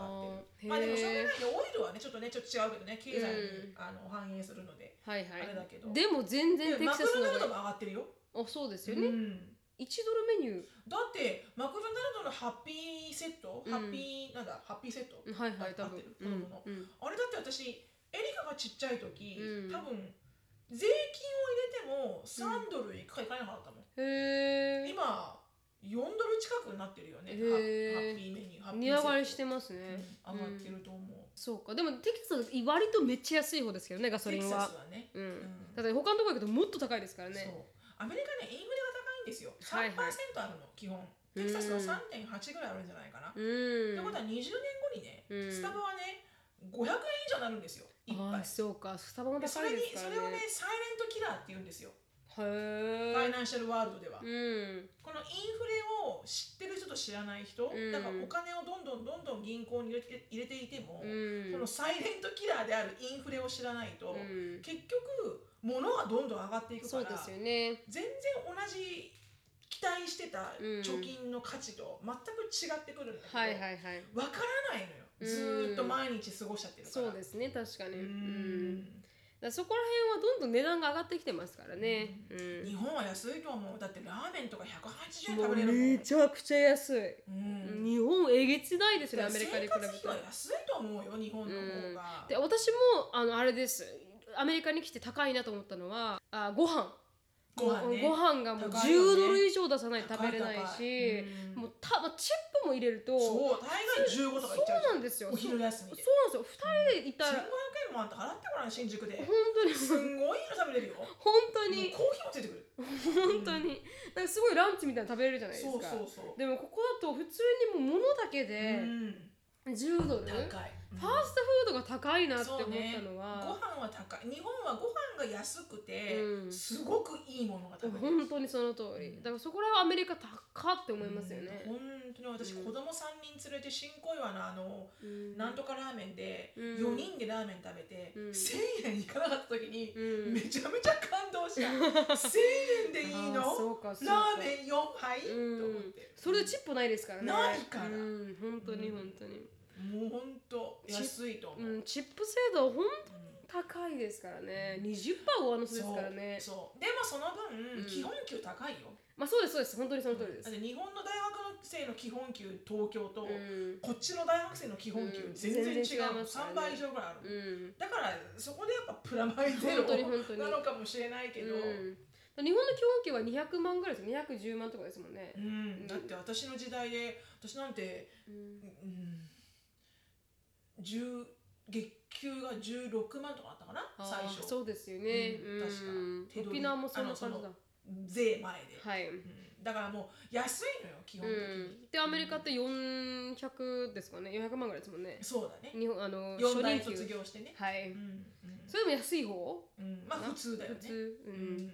[SPEAKER 1] ー
[SPEAKER 2] るまあでも
[SPEAKER 1] へー
[SPEAKER 2] しょうがないねオイルはねちょっとねちょっと違うけどね経済に、
[SPEAKER 1] う
[SPEAKER 2] あの反映するので
[SPEAKER 1] はいはい
[SPEAKER 2] あれだけ。ど
[SPEAKER 1] でも全然
[SPEAKER 2] で
[SPEAKER 1] テキ
[SPEAKER 2] マ
[SPEAKER 1] サ
[SPEAKER 2] ク
[SPEAKER 1] ス
[SPEAKER 2] ド
[SPEAKER 1] の
[SPEAKER 2] ナ
[SPEAKER 1] 方
[SPEAKER 2] ルドも
[SPEAKER 1] が。
[SPEAKER 2] 上がってるよ、
[SPEAKER 1] あそうです
[SPEAKER 2] う
[SPEAKER 1] よね。
[SPEAKER 2] ん
[SPEAKER 1] 1ドルメニュー。
[SPEAKER 2] だってマクドナルドのハッピーセット、
[SPEAKER 1] うん
[SPEAKER 2] ハッピーなんだハッピーセット、
[SPEAKER 1] はいはい多
[SPEAKER 2] 合っ
[SPEAKER 1] 分
[SPEAKER 2] てる
[SPEAKER 1] うん
[SPEAKER 2] 子供の
[SPEAKER 1] うん
[SPEAKER 2] あれだって私エリカがちっちゃい時、
[SPEAKER 1] うん
[SPEAKER 2] 多分税金を入れても3ドルいくかいかなかったもん、
[SPEAKER 1] へえ
[SPEAKER 2] 今4ドル近くになってるよね
[SPEAKER 1] へ
[SPEAKER 2] ハ
[SPEAKER 1] ー
[SPEAKER 2] ッハッピーメニューハッピー
[SPEAKER 1] 値
[SPEAKER 2] セッ
[SPEAKER 1] 上
[SPEAKER 2] ト
[SPEAKER 1] がりしてます
[SPEAKER 2] う
[SPEAKER 1] ね
[SPEAKER 2] ん、上がってると思う、
[SPEAKER 1] そうかでもテキサス割とめっちゃ安い方ですけどねガソ
[SPEAKER 2] テ
[SPEAKER 1] リ
[SPEAKER 2] キ
[SPEAKER 1] ン
[SPEAKER 2] サ
[SPEAKER 1] は
[SPEAKER 2] スはね、
[SPEAKER 1] うん、
[SPEAKER 2] ん
[SPEAKER 1] だって他のとこ行くともっと高いですから
[SPEAKER 2] そう
[SPEAKER 1] ね
[SPEAKER 2] アメリカねインフレが高いんですよ3%
[SPEAKER 1] はいはい
[SPEAKER 2] あるの、基本テキサスは3.8ぐらいあるんじゃないかな、
[SPEAKER 1] う
[SPEAKER 2] とい
[SPEAKER 1] ん
[SPEAKER 2] うことは20年後にね、
[SPEAKER 1] うん
[SPEAKER 2] スタバはね500円以上になるんですよ一
[SPEAKER 1] あ
[SPEAKER 2] 杯
[SPEAKER 1] あそうかスタバも
[SPEAKER 2] でそ
[SPEAKER 1] 高
[SPEAKER 2] れ
[SPEAKER 1] い
[SPEAKER 2] に
[SPEAKER 1] ですから
[SPEAKER 2] それをね
[SPEAKER 1] ね
[SPEAKER 2] サイレントキラーって言うんですよ、ファイ
[SPEAKER 1] へえ
[SPEAKER 2] ナンシャルワールドでは、
[SPEAKER 1] うん
[SPEAKER 2] このインフレを知ってる人と知らない人、
[SPEAKER 1] ん
[SPEAKER 2] だからお金をどんどんどんどん銀行に入れて入れていても、
[SPEAKER 1] うん
[SPEAKER 2] そのサイレントキラーであるインフレを知らないと、
[SPEAKER 1] うん
[SPEAKER 2] 結局物はどんどん上がっていくか
[SPEAKER 1] そう
[SPEAKER 2] ら
[SPEAKER 1] ですよね
[SPEAKER 2] 全然同じ期待してた貯金の価値と全く違ってくるんだけど、
[SPEAKER 1] はいはいはい
[SPEAKER 2] 分からないのよずーっと毎日過ごしちゃってるから。
[SPEAKER 1] そうですね確かにう
[SPEAKER 2] う
[SPEAKER 1] んんだからそこら辺はどんどん値段が上がってきてますからねうん
[SPEAKER 2] 日本は安いと思うだってラーメンとか180円
[SPEAKER 1] も
[SPEAKER 2] 食
[SPEAKER 1] う
[SPEAKER 2] べれるもん
[SPEAKER 1] めちゃくちゃ安い
[SPEAKER 2] うん
[SPEAKER 1] 日本えげつないですよね
[SPEAKER 2] だ
[SPEAKER 1] ア
[SPEAKER 2] から
[SPEAKER 1] メリカに比べて
[SPEAKER 2] 生活費は安いと思うよ日本の方が、
[SPEAKER 1] で私もあのあれですアメリカに来て高いなと思ったのはあご飯
[SPEAKER 2] ご飯ね
[SPEAKER 1] ご飯がもう
[SPEAKER 2] 高いよね
[SPEAKER 1] 10ドル以上出さないと食べれない
[SPEAKER 2] 高
[SPEAKER 1] し
[SPEAKER 2] い高いうん
[SPEAKER 1] もうたまあチップも入れるとそう
[SPEAKER 2] そう大概15とかいっちゃうじゃ
[SPEAKER 1] なんですよ
[SPEAKER 2] お昼休みで
[SPEAKER 1] そうなんですよ2人でいたら
[SPEAKER 2] 1500
[SPEAKER 1] 本
[SPEAKER 2] 円もあんた払ってごらん新宿で
[SPEAKER 1] 当に
[SPEAKER 2] すんごいの食べれるよもう
[SPEAKER 1] 本当
[SPEAKER 2] コーヒ
[SPEAKER 1] に
[SPEAKER 2] ーもついてくる
[SPEAKER 1] 本当になんかすごいランチみたいなの食べれるじゃないです
[SPEAKER 2] そう
[SPEAKER 1] か
[SPEAKER 2] そうそう
[SPEAKER 1] でもここだと普通にもう物だけ
[SPEAKER 2] う
[SPEAKER 1] で
[SPEAKER 2] ん
[SPEAKER 1] 10ドルファースト
[SPEAKER 2] 高い、うん
[SPEAKER 1] フードが高いなって思っ
[SPEAKER 2] そうね
[SPEAKER 1] たの
[SPEAKER 2] ご
[SPEAKER 1] は、
[SPEAKER 2] 飯は高い日本はご飯が安くて、
[SPEAKER 1] うん
[SPEAKER 2] すごくいいものが食べれる
[SPEAKER 1] 本当にその通りだからそこら辺はアメリカ高って思いますよね、
[SPEAKER 2] うん本当に私、
[SPEAKER 1] うん
[SPEAKER 2] 子供三人連れて新小岩のあの
[SPEAKER 1] うん
[SPEAKER 2] なんとかラーメンで
[SPEAKER 1] うん
[SPEAKER 2] 4人でラーメン食べて、
[SPEAKER 1] うん
[SPEAKER 2] 1000円いかなかった時に
[SPEAKER 1] う、ん
[SPEAKER 2] めちゃめちゃ感動し た1000円でい
[SPEAKER 1] あ
[SPEAKER 2] い
[SPEAKER 1] ー
[SPEAKER 2] の
[SPEAKER 1] そうかそうか
[SPEAKER 2] ラーメン4杯、
[SPEAKER 1] うん
[SPEAKER 2] と思って
[SPEAKER 1] それでチップないですからね
[SPEAKER 2] ないから
[SPEAKER 1] うん本当に
[SPEAKER 2] うん
[SPEAKER 1] 本当に、
[SPEAKER 2] もう本当
[SPEAKER 1] チッ
[SPEAKER 2] 安いと思う、
[SPEAKER 1] うん、チップ制度は本
[SPEAKER 2] うん
[SPEAKER 1] 当に高いですからね20%上乗せですからね
[SPEAKER 2] そうそうでもその分、
[SPEAKER 1] うん
[SPEAKER 2] 基本給高いよ
[SPEAKER 1] まあそうですそうです本当にその通りで
[SPEAKER 2] だ
[SPEAKER 1] す
[SPEAKER 2] っ、て日本の大学生の基本給東京と、
[SPEAKER 1] うん
[SPEAKER 2] こっちの大学生の基本給
[SPEAKER 1] うん
[SPEAKER 2] 全然違
[SPEAKER 1] 全
[SPEAKER 2] う、
[SPEAKER 1] 然違いますからね
[SPEAKER 2] 3倍以上ぐらいある、
[SPEAKER 1] うん、
[SPEAKER 2] だからそこでやっぱプラマイゼ
[SPEAKER 1] 本当に本当
[SPEAKER 2] ロ
[SPEAKER 1] に
[SPEAKER 2] なのかもしれないけど、
[SPEAKER 1] うん、日本の基本給は200万ぐらいです210万とかですもんね
[SPEAKER 2] う、んだって私の時代で私なんて、
[SPEAKER 1] うん
[SPEAKER 2] うん、10月給が16万とかあったかな
[SPEAKER 1] あ
[SPEAKER 2] 最
[SPEAKER 1] ー
[SPEAKER 2] 初
[SPEAKER 1] そうですよね、
[SPEAKER 2] う
[SPEAKER 1] うんん、
[SPEAKER 2] 確か手取り
[SPEAKER 1] 沖縄もそんな感じ
[SPEAKER 2] あ
[SPEAKER 1] だ
[SPEAKER 2] の税前で、
[SPEAKER 1] はい、う
[SPEAKER 2] うんだからもう安いのよ基本的に、
[SPEAKER 1] ん、でアメリカって400ですかね400万ぐらいですもんね
[SPEAKER 2] そうだね
[SPEAKER 1] 日本あの
[SPEAKER 2] 4代
[SPEAKER 1] 初任
[SPEAKER 2] 卒
[SPEAKER 1] 給
[SPEAKER 2] 業してね、
[SPEAKER 1] はい、
[SPEAKER 2] うん
[SPEAKER 1] それでも安い方
[SPEAKER 2] うんうん、まあ普通だよね
[SPEAKER 1] 普通、う
[SPEAKER 2] うんん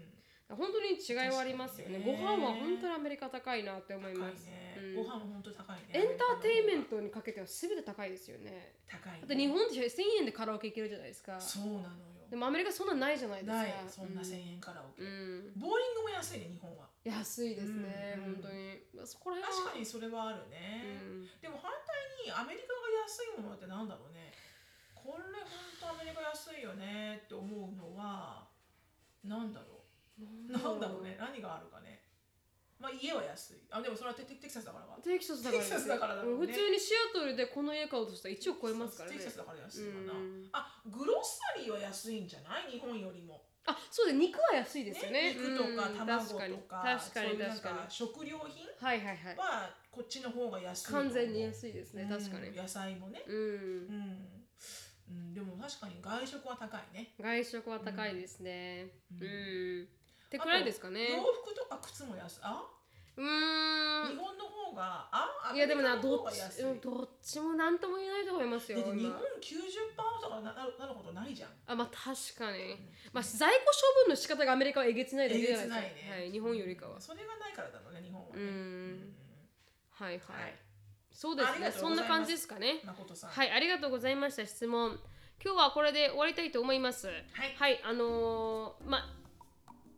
[SPEAKER 1] 本当に違いはありますよね
[SPEAKER 2] 確か
[SPEAKER 1] ご飯
[SPEAKER 2] にね
[SPEAKER 1] は本当にアメリカ高いなって思い
[SPEAKER 2] 高いね
[SPEAKER 1] ます、うん
[SPEAKER 2] ご飯も本当高いね
[SPEAKER 1] エンターテインメントにかけては全て高いですよね
[SPEAKER 2] 高いね
[SPEAKER 1] だって日本って1000円でカラオケ行けるじゃないですか
[SPEAKER 2] そうなのよ
[SPEAKER 1] でもアメリカそんなないじゃないですか
[SPEAKER 2] ないそんな
[SPEAKER 1] う
[SPEAKER 2] 1000円カラオ
[SPEAKER 1] う
[SPEAKER 2] ケ、
[SPEAKER 1] ん、
[SPEAKER 2] ボーリングも安いね日本は
[SPEAKER 1] 安いですね、
[SPEAKER 2] うん
[SPEAKER 1] 本当にまあそこら辺は
[SPEAKER 2] 確かにそれはあるね、
[SPEAKER 1] うん
[SPEAKER 2] でも反対にアメリカが安いものってなんだろうねこれ本当アメリカ安いよねって思うのはなんだろうなんだろうね何があるかねまあ家は安いあでもそれはテテテキサスだからか
[SPEAKER 1] テキサスだからです
[SPEAKER 2] テキサスだからだもんね
[SPEAKER 1] 普通にシアトルでこの家買おうとしたら1億超えますからね
[SPEAKER 2] テキサスだから安いかな、
[SPEAKER 1] うん
[SPEAKER 2] あグロッサリーは安いんじゃない日本よりも
[SPEAKER 1] あそうだ肉は安いですよね
[SPEAKER 2] ね肉と
[SPEAKER 1] う
[SPEAKER 2] か
[SPEAKER 1] ん
[SPEAKER 2] 卵と
[SPEAKER 1] 確確
[SPEAKER 2] か,、
[SPEAKER 1] か
[SPEAKER 2] そう
[SPEAKER 1] に
[SPEAKER 2] いうな
[SPEAKER 1] 確
[SPEAKER 2] ん
[SPEAKER 1] かに
[SPEAKER 2] か食料品
[SPEAKER 1] はいはいはい
[SPEAKER 2] はこっちの方が安いと思う
[SPEAKER 1] 完全に安いですね確かに
[SPEAKER 2] うん野菜もね
[SPEAKER 1] うん
[SPEAKER 2] うん、うん、でも確かに外食は高いね
[SPEAKER 1] 外食は高いですねう
[SPEAKER 2] う
[SPEAKER 1] んん、ってくらいですかね
[SPEAKER 2] 洋服とか靴も安いあ、
[SPEAKER 1] う
[SPEAKER 2] 日
[SPEAKER 1] ー
[SPEAKER 2] 本の方があ
[SPEAKER 1] んいやでもな
[SPEAKER 2] アメリカの
[SPEAKER 1] ど
[SPEAKER 2] 方
[SPEAKER 1] っ
[SPEAKER 2] が
[SPEAKER 1] ち
[SPEAKER 2] 安い
[SPEAKER 1] うんどっちも何とも言えないと思いますよ
[SPEAKER 2] だって日本90%
[SPEAKER 1] 今
[SPEAKER 2] とかななるなることないじゃん
[SPEAKER 1] あまあ確かに、まあ、在庫処分の仕方がアメリカはえげつないだけじゃないですか
[SPEAKER 2] えげつないね
[SPEAKER 1] はい、日本よりかは
[SPEAKER 2] それがないからだろうね日本はね
[SPEAKER 1] うんはいはい、そうで
[SPEAKER 2] あ
[SPEAKER 1] す
[SPEAKER 2] りが
[SPEAKER 1] ね
[SPEAKER 2] とうご
[SPEAKER 1] そん
[SPEAKER 2] ざいます
[SPEAKER 1] な感じですかね
[SPEAKER 2] 誠さん
[SPEAKER 1] はいありがとうございました質問今日はこれで終わりたいと思います
[SPEAKER 2] はい
[SPEAKER 1] はいあのー、まあ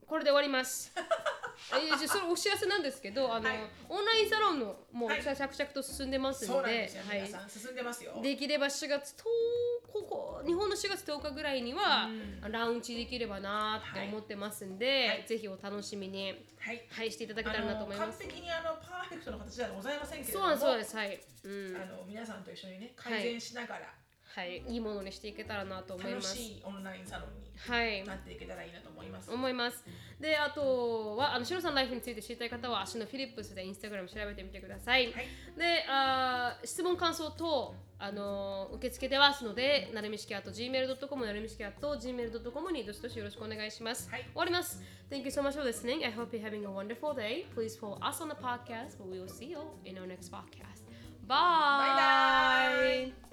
[SPEAKER 1] これで終わります えーじゃあそれお知らせなんですけどあの、
[SPEAKER 2] はい
[SPEAKER 1] オンラインサロンのもう
[SPEAKER 2] はい
[SPEAKER 1] 着々と進んでます
[SPEAKER 2] そう
[SPEAKER 1] の
[SPEAKER 2] なん
[SPEAKER 1] で,、
[SPEAKER 2] ですよ、
[SPEAKER 1] はい
[SPEAKER 2] 皆さん進んでますよ
[SPEAKER 1] できれば4月とここ日本の4月10日ぐらいには
[SPEAKER 2] う
[SPEAKER 1] ラウンチできればなーって思ってますんで、
[SPEAKER 2] はい
[SPEAKER 1] ぜひお楽しみに、
[SPEAKER 2] はい
[SPEAKER 1] はい、していただけたらな
[SPEAKER 2] あ
[SPEAKER 1] と
[SPEAKER 2] の
[SPEAKER 1] 思い
[SPEAKER 2] 完
[SPEAKER 1] ます。
[SPEAKER 2] 璧にあのパーフェクトの形ではございませんけれど
[SPEAKER 1] そう
[SPEAKER 2] も
[SPEAKER 1] なんですそうなんですはい、うん
[SPEAKER 2] あの皆さんと一緒にね改善しながら、
[SPEAKER 1] はい、いいものにしていけたらなと思いま
[SPEAKER 2] 楽
[SPEAKER 1] す。
[SPEAKER 2] しいオンラインサロンに
[SPEAKER 1] はい
[SPEAKER 2] なっていけたらいいなと思います。
[SPEAKER 1] 思いますであとはあのシロさんのライフについて知りたい方は足のフィリップスでインスタグラム調べてみてください、
[SPEAKER 2] はい
[SPEAKER 1] であー質問感想等あのー受け付けてますのでなるみしきあと gmail.com なるみしきあと gmail.com にどしどしよろしくお願いします、
[SPEAKER 2] はい
[SPEAKER 1] 終わります Thank you so much for listening I hope you're having a wonderful day Please follow us on the podcast but we will see you in our next podcast Bye
[SPEAKER 2] Bye bye.